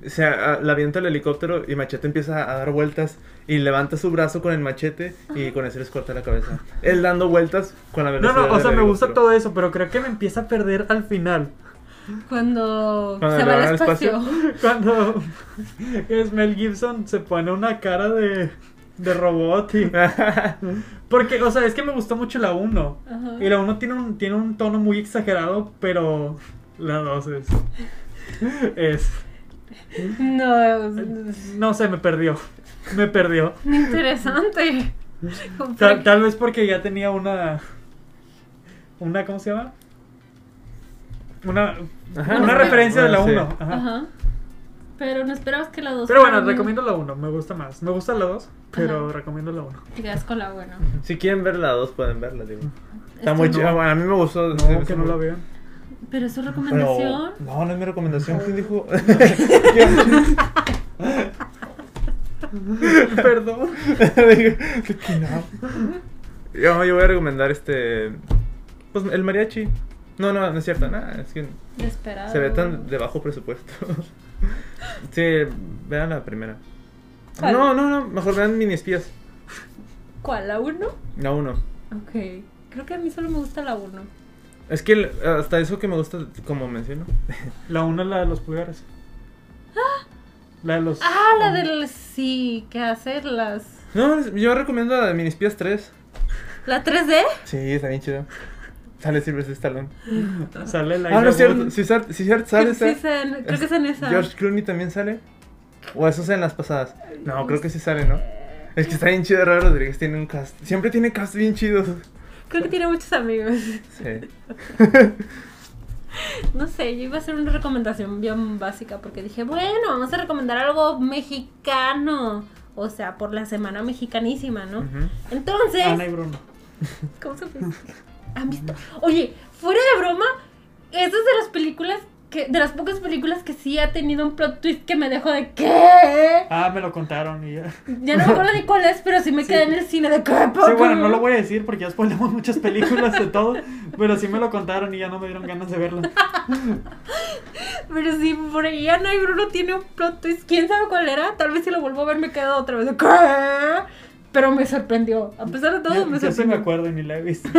[SPEAKER 2] o sea, a- la avienta el helicóptero y Machete empieza a dar vueltas y levanta su brazo con el machete y con eso les corta la cabeza. Él dando vueltas con la
[SPEAKER 1] No,
[SPEAKER 2] velocidad
[SPEAKER 1] no, o
[SPEAKER 2] del
[SPEAKER 1] sea, me gusta
[SPEAKER 2] helicóptero.
[SPEAKER 1] todo eso, pero creo que me empieza a perder al final.
[SPEAKER 3] cuando,
[SPEAKER 2] Cuando
[SPEAKER 3] se
[SPEAKER 2] le
[SPEAKER 3] va
[SPEAKER 2] van
[SPEAKER 3] al
[SPEAKER 2] al
[SPEAKER 3] espacio.
[SPEAKER 2] espacio.
[SPEAKER 1] Cuando es Mel Gibson se pone una cara de, de robot y... Porque, o sea, es que me gustó mucho la 1.
[SPEAKER 3] Ajá.
[SPEAKER 1] Y la 1 tiene un, tiene un tono muy exagerado, pero la 2 es... Es...
[SPEAKER 3] No,
[SPEAKER 1] No sé, me perdió. Me perdió.
[SPEAKER 3] interesante.
[SPEAKER 1] Tal, tal vez porque ya tenía una. Una, ¿cómo se llama? Una,
[SPEAKER 2] Ajá.
[SPEAKER 1] una
[SPEAKER 3] sí.
[SPEAKER 1] referencia de la
[SPEAKER 2] Ah, sí.
[SPEAKER 1] 1. ajá.
[SPEAKER 3] Ajá. Pero no esperabas que la 2.
[SPEAKER 1] Pero bueno, recomiendo la 1, me gusta más. Me gusta la 2, pero
[SPEAKER 3] Ajá.
[SPEAKER 1] recomiendo la 1.
[SPEAKER 3] Te quedas con la buena.
[SPEAKER 2] Si quieren ver la 2, pueden verla, digo. Está
[SPEAKER 3] Esto
[SPEAKER 2] muy
[SPEAKER 3] no-
[SPEAKER 2] chida. Bueno, a mí me gustó. se me
[SPEAKER 1] No, que
[SPEAKER 2] hizo
[SPEAKER 1] no
[SPEAKER 2] muy-
[SPEAKER 1] la vean.
[SPEAKER 3] Pero es su
[SPEAKER 2] Pero-
[SPEAKER 3] recomendación.
[SPEAKER 2] no, no es mi recomendación. ¿Quién dijo?
[SPEAKER 1] Perdón.
[SPEAKER 2] Dije, "Que no". yo, yo voy a recomendar este. Pues el mariachi. No, no, no es cierto. Nada, es que
[SPEAKER 3] Inesperado.
[SPEAKER 2] se ve tan de bajo presupuesto. sí, vean la primera.
[SPEAKER 3] ¿Cuál?
[SPEAKER 2] No, no, no. Mejor vean mini espías.
[SPEAKER 3] ¿Cuál? ¿La 1?
[SPEAKER 2] La uno.
[SPEAKER 3] Ok. Creo que a mí solo me gusta la 1.
[SPEAKER 2] Es que el- hasta eso que me gusta, como menciono.
[SPEAKER 1] La 1 es la de los pulgares. La de los.
[SPEAKER 3] Ah, la del. Sí, que hacer las.
[SPEAKER 2] No, yo recomiendo la de mini espías 3.
[SPEAKER 3] ¿La 3D?
[SPEAKER 2] Sí, está bien chida. Sale Sylvester Stallone.
[SPEAKER 1] Sale la
[SPEAKER 2] Ah, no es
[SPEAKER 1] Isla
[SPEAKER 2] cierto.
[SPEAKER 1] Wood.
[SPEAKER 2] Si es cierto,
[SPEAKER 3] Creo
[SPEAKER 2] sale.
[SPEAKER 3] que, sí
[SPEAKER 2] sale-
[SPEAKER 3] es en- creo que es en esa.
[SPEAKER 2] George Clooney también sale. O eso es en las pasadas. No, creo que sí sale, ¿no? Es que está bien chido Robert Rodríguez. Tiene un cast. Siempre tiene cast bien chidos.
[SPEAKER 3] Creo que tiene muchos amigos.
[SPEAKER 2] Sí.
[SPEAKER 3] No sé, yo iba a hacer una recomendación bien básica porque dije, bueno, vamos a recomendar algo mexicano. O sea, por la semana mexicanísima, ¿no?
[SPEAKER 2] Ujú.
[SPEAKER 3] Entonces,
[SPEAKER 1] Ana y Bruno.
[SPEAKER 3] ¿cómo se puede decir? ¿Han visto? Oye, fuera de broma, esa es de las películas que, de las pocas películas que sí ha tenido un plot twist que me dejó de ¿qué?
[SPEAKER 1] Ah, me lo contaron y ya. Sí,
[SPEAKER 3] Ya no me acuerdo de cuál es, pero sí me quedé en el cine de ¿qué? poco?".
[SPEAKER 1] bueno, no lo voy a decir porque ya spoilamos muchas películas de todo. Pero sí me lo contaron y ya no me dieron ganas de verlo.
[SPEAKER 3] Pero sí, por ahí Ana y Bruno tiene un plot twist. ¿Quién sabe cuál era? Tal vez si lo vuelvo a ver me quedo otra vez de ¿qué? Pero me sorprendió. A pesar de todo,
[SPEAKER 1] Yo-
[SPEAKER 3] me
[SPEAKER 1] yo sí me
[SPEAKER 3] sorprendió.
[SPEAKER 1] acuerdo y ni la he visto.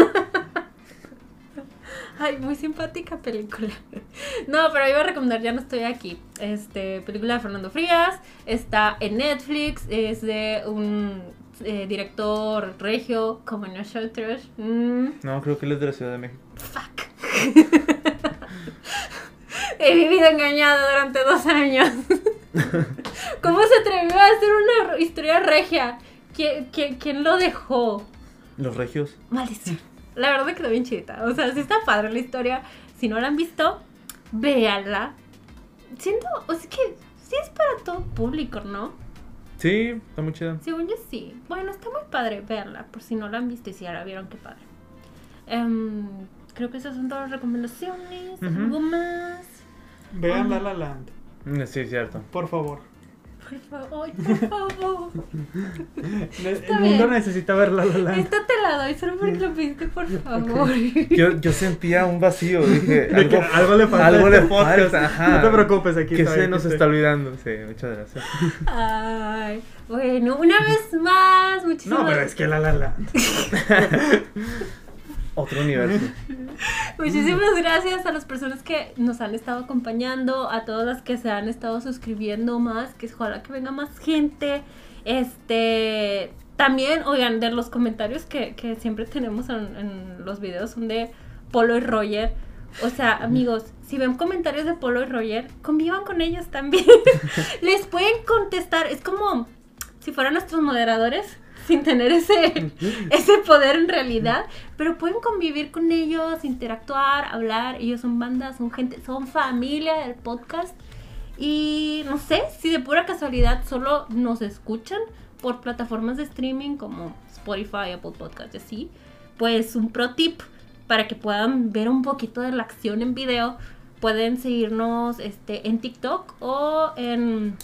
[SPEAKER 3] Ay, muy simpática película. No, pero iba a recomendar, ya no estoy aquí. Este, película de Fernando Frías, está en Netflix, es de un eh, director regio como nosotros. Mm,
[SPEAKER 2] No, creo que él es de la Ciudad de México.
[SPEAKER 3] fuck. He vivido engañada durante dos años. ¿Cómo se atrevió a hacer una historia regia? ¿Qui- qui- quién lo dejó?
[SPEAKER 2] Los regios.
[SPEAKER 3] Maldición. La verdad es que está bien chidita. O sea, sí está padre la historia. Si no la han visto, véanla. Siento, o sea, que sí es para todo público, ¿no?
[SPEAKER 2] Sí, está muy chida.
[SPEAKER 3] Según yo sí. Bueno, está muy padre verla, por si no la han visto y si ya la vieron, qué padre. Em, creo que esas son todas las recomendaciones.
[SPEAKER 1] Ujú.
[SPEAKER 3] ¿Algo más?
[SPEAKER 1] Vean
[SPEAKER 3] Ah.
[SPEAKER 1] La La Land,
[SPEAKER 2] Mm, Sí, cierto.
[SPEAKER 1] por favor.
[SPEAKER 3] Por favor, por favor.
[SPEAKER 1] Ne-
[SPEAKER 3] Está
[SPEAKER 1] el mundo
[SPEAKER 3] bien.
[SPEAKER 1] necesita ver La La Land.
[SPEAKER 3] Esta te la doy solo porque lo pediste, por favor.
[SPEAKER 2] Yo, yo sentía un vacío, dije.
[SPEAKER 4] De que
[SPEAKER 2] Algo,
[SPEAKER 4] algo le falta. a
[SPEAKER 2] algo
[SPEAKER 4] este
[SPEAKER 2] le
[SPEAKER 4] podcast.
[SPEAKER 2] falta, ajá.
[SPEAKER 4] No te preocupes, aquí
[SPEAKER 2] que
[SPEAKER 4] estoy,
[SPEAKER 2] se
[SPEAKER 4] aquí
[SPEAKER 2] nos
[SPEAKER 4] estoy.
[SPEAKER 2] está olvidando. Sí, muchas gracias.
[SPEAKER 3] Ay, bueno, una vez más, muchísimas,
[SPEAKER 4] No, pero es que la la la.
[SPEAKER 2] Otro universo.
[SPEAKER 3] muchísimas gracias a las personas que nos han estado acompañando, a todas las que se han estado suscribiendo más, que ojalá que venga más gente. Este, también, oigan, de los comentarios que, que siempre tenemos en, en los videos son de Polo y Roger. O sea, amigos, si ven comentarios de Polo y Roger, convivan con ellos también. Les pueden contestar, es como si fueran nuestros moderadores, sin tener ese, ese poder en realidad, pero pueden convivir con ellos, interactuar, hablar, ellos son bandas, son gente, son familia del podcast. Y no sé, si de pura casualidad solo nos escuchan por plataformas de streaming como Spotify, Apple Podcast y así, pues un pro tip para que puedan ver un poquito de la acción en video, pueden seguirnos este, en TikTok o en...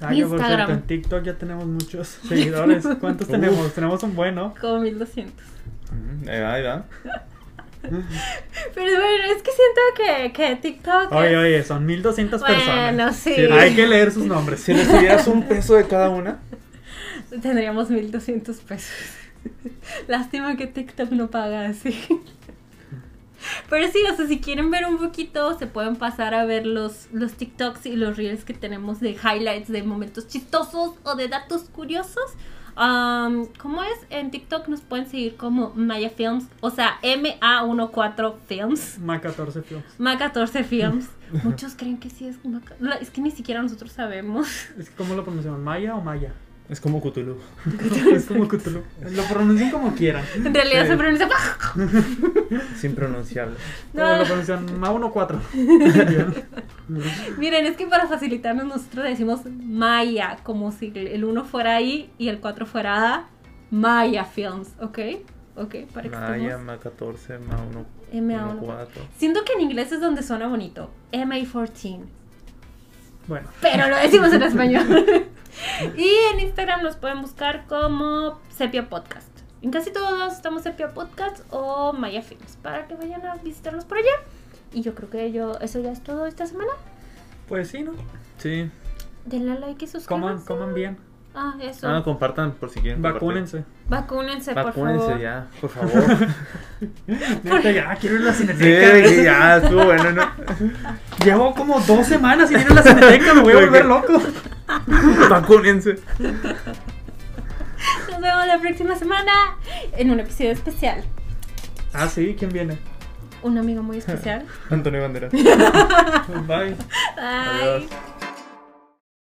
[SPEAKER 4] Ah, que por
[SPEAKER 3] Instagram.
[SPEAKER 4] cierto, en TikTok ya tenemos muchos seguidores. ¿Cuántos
[SPEAKER 1] Uh.
[SPEAKER 4] tenemos? Tenemos un bueno.
[SPEAKER 3] como 1200.
[SPEAKER 2] Mm, Ahí va, ahí va.
[SPEAKER 3] Pero bueno, es que siento que, que TikTok.
[SPEAKER 4] Oye,
[SPEAKER 3] es-
[SPEAKER 4] oye, son 1200
[SPEAKER 3] Bueno,
[SPEAKER 4] personas.
[SPEAKER 3] sí.
[SPEAKER 2] Sí,
[SPEAKER 4] Hay que leer sus nombres.
[SPEAKER 2] Pues Si les tuvieras un peso de cada una,
[SPEAKER 3] Tendríamos 1200 pesos. Lástima que TikTok no paga así. Pero sí, o sea, si quieren ver un poquito, se pueden pasar a ver los, los TikToks y los reels que tenemos de highlights, de momentos chistosos o de datos curiosos. Am, ¿Cómo es? En TikTok nos pueden seguir como Maya Films, o sea, MA14 Films.
[SPEAKER 4] Ma 14 films.
[SPEAKER 3] Ma14 Films. Muchos creen que sí es Ma- la- Es que ni siquiera nosotros sabemos.
[SPEAKER 4] Es que, ¿Cómo lo pronunciaban? ¿Maya o Maya?
[SPEAKER 2] es como Cthulhu.
[SPEAKER 4] es como Cthulhu.
[SPEAKER 1] Lo pronuncien como quieran.
[SPEAKER 3] En realidad
[SPEAKER 2] Sí.
[SPEAKER 3] se pronuncia.
[SPEAKER 2] Es impronunciable.
[SPEAKER 4] No.
[SPEAKER 3] No.
[SPEAKER 4] Lo pronuncian Ma 14.
[SPEAKER 3] Miren, es que para facilitarnos nosotros decimos Maya, como si el 1 fuera I y el 4 fuera A. Maya Films, ¿ok? Ok, para que
[SPEAKER 2] Maya,
[SPEAKER 3] estemos-
[SPEAKER 2] Ma 14, Ma 1,
[SPEAKER 3] MA1.
[SPEAKER 2] 4.
[SPEAKER 3] Siento que en inglés es donde suena bonito. MA14.
[SPEAKER 4] Bueno,
[SPEAKER 3] Pero lo decimos en español. y en Instagram los pueden buscar como Sepia Podcast. En casi todos estamos Sepia Podcast o Maya Films para que vayan a visitarnos por allá. Y yo creo que yo eso ya es todo esta semana.
[SPEAKER 4] pues sí, ¿no?
[SPEAKER 2] Sí.
[SPEAKER 3] Denle like y
[SPEAKER 4] Coman,
[SPEAKER 3] suscríbanse.
[SPEAKER 4] coman bien.
[SPEAKER 3] Ah, eso.
[SPEAKER 2] Ah, compartan por si quieren. compartir.
[SPEAKER 4] Vacúnense.
[SPEAKER 3] Vacúnense, por
[SPEAKER 2] Vacúnense
[SPEAKER 3] favor.
[SPEAKER 2] ya, por favor.
[SPEAKER 4] Neta, ya, quiero ir a la cineteca.
[SPEAKER 2] Sí, ya, estuvo bueno, ¿no?
[SPEAKER 4] Llevo como dos semanas sin ir a la cineteca. Me voy a volver loco.
[SPEAKER 2] Vacúnense.
[SPEAKER 3] Nos vemos la próxima semana en un episodio especial.
[SPEAKER 4] Ah, sí, ¿quién viene?
[SPEAKER 3] Un amigo muy especial.
[SPEAKER 2] Antonio Banderas.
[SPEAKER 4] Bye.
[SPEAKER 3] Bye.
[SPEAKER 2] Adiós.